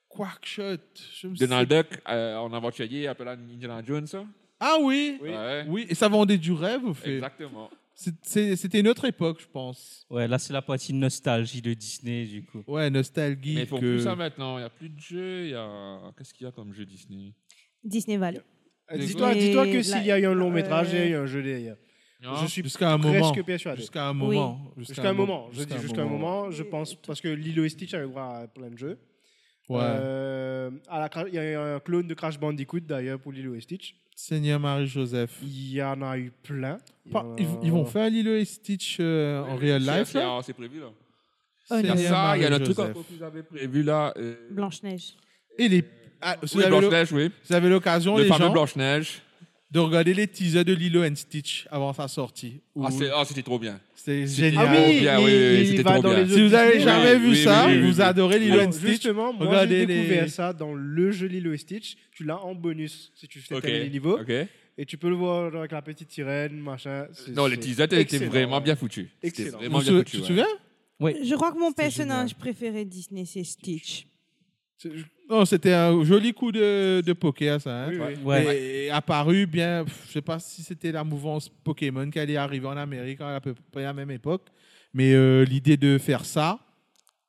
[SPEAKER 4] Quackshot. je me
[SPEAKER 5] Donald
[SPEAKER 4] sais-
[SPEAKER 5] Duck, euh, en aventurier, appelé Indiana Jones. ça.
[SPEAKER 4] Ah oui.
[SPEAKER 3] Oui.
[SPEAKER 5] Ouais,
[SPEAKER 4] Oui, et ça vendait du rêve, au fait.
[SPEAKER 5] exactement.
[SPEAKER 4] C'est- c'est- C'était une autre époque, je pense.
[SPEAKER 1] Ouais, là, c'est la partie nostalgie de Disney, du coup.
[SPEAKER 4] Ouais, nostalgie.
[SPEAKER 5] Mais ils font
[SPEAKER 4] que-
[SPEAKER 5] plus ça maintenant. Il n'y a plus de jeux. il y A... Qu'est-ce qu'il y a comme jeu Disney
[SPEAKER 2] Disney Valley.
[SPEAKER 3] Euh, Dis-toi
[SPEAKER 2] Et
[SPEAKER 3] dis-toi
[SPEAKER 2] la-
[SPEAKER 3] que s'il y a eu un long métrage, il y a eu
[SPEAKER 2] euh,
[SPEAKER 3] un jeu derrière.
[SPEAKER 5] Non
[SPEAKER 3] Je suis
[SPEAKER 4] Jusqu'à un moment.
[SPEAKER 3] presque persuadé.
[SPEAKER 4] Jusqu'à un moment.
[SPEAKER 3] Jusqu'à un moment, je dis jusqu'à un moment, je
[SPEAKER 2] Et-
[SPEAKER 3] pense, parce que Lilo et Stitch avaient droit à plein de jeux.
[SPEAKER 4] Ouais.
[SPEAKER 3] Euh, à la Cra- il y a eu un clone de Crash Bandicoot d'ailleurs pour Lilo et Stitch.
[SPEAKER 4] Seigneur Marie-Joseph.
[SPEAKER 3] Il y en a eu plein. Euh, Il y
[SPEAKER 4] Pas-
[SPEAKER 3] en a-
[SPEAKER 4] ils, ils vont faire Lilo et Stitch euh, en real
[SPEAKER 5] C'est-
[SPEAKER 4] life
[SPEAKER 5] c'est-
[SPEAKER 4] là.
[SPEAKER 5] C'est prévu là.
[SPEAKER 2] Oh
[SPEAKER 5] Il y a
[SPEAKER 2] non.
[SPEAKER 4] Seigneur
[SPEAKER 5] ça, il y a le truc
[SPEAKER 4] Marie-Joseph.
[SPEAKER 5] encore que vous avez prévu là. euh,
[SPEAKER 2] Blanche-Neige.
[SPEAKER 4] Et les ah, vous,
[SPEAKER 5] Oui,
[SPEAKER 4] avez le-
[SPEAKER 5] Blanche-Neige, oui.
[SPEAKER 4] vous avez l'occasion
[SPEAKER 5] Le
[SPEAKER 4] les
[SPEAKER 5] fameux
[SPEAKER 4] gens
[SPEAKER 5] Blanche-Neige.
[SPEAKER 4] de regarder les teasers de Lilo and Stitch avant sa sortie.
[SPEAKER 5] Ah,
[SPEAKER 4] Ouh,
[SPEAKER 5] c'est- ah, c'était trop bien.
[SPEAKER 4] c'est
[SPEAKER 3] Ah
[SPEAKER 4] génial.
[SPEAKER 3] oui,
[SPEAKER 5] bien,
[SPEAKER 3] il-
[SPEAKER 5] oui, oui,
[SPEAKER 3] il
[SPEAKER 5] c'était
[SPEAKER 3] va
[SPEAKER 5] trop
[SPEAKER 3] dans
[SPEAKER 5] bien.
[SPEAKER 3] les autres
[SPEAKER 4] Si vous avez
[SPEAKER 3] Disney.
[SPEAKER 4] jamais
[SPEAKER 5] Oui,
[SPEAKER 4] vu
[SPEAKER 5] oui,
[SPEAKER 4] ça,
[SPEAKER 5] oui, oui,
[SPEAKER 4] vous
[SPEAKER 5] oui.
[SPEAKER 4] adorez Lilo
[SPEAKER 3] Alors,
[SPEAKER 4] and Stitch.
[SPEAKER 3] Justement, moi
[SPEAKER 4] regardez
[SPEAKER 3] j'ai découvert
[SPEAKER 4] les-
[SPEAKER 3] ça dans le jeu Lilo et Stitch. Tu l'as en bonus si tu fais
[SPEAKER 5] Ok.
[SPEAKER 3] terminer les niveaux.
[SPEAKER 5] ok.
[SPEAKER 3] Et tu peux le voir avec la petite sirène, machin. C'est-
[SPEAKER 5] Non, les
[SPEAKER 3] c'est
[SPEAKER 5] teasers étaient
[SPEAKER 3] excellent,
[SPEAKER 5] vraiment
[SPEAKER 3] ouais.
[SPEAKER 5] bien foutus. C'était
[SPEAKER 3] Excellent.
[SPEAKER 5] Vraiment
[SPEAKER 4] Vous
[SPEAKER 5] bien
[SPEAKER 4] vous-
[SPEAKER 5] foutus.
[SPEAKER 4] tu te
[SPEAKER 5] ouais.
[SPEAKER 4] souviens
[SPEAKER 2] Je crois que mon
[SPEAKER 4] C'était
[SPEAKER 2] personnage préféré Disney, c'est Stitch.
[SPEAKER 4] Non, c'était un joli coup de, de poker ça. hein.
[SPEAKER 3] Oui, oui.
[SPEAKER 1] Ouais.
[SPEAKER 4] Et, et apparu bien, pff, je sais pas si c'était la mouvance Pokémon qui allait arriver en Amérique à peu près à la même époque, mais euh, l'idée de faire ça,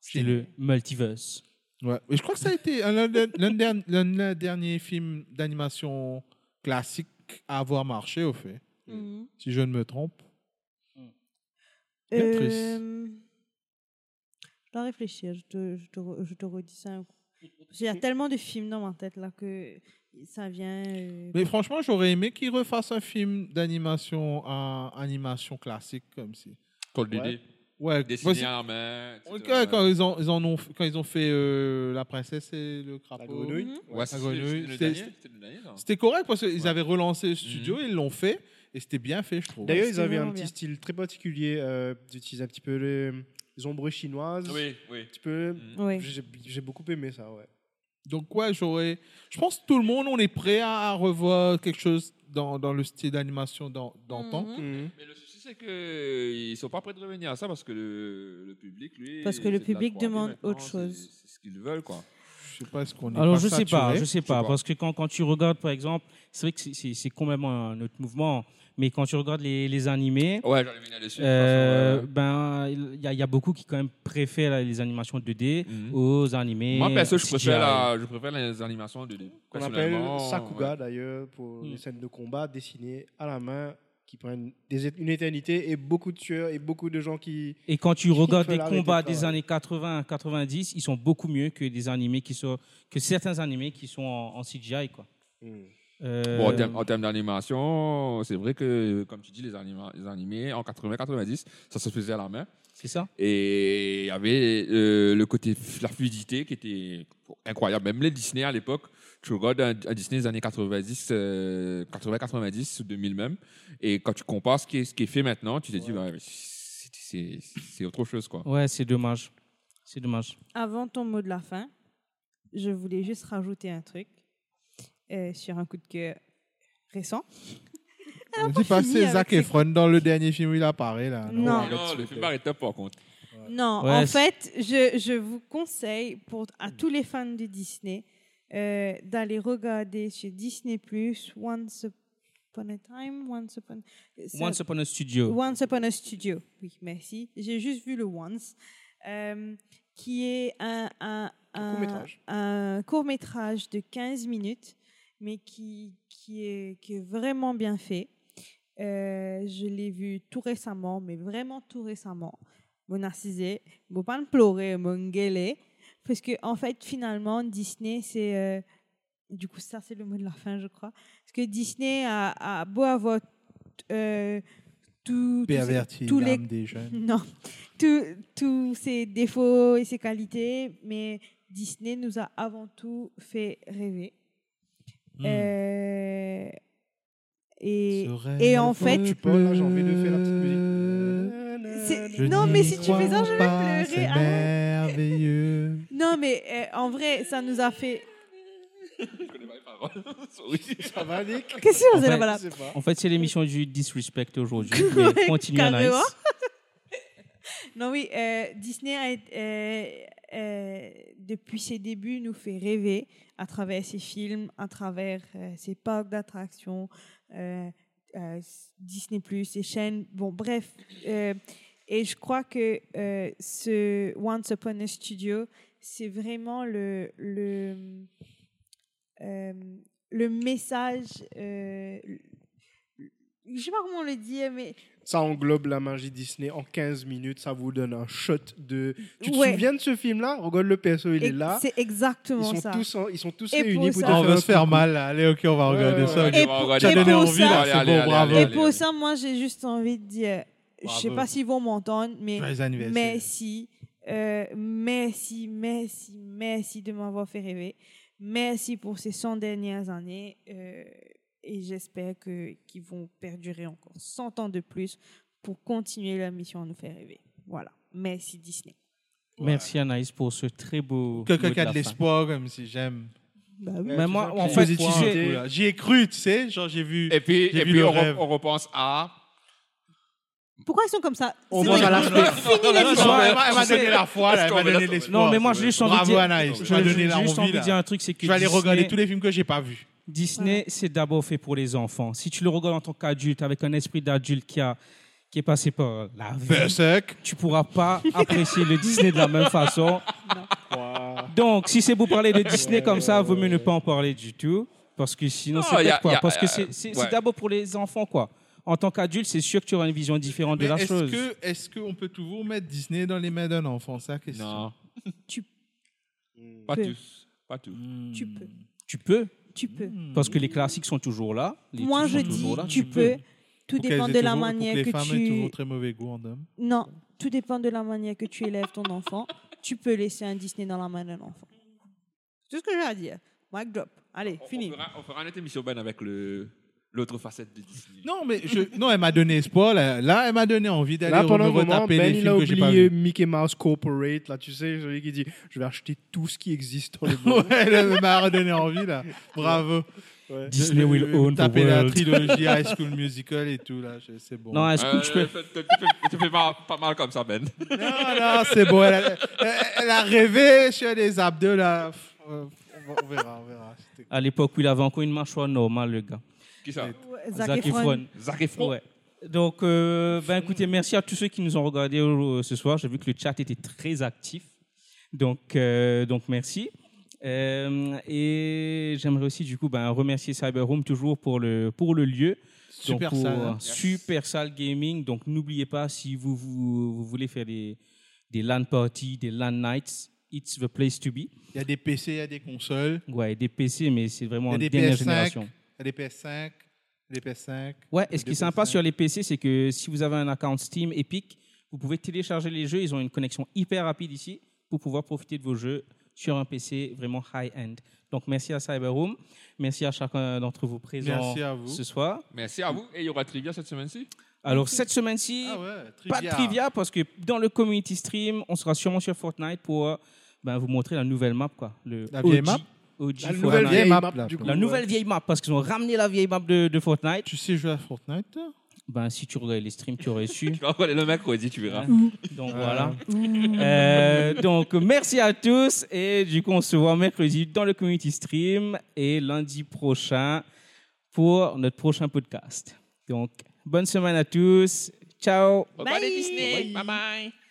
[SPEAKER 1] C'est le multiverse.
[SPEAKER 4] Ouais. Mais je crois que ça a été un- l'un des l'un der- l'un des derniers films d'animation classique à avoir marché, au fait,
[SPEAKER 5] Mm.
[SPEAKER 2] Mhm.
[SPEAKER 4] si je ne me trompe. Bien triste.
[SPEAKER 2] Euh, Je dois réfléchir, je te, je te re- je te redis ça un coup. Parce qu'il y a tellement de films dans ma tête là que ça vient. euh,
[SPEAKER 4] Mais franchement, j'aurais aimé qu'ils refassent un film d'animation en animation classique comme si.
[SPEAKER 5] Call the Day.
[SPEAKER 4] Ouais,
[SPEAKER 5] Dessiné
[SPEAKER 4] voici-
[SPEAKER 5] à la main. etc.
[SPEAKER 4] Ouais, quand,
[SPEAKER 3] euh,
[SPEAKER 4] quand ils ont, ils en ont, quand ils ont fait euh, la princesse et le
[SPEAKER 3] La
[SPEAKER 4] crapaud.
[SPEAKER 3] grenouille.
[SPEAKER 5] Ouais, c'était
[SPEAKER 4] grenouille,
[SPEAKER 5] c'était
[SPEAKER 4] c'était-
[SPEAKER 5] le dernier. C'était le dernier, non
[SPEAKER 4] C'était correct parce qu'ils
[SPEAKER 5] Ouais.
[SPEAKER 4] avaient relancé le studio, ils l'ont fait et c'était bien fait, je trouve.
[SPEAKER 3] Mhm. D'ailleurs,
[SPEAKER 2] c'était
[SPEAKER 3] ils avaient un
[SPEAKER 2] vraiment
[SPEAKER 3] petit
[SPEAKER 2] bien.
[SPEAKER 3] style très particulier. euh, ils utilisaient un petit peu les, les ombres chinoises.
[SPEAKER 5] Oui, oui.
[SPEAKER 3] Un petit peu.
[SPEAKER 5] Mhm.
[SPEAKER 2] Oui.
[SPEAKER 3] J'ai j'ai beaucoup aimé ça, ouais.
[SPEAKER 4] Donc ouais, j'aurais. Je pense que tout le monde, on est prêt à revoir quelque chose dans, dans le style d'animation d'an- d'antan.
[SPEAKER 5] Hmm.
[SPEAKER 2] Mhm.
[SPEAKER 5] Mais le souci, c'est qu'ils ne sont pas prêts de revenir à ça parce que le, le public, lui.
[SPEAKER 2] Parce que le
[SPEAKER 5] c'est de la
[SPEAKER 2] public
[SPEAKER 5] 3D
[SPEAKER 2] demande
[SPEAKER 5] maintenant,
[SPEAKER 2] autre
[SPEAKER 5] c'est-
[SPEAKER 2] chose.
[SPEAKER 5] C'est ce qu'ils veulent, quoi.
[SPEAKER 4] Je sais pas est-ce qu'on est
[SPEAKER 1] Alors,
[SPEAKER 4] pas
[SPEAKER 1] je sais pas,
[SPEAKER 4] saturé.
[SPEAKER 1] je sais
[SPEAKER 5] Je sais
[SPEAKER 1] pas,
[SPEAKER 5] pas.
[SPEAKER 1] parce que quand, quand tu regardes, par exemple, c'est vrai que c'est- c'est c'est complètement un autre mouvement, mais quand tu regardes les, les animés,
[SPEAKER 5] Ouais, j'allais venir dessus. de toute
[SPEAKER 1] euh,
[SPEAKER 5] façon,
[SPEAKER 1] ben, il y, a- il y a beaucoup qui quand même préfèrent là, les animations 2D
[SPEAKER 5] ouais. Mhm.
[SPEAKER 1] aux animés.
[SPEAKER 5] Moi, perso, je
[SPEAKER 1] CGI.
[SPEAKER 5] préfère, la- je préfère les animations 2D.
[SPEAKER 3] Qu'on appelle
[SPEAKER 5] Personnellement,
[SPEAKER 3] Sakuga,
[SPEAKER 5] ouais. Hmm.
[SPEAKER 3] d'ailleurs, pour
[SPEAKER 1] Mhm.
[SPEAKER 3] les scènes de combat dessinées à la main qui prennent des, une éternité et beaucoup de tueurs et beaucoup de gens qui.
[SPEAKER 1] Et quand tu
[SPEAKER 3] Je
[SPEAKER 1] regardes
[SPEAKER 3] préfère
[SPEAKER 1] des
[SPEAKER 3] l'arrêter
[SPEAKER 1] combats
[SPEAKER 3] de
[SPEAKER 1] des
[SPEAKER 3] travailler.
[SPEAKER 1] années 80, 90, ils sont beaucoup mieux que des animés qui sont, que certains animés qui sont en, en CGI, quoi.
[SPEAKER 3] hmm,
[SPEAKER 1] Euh,
[SPEAKER 5] Bon, en termes, en termes d'animation, c'est vrai que, comme tu dis, les, anima- les animés en 80-90, ça se faisait à la main.
[SPEAKER 1] c'est ça.
[SPEAKER 5] Et il y avait euh, le côté, f- la fluidité qui était incroyable. Même les Disney à l'époque, tu regardes un, un Disney des années 90, euh, 80-90 ou 2000 même, et quand tu compares ce qui est, ce qui est fait maintenant, tu te dis,
[SPEAKER 3] Ouais.
[SPEAKER 5] bah, mais c'est- c'est c'est autre chose, quoi.
[SPEAKER 1] Ouais, c'est dommage. C'est dommage.
[SPEAKER 2] Avant ton mot de la fin, je voulais juste rajouter un truc euh, sur un coup de cœur récent.
[SPEAKER 4] On
[SPEAKER 2] pas
[SPEAKER 4] dit pas
[SPEAKER 2] fini
[SPEAKER 4] c'est
[SPEAKER 2] avec
[SPEAKER 4] Zac
[SPEAKER 2] ces-
[SPEAKER 4] Efron dans le dernier film où il apparaît là.
[SPEAKER 2] Non.
[SPEAKER 3] Oh,
[SPEAKER 5] Et Oh, Non, le film est top, par contre.
[SPEAKER 2] Non,
[SPEAKER 1] Ouais,
[SPEAKER 2] en
[SPEAKER 1] c'est-
[SPEAKER 2] fait, je, je vous conseille pour, à tous les fans de Disney euh, d'aller regarder sur Disney Plus Once Upon a Time, Once Upon, euh, ça-
[SPEAKER 1] Once Upon a Studio.
[SPEAKER 2] Once Upon a Studio. Oui, merci. J'ai juste vu le Once, euh, qui est un, un, un-
[SPEAKER 3] court-métrage.
[SPEAKER 2] un court-métrage de 15 minutes, mais qui, qui, est, qui est vraiment bien fait. Euh, je l'ai vu tout récemment, mais vraiment tout récemment. Mon narcisé, mon pan pleurer, mon gueuler. Parce que, en fait, finalement, Disney, c'est. euh, du coup, ça, c'est le mot de la fin, je crois. Parce que Disney a, a beau avoir. euh, tout, tout-
[SPEAKER 4] Perverti
[SPEAKER 2] tous les
[SPEAKER 4] l'âme des jeunes.
[SPEAKER 2] non. Tous tous ses défauts et ses qualités, mais Disney nous a avant tout fait rêver.
[SPEAKER 1] Hmm.
[SPEAKER 2] Euh, et, et en fait-
[SPEAKER 3] Tu parles, là, j'ai envie de faire la petite
[SPEAKER 4] Euh,
[SPEAKER 3] musique.
[SPEAKER 2] C'est- Non, mais si tu fais ça, je vais pleurer.
[SPEAKER 4] C'est
[SPEAKER 2] Ah ouais.
[SPEAKER 4] merveilleux.
[SPEAKER 2] non, mais euh, en vrai, ça nous a fait.
[SPEAKER 5] Je connais pas les paroles. Sorry.
[SPEAKER 3] Ça va, Nick
[SPEAKER 2] Qu'est-ce que vous
[SPEAKER 1] Ouais.
[SPEAKER 2] avez là
[SPEAKER 3] Je sais pas.
[SPEAKER 1] Hmm. En fait, c'est l'émission du disrespect aujourd'hui. Mais continue
[SPEAKER 2] Carrément.
[SPEAKER 1] Anaïs.
[SPEAKER 2] Non, oui, euh, Disney, a été- euh, euh, depuis ses débuts, nous fait rêver à travers ses films, à travers euh, ses parcs d'attractions, euh, euh, Disney, ses chaînes, bon, bref. Euh, et je crois que euh, ce Once Upon a Studio, c'est vraiment le, le, euh, le message. euh, je ne sais pas comment le dire, mais
[SPEAKER 3] Ça englobe la magie Disney en 15 minutes. Ça vous donne un shot de. Tu te
[SPEAKER 2] Ouais.
[SPEAKER 3] souviens de ce film-là Regarde le perso, il
[SPEAKER 2] Et
[SPEAKER 3] est là.
[SPEAKER 2] C'est
[SPEAKER 3] Ils
[SPEAKER 2] exactement
[SPEAKER 3] sont,
[SPEAKER 2] ça.
[SPEAKER 3] tous, en- ils sont tous
[SPEAKER 2] Et pour
[SPEAKER 3] réunis pour
[SPEAKER 2] ça-
[SPEAKER 3] te
[SPEAKER 4] on va
[SPEAKER 3] un
[SPEAKER 4] se faire
[SPEAKER 3] coucou.
[SPEAKER 4] mal. Allez, ok, on va
[SPEAKER 3] Ouais,
[SPEAKER 4] regarder
[SPEAKER 3] ouais,
[SPEAKER 4] ça.
[SPEAKER 3] ouais.
[SPEAKER 2] Et pour- et pour ça-
[SPEAKER 4] là, c'est bon, bravo.
[SPEAKER 2] Et
[SPEAKER 4] Allez,
[SPEAKER 2] pour ça, moi, j'ai juste envie de dire, je sais
[SPEAKER 4] Bravo.
[SPEAKER 2] pas s'ils vont m'entendre, mais
[SPEAKER 4] Joyeux anniversaire.
[SPEAKER 2] merci, euh, merci, merci, merci de m'avoir fait rêver. Merci pour ces 100 dernières années euh, et j'espère que qu'ils vont perdurer encore 100 ans de plus pour continuer la mission à nous faire rêver. Voilà. Merci Disney.
[SPEAKER 1] Merci Anaïs pour ce très beau. mot
[SPEAKER 4] Quelqu'un
[SPEAKER 1] de
[SPEAKER 4] qui a
[SPEAKER 1] la
[SPEAKER 4] de
[SPEAKER 1] fin.
[SPEAKER 4] l'espoir, comme si j'aime.
[SPEAKER 3] Ouais,
[SPEAKER 1] Mais
[SPEAKER 3] tu
[SPEAKER 1] moi,
[SPEAKER 3] vois,
[SPEAKER 1] en
[SPEAKER 3] tu-
[SPEAKER 1] fait,
[SPEAKER 3] positif,
[SPEAKER 1] pour un-
[SPEAKER 3] Et-
[SPEAKER 4] J'y ai cru, tu sais. Genre, j'ai vu.
[SPEAKER 5] Et puis,
[SPEAKER 4] J'ai
[SPEAKER 5] et
[SPEAKER 4] vu
[SPEAKER 5] puis
[SPEAKER 4] le
[SPEAKER 5] on, re-
[SPEAKER 4] rêve.
[SPEAKER 5] on repense à.
[SPEAKER 2] Pourquoi ils sont comme ça
[SPEAKER 3] On
[SPEAKER 2] C'est
[SPEAKER 3] mange
[SPEAKER 2] vrai.
[SPEAKER 3] à l'aspect.
[SPEAKER 5] Non, non,
[SPEAKER 4] Non,
[SPEAKER 5] non,
[SPEAKER 4] non,
[SPEAKER 5] mais-
[SPEAKER 4] Elle m'a elle m'a
[SPEAKER 5] tu sais-
[SPEAKER 4] donné la foi, là,
[SPEAKER 5] Est-ce
[SPEAKER 4] elle
[SPEAKER 5] qu'on
[SPEAKER 4] m'a
[SPEAKER 5] va
[SPEAKER 4] donné
[SPEAKER 5] dire-
[SPEAKER 4] l'espoir.
[SPEAKER 1] Non, mais moi, j'ai juste envie de
[SPEAKER 4] Bravo,
[SPEAKER 1] dire.
[SPEAKER 4] Anaïs. Tu
[SPEAKER 1] Je
[SPEAKER 4] m'as
[SPEAKER 1] vais
[SPEAKER 4] donné la
[SPEAKER 1] juste
[SPEAKER 4] envie.
[SPEAKER 1] envie de dire
[SPEAKER 4] là.
[SPEAKER 1] un truc, c'est que
[SPEAKER 4] Je vais aller
[SPEAKER 1] Disney-
[SPEAKER 4] regarder tous les films que j'ai pas vus.
[SPEAKER 1] Disney, c'est d'abord fait pour les enfants. Si tu le regardes en tant qu'adulte, avec un esprit d'adulte qui, a, qui est passé par la vie,
[SPEAKER 4] Berserk.
[SPEAKER 1] tu pourras pas apprécier le Disney de la même façon.
[SPEAKER 3] Ouah.
[SPEAKER 1] Donc, si c'est pour parler de Disney comme ça, vaut mieux ne pas en parler du tout. Parce que sinon,
[SPEAKER 5] Non,
[SPEAKER 1] c'est
[SPEAKER 5] y a-
[SPEAKER 1] bête, quoi.
[SPEAKER 5] y a-
[SPEAKER 1] Parce que
[SPEAKER 5] euh,
[SPEAKER 1] c'est c'est-
[SPEAKER 5] ouais.
[SPEAKER 1] c'est d'abord pour les enfants, quoi. En tant qu'adulte, c'est sûr que tu auras une vision différente
[SPEAKER 4] Mais
[SPEAKER 1] de la
[SPEAKER 4] Est-ce
[SPEAKER 1] chose.
[SPEAKER 4] que- est-ce qu'on peut toujours mettre Disney dans les mains d'un enfant C'est la question.
[SPEAKER 5] Non.
[SPEAKER 2] Tu-
[SPEAKER 5] Pas
[SPEAKER 2] Peu.
[SPEAKER 5] tous. Pas tous.
[SPEAKER 4] Hmm.
[SPEAKER 2] Tu peux.
[SPEAKER 1] Tu peux,
[SPEAKER 2] Tu peux.
[SPEAKER 5] Mmh.
[SPEAKER 1] parce que les classiques sont toujours là. les
[SPEAKER 2] Moi,
[SPEAKER 1] titres
[SPEAKER 2] je
[SPEAKER 1] sont toujours
[SPEAKER 2] dis,
[SPEAKER 1] là,
[SPEAKER 2] tu peux. Tout
[SPEAKER 4] Pour qu'elles
[SPEAKER 2] dépend
[SPEAKER 4] aient
[SPEAKER 2] de la
[SPEAKER 4] toujours-
[SPEAKER 2] manière
[SPEAKER 4] pour que
[SPEAKER 2] que
[SPEAKER 4] les femmes aient
[SPEAKER 2] tu...
[SPEAKER 4] toujours très mauvais goût en hommes.
[SPEAKER 2] Non, tout dépend de la manière que tu élèves ton enfant. Tu peux laisser un Disney dans la main d'un enfant. C'est tout ce que j'ai à dire. Mic drop. Allez,
[SPEAKER 5] On-
[SPEAKER 2] fini.
[SPEAKER 5] On fera, on fera notre émission Ben avec le- l'autre facette de Disney.
[SPEAKER 4] Non, mais je, non, elle m'a donné espoir. Là, là, elle m'a donné envie d'aller
[SPEAKER 3] Là,
[SPEAKER 4] re-
[SPEAKER 3] pendant
[SPEAKER 4] me
[SPEAKER 3] un moment,
[SPEAKER 4] retaper
[SPEAKER 3] Ben,
[SPEAKER 4] les
[SPEAKER 3] il a
[SPEAKER 4] films que j'ai pas vus.
[SPEAKER 3] oublié Mickey Mouse Corporate. Là, tu sais, celui qui dit Je vais acheter tout ce qui existe dans le monde.
[SPEAKER 4] Ouais, elle m'a redonné envie, là. Bravo.
[SPEAKER 1] Disney
[SPEAKER 4] Je- je-
[SPEAKER 1] will
[SPEAKER 4] je vais
[SPEAKER 1] own
[SPEAKER 4] me
[SPEAKER 1] the
[SPEAKER 4] taper la
[SPEAKER 1] world.
[SPEAKER 4] trilogie High School Musical et tout, là. je- C'est bon.
[SPEAKER 1] Non, est-ce que
[SPEAKER 5] Euh,
[SPEAKER 1] tu peux.
[SPEAKER 5] Tu tu- tu fais, tu fais pas, pas mal comme ça, Ben.
[SPEAKER 4] non, non, c'est bon. Elle a, elle- elle a rêvé sur les abdos, là. Pff, euh, On va- on verra, on verra. C'était-
[SPEAKER 1] À l'époque où il avait encore une mâchoire normale, le gars.
[SPEAKER 5] Qui ça
[SPEAKER 2] Ouais, Zac
[SPEAKER 1] Zac
[SPEAKER 2] Efron.
[SPEAKER 1] Efron.
[SPEAKER 5] Zac Efron.
[SPEAKER 1] Ouais. Donc, euh, ben, écoutez, merci à tous ceux qui nous ont regardés euh, ce soir. J'ai vu que le chat était très actif. Donc, euh, donc merci. Euh, et j'aimerais aussi, du coup, ben, remercier Cyberhome toujours pour le, pour le lieu. Donc,
[SPEAKER 4] Super
[SPEAKER 1] pour,
[SPEAKER 4] sale.
[SPEAKER 1] euh,
[SPEAKER 4] hein.
[SPEAKER 1] Super Salle Gaming. Donc, n'oubliez pas, si vous, vous, vous voulez faire des, des LAN parties, des LAN nights, it's the place to be.
[SPEAKER 4] Il y a des PC, il y a des consoles,
[SPEAKER 1] Ouais, des PC, mais c'est
[SPEAKER 4] il
[SPEAKER 1] vraiment
[SPEAKER 4] y a des
[SPEAKER 1] dernière
[SPEAKER 4] PS5,
[SPEAKER 1] génération.
[SPEAKER 4] il y a des PS5, des PS5.
[SPEAKER 1] Ouais, et ce qui est
[SPEAKER 4] Des
[SPEAKER 1] sympa
[SPEAKER 4] PC.
[SPEAKER 1] sur les PC, c'est que si vous avez un account Steam Epic, vous pouvez télécharger les jeux. Ils ont une connexion hyper rapide ici pour pouvoir profiter de vos jeux sur un PC vraiment high-end. Donc, merci à Cyberroom. Merci à chacun d'entre vous présents
[SPEAKER 4] Merci à vous.
[SPEAKER 1] ce soir.
[SPEAKER 5] Merci à vous. Et il y aura Trivia cette semaine-ci
[SPEAKER 1] Alors, cette semaine-ci,
[SPEAKER 4] Ah ouais,
[SPEAKER 1] pas de trivia parce que dans le community stream, on sera sûrement sur Fortnite pour euh, ben, vous montrer la nouvelle map. Quoi. Le
[SPEAKER 4] La vieille
[SPEAKER 1] OG,
[SPEAKER 4] map
[SPEAKER 1] OG
[SPEAKER 3] La
[SPEAKER 1] Fortnite.
[SPEAKER 3] nouvelle vieille
[SPEAKER 4] map,
[SPEAKER 3] map,
[SPEAKER 4] là,
[SPEAKER 3] du
[SPEAKER 4] pour
[SPEAKER 3] coup.
[SPEAKER 1] La nouvelle vieille map parce qu'ils ont ramené la vieille map de, de Fortnite.
[SPEAKER 4] Tu sais jouer à Fortnite toi
[SPEAKER 1] Ben, si tu regardais les streams, tu aurais su.
[SPEAKER 5] Tu vas regarder le mercredi, tu verras.
[SPEAKER 1] Donc voilà. Euh, donc merci à tous et du coup on se voit mercredi dans le community stream et lundi prochain pour notre prochain podcast. Donc bonne semaine à tous. Ciao.
[SPEAKER 5] Au revoir les
[SPEAKER 2] Bye.
[SPEAKER 5] Disney.
[SPEAKER 2] Bye.
[SPEAKER 5] bye. bye.